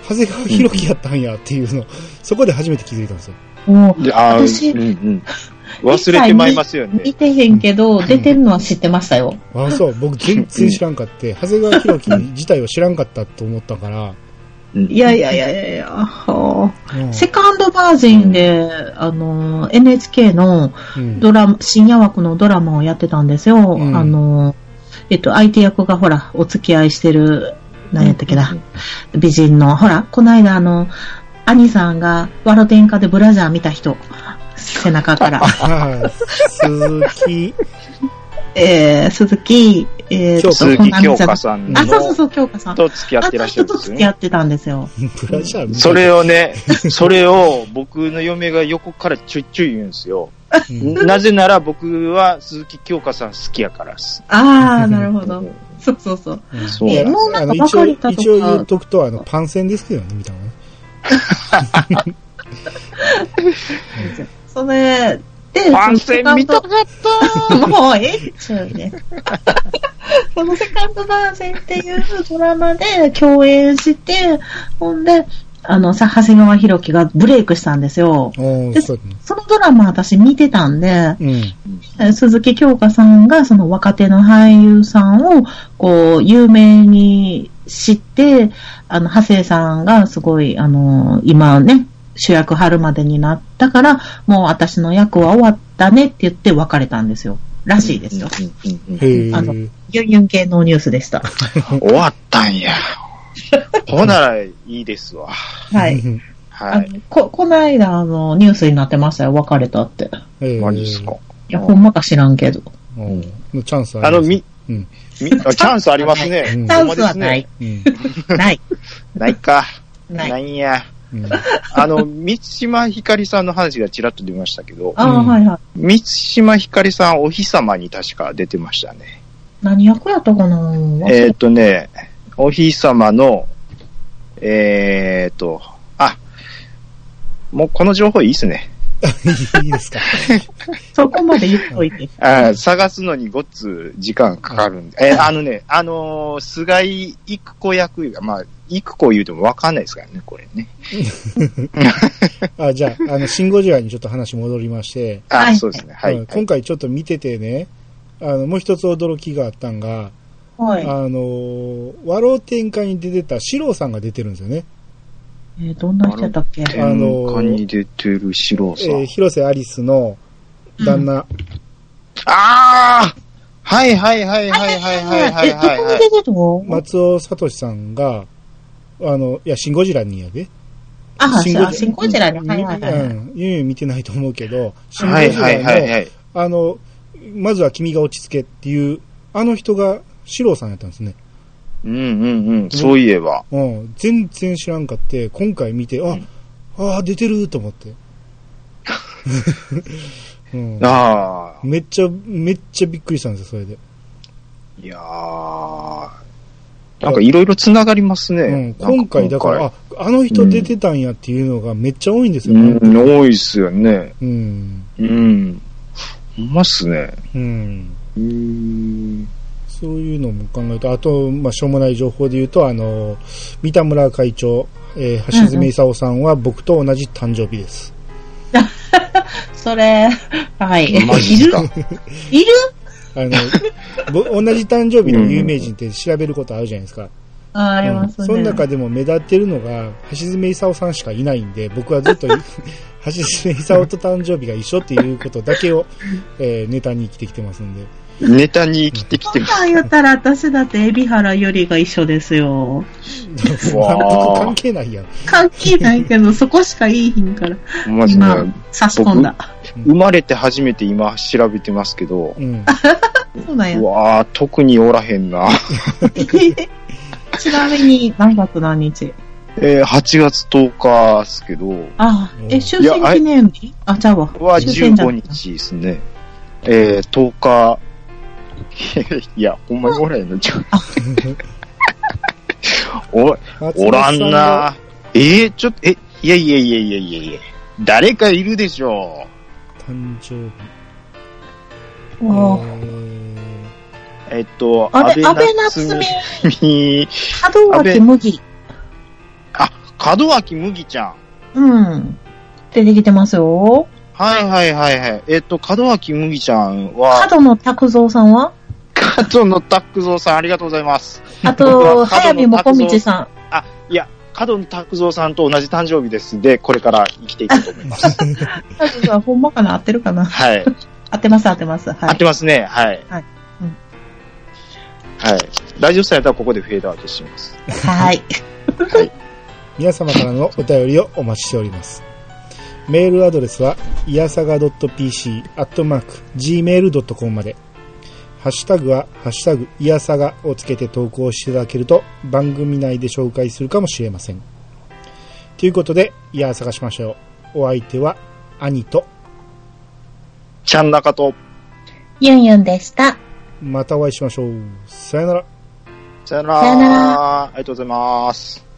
[SPEAKER 2] 長谷川博樹やったんやっていうの、そこで初めて気づいたんですよ。
[SPEAKER 1] も
[SPEAKER 3] であー
[SPEAKER 1] 私
[SPEAKER 3] うんうん、
[SPEAKER 1] [laughs]
[SPEAKER 3] 忘れてまいますよ
[SPEAKER 1] う、見
[SPEAKER 3] ね。
[SPEAKER 1] てへんけど、出てるのは知ってましたよ。 [laughs]
[SPEAKER 2] あそう、僕全然知らんかって、長谷川博樹自体を知らんかったと思ったから、
[SPEAKER 4] うん
[SPEAKER 1] いやいやいやいやいや、は
[SPEAKER 2] う
[SPEAKER 1] あ
[SPEAKER 2] ん
[SPEAKER 1] セカンドバージンで、あの、NHK の
[SPEAKER 2] うん
[SPEAKER 1] ドラマ、深夜枠のドラマをやってたんですよ。
[SPEAKER 2] うん
[SPEAKER 1] あの、えっと、相手役がほら、お付き合いしてる、何やったっけな、美人の、ほら、こないだあの、兄さんが、ワロテンカでブラジャー見た人、背中から。
[SPEAKER 2] はい。鈴木、
[SPEAKER 1] えー、鈴木、えー、
[SPEAKER 2] 京香
[SPEAKER 1] と
[SPEAKER 4] 鈴木京香
[SPEAKER 1] ん。
[SPEAKER 4] さんの
[SPEAKER 1] あ、そうそうそう、京香さん。
[SPEAKER 4] と付き合ってらっしゃるん
[SPEAKER 1] あの
[SPEAKER 4] で
[SPEAKER 1] 人と
[SPEAKER 4] すよ
[SPEAKER 1] 付き
[SPEAKER 4] ね。
[SPEAKER 1] 合ってたんですよ。
[SPEAKER 2] ブラジャーみたいな
[SPEAKER 4] それをね、それを僕の嫁が横からちょいちょい言うんですよ。
[SPEAKER 2] うん
[SPEAKER 4] なぜなら僕は鈴木京香さん好きやからっす。
[SPEAKER 1] あー、なるほど。そうそうそう。
[SPEAKER 4] そう
[SPEAKER 2] いや
[SPEAKER 1] もうなんか
[SPEAKER 2] あの
[SPEAKER 1] 別れたとか
[SPEAKER 2] 一応、一応言っとくと、あの、パンセンですけどね、みたいなね。
[SPEAKER 1] それ、で、
[SPEAKER 4] 番宣見た
[SPEAKER 1] かったもうええっちゅうね。そのセカンド番宣っていうドラマで共演して、ほんで、あの、さ、長谷川博己がブレイクしたんですよ。
[SPEAKER 2] おー
[SPEAKER 1] で
[SPEAKER 2] そうだね
[SPEAKER 1] そのドラマ私見てたんで、
[SPEAKER 2] うん。
[SPEAKER 1] え鈴木京香さんがその若手の俳優さんを、こう、有名に知って、あの、長谷さんがすごい、あの、今ね、主役春までになったから、もう私の役は終わったねって言って別れたんですよ。らしいですよ。
[SPEAKER 4] うんうん
[SPEAKER 2] へ
[SPEAKER 1] あの
[SPEAKER 2] ー
[SPEAKER 1] ユンユン系のニュースで [laughs] した。
[SPEAKER 4] 終わったん
[SPEAKER 1] [laughs]
[SPEAKER 4] や。
[SPEAKER 3] ほならいいですわ。
[SPEAKER 1] はい。
[SPEAKER 2] うん
[SPEAKER 1] あ
[SPEAKER 4] はい。
[SPEAKER 1] のこ、この間、あの、ニュースになってましたよ。別れたって。
[SPEAKER 2] えー
[SPEAKER 4] マジっすか。
[SPEAKER 1] いや、ほんまか知らんけど。チ
[SPEAKER 2] うんチャンス
[SPEAKER 3] あ
[SPEAKER 2] あ
[SPEAKER 3] の、
[SPEAKER 2] り
[SPEAKER 3] み、
[SPEAKER 2] うん
[SPEAKER 3] み、あチャンスあります
[SPEAKER 1] [laughs]
[SPEAKER 3] ね。
[SPEAKER 2] うん
[SPEAKER 1] ャンスはない。
[SPEAKER 2] ます。
[SPEAKER 1] ない。
[SPEAKER 3] ないか。
[SPEAKER 1] な。
[SPEAKER 3] ないいんや。
[SPEAKER 2] うんうん [laughs]
[SPEAKER 3] あの、三島ひかりさんの話がちらっと出ましたけど、
[SPEAKER 1] ああ、
[SPEAKER 2] うん
[SPEAKER 1] はいはい。
[SPEAKER 3] 三島ひかりさんお日様に確か出てましたね。
[SPEAKER 1] 何役やったかな忘れた
[SPEAKER 3] えっ、とね、お日様の、えっ、と、あ、もうこの情報いいっすね。
[SPEAKER 2] いいですか。
[SPEAKER 1] そこまで言っとい
[SPEAKER 3] [laughs]
[SPEAKER 1] て。
[SPEAKER 3] あー探すのにごっつ時間かかるんで。えーあのね、あのー菅井育子役が、まあ、育子言うてもわかんないですからね、これね。
[SPEAKER 2] あ、じゃあ、あの、シンゴジラにちょっと話戻りまして、
[SPEAKER 3] あ、
[SPEAKER 1] はい
[SPEAKER 3] そうですね。はい。
[SPEAKER 2] うん今回ちょっと見ててね、あの、もう一つ驚きがあったんが、
[SPEAKER 1] は
[SPEAKER 2] あの、和老天下に出てた四郎さんが出てるんですよね。
[SPEAKER 1] い。えーどんな人やったっけ
[SPEAKER 2] あの
[SPEAKER 3] 天下に出てる四郎
[SPEAKER 2] え
[SPEAKER 3] さん。
[SPEAKER 2] ー広瀬アリスの旦那。
[SPEAKER 3] ああはいはいはいはいはいはいはい
[SPEAKER 1] え、ど
[SPEAKER 3] はい
[SPEAKER 1] こ
[SPEAKER 3] は
[SPEAKER 1] に
[SPEAKER 3] い。
[SPEAKER 1] 出てるの
[SPEAKER 2] 松尾聡さんが、あの、いや、シンゴジラにやで。
[SPEAKER 1] あ、
[SPEAKER 2] シン
[SPEAKER 1] シ
[SPEAKER 2] ゴジラ
[SPEAKER 1] ンゴジラに。はいはいは
[SPEAKER 2] う
[SPEAKER 1] い。
[SPEAKER 2] ん。ユーミン見てないと思うけど、シンゴ
[SPEAKER 3] はい
[SPEAKER 2] ジ
[SPEAKER 3] はいは
[SPEAKER 2] ラ
[SPEAKER 3] いは
[SPEAKER 2] の、
[SPEAKER 3] い。
[SPEAKER 2] あの、まずは君が落ち着けっていう、あの人が四郎さんやったんですね。
[SPEAKER 3] うんうんうん。そういえば。
[SPEAKER 2] うん。全然知らんかって、今回見て、あ、あー出てると思 [laughs] って。うん。
[SPEAKER 3] ああ。
[SPEAKER 2] めっちゃ、めっちゃびっくりしたんですよ、それで。
[SPEAKER 3] いやー。なんかいろいろ繋がりますね。
[SPEAKER 2] うん、
[SPEAKER 3] なん
[SPEAKER 2] 今回だから、あ、あの人出てたんやっていうのがめっちゃ多いんですよ
[SPEAKER 3] 今
[SPEAKER 2] ね
[SPEAKER 3] 回。うん、多いっすよね。
[SPEAKER 2] うん。
[SPEAKER 3] うん。ほんまっすね。
[SPEAKER 2] うん。
[SPEAKER 3] うーん。
[SPEAKER 2] そういうのも考えて、あと、まあ、しょうもない情報で言うと、あの、三田村会長、えー、橋爪功さんは僕と同じ誕生日です。
[SPEAKER 1] それ、 [laughs] はい。
[SPEAKER 3] マジっすか。
[SPEAKER 1] いる
[SPEAKER 2] あの、 [laughs] ぼ同じ誕生日の有名人って調べることあるじゃないですか。
[SPEAKER 1] ああり
[SPEAKER 2] う
[SPEAKER 1] ま
[SPEAKER 2] ん
[SPEAKER 1] す
[SPEAKER 2] そ
[SPEAKER 1] ね。
[SPEAKER 2] の中でも目立ってるのが、橋爪功さんしかいないんで、僕はずっ
[SPEAKER 1] [laughs]
[SPEAKER 2] とい、橋爪功と誕生日が一緒っていうことだけ
[SPEAKER 1] [laughs]
[SPEAKER 2] を、えーネタに生きてきてますんで。
[SPEAKER 3] ネタに生きてき
[SPEAKER 1] そ
[SPEAKER 3] て
[SPEAKER 1] ん
[SPEAKER 3] ま
[SPEAKER 1] なん言ったら私だって海老原よりが一緒ですよ。
[SPEAKER 2] [laughs] 全く
[SPEAKER 3] わー
[SPEAKER 2] 関係ないやん。
[SPEAKER 1] 関係ないけど、
[SPEAKER 3] [laughs]
[SPEAKER 1] そこしかいいひんから。
[SPEAKER 3] す。ほんまっす
[SPEAKER 1] 今
[SPEAKER 3] ね。、
[SPEAKER 1] 差し込んだ。
[SPEAKER 3] 生まれて初めて今調べてますけど、
[SPEAKER 2] うん。
[SPEAKER 1] そうなんや
[SPEAKER 3] [laughs] う。わー、特におらへんな。
[SPEAKER 1] ちなみに、何月何日
[SPEAKER 3] えー、8月10日っすけど、
[SPEAKER 1] ああ、え、終戦記念日あ、ちゃうわ。
[SPEAKER 3] は
[SPEAKER 1] 終戦じゃ
[SPEAKER 3] 15
[SPEAKER 1] ない
[SPEAKER 3] 日ですね。えー、10日。 [laughs] いや、ほんまにおらへんのちゃう。お、 [laughs] おらんな。えー、ちょっと、え、いやいやいやいやいやいや誰かいるでしょ
[SPEAKER 2] 松本さんの誕生日。
[SPEAKER 1] おー
[SPEAKER 2] え
[SPEAKER 3] う。えっと、
[SPEAKER 1] あれ、安
[SPEAKER 3] 安
[SPEAKER 1] 倍
[SPEAKER 3] 倍
[SPEAKER 1] 夏
[SPEAKER 3] 夏
[SPEAKER 1] 美、
[SPEAKER 3] 実、
[SPEAKER 1] 門脇麦。
[SPEAKER 3] 門脇麦ちゃん。
[SPEAKER 1] うん。出てきてますよ。
[SPEAKER 3] はいはいはいはい。えっと、門脇麦ちゃんは、
[SPEAKER 1] 角野拓三さんは
[SPEAKER 3] 加藤のタックゾーさんありがとうございます。
[SPEAKER 1] あ
[SPEAKER 3] 僕
[SPEAKER 1] と、
[SPEAKER 3] は角野 [laughs]
[SPEAKER 1] 早見もこみちさん。
[SPEAKER 3] いや、角野拓造さんと同じ誕生日ですで、これから生きていこうと [laughs] 思います。
[SPEAKER 1] 大丈夫だほんまかな合ってるかな
[SPEAKER 3] はい。
[SPEAKER 1] 合ってます合ってます。
[SPEAKER 3] 合
[SPEAKER 1] は
[SPEAKER 3] っ
[SPEAKER 1] い
[SPEAKER 3] て。ますね。はい。
[SPEAKER 1] はいうん
[SPEAKER 3] はい。大丈夫さんやったらここでフェードアウトします。
[SPEAKER 1] はい。
[SPEAKER 2] 皆様からのお便りをお待ちしております。メールアドレスは、いやさが .pc、アットマーク、gmail.com まで。ハッシュタグは、ハッシュタグ、いやさがをつけて投稿していただけると、番組内で紹介するかもしれません。ということで、いやさがしましょう。お相手は、兄と、
[SPEAKER 3] ちゃん中と、
[SPEAKER 5] ユンユンでした。
[SPEAKER 2] またお会いしましょう。さよなら。
[SPEAKER 3] さよなら。
[SPEAKER 5] さよな
[SPEAKER 3] ありがとうございます。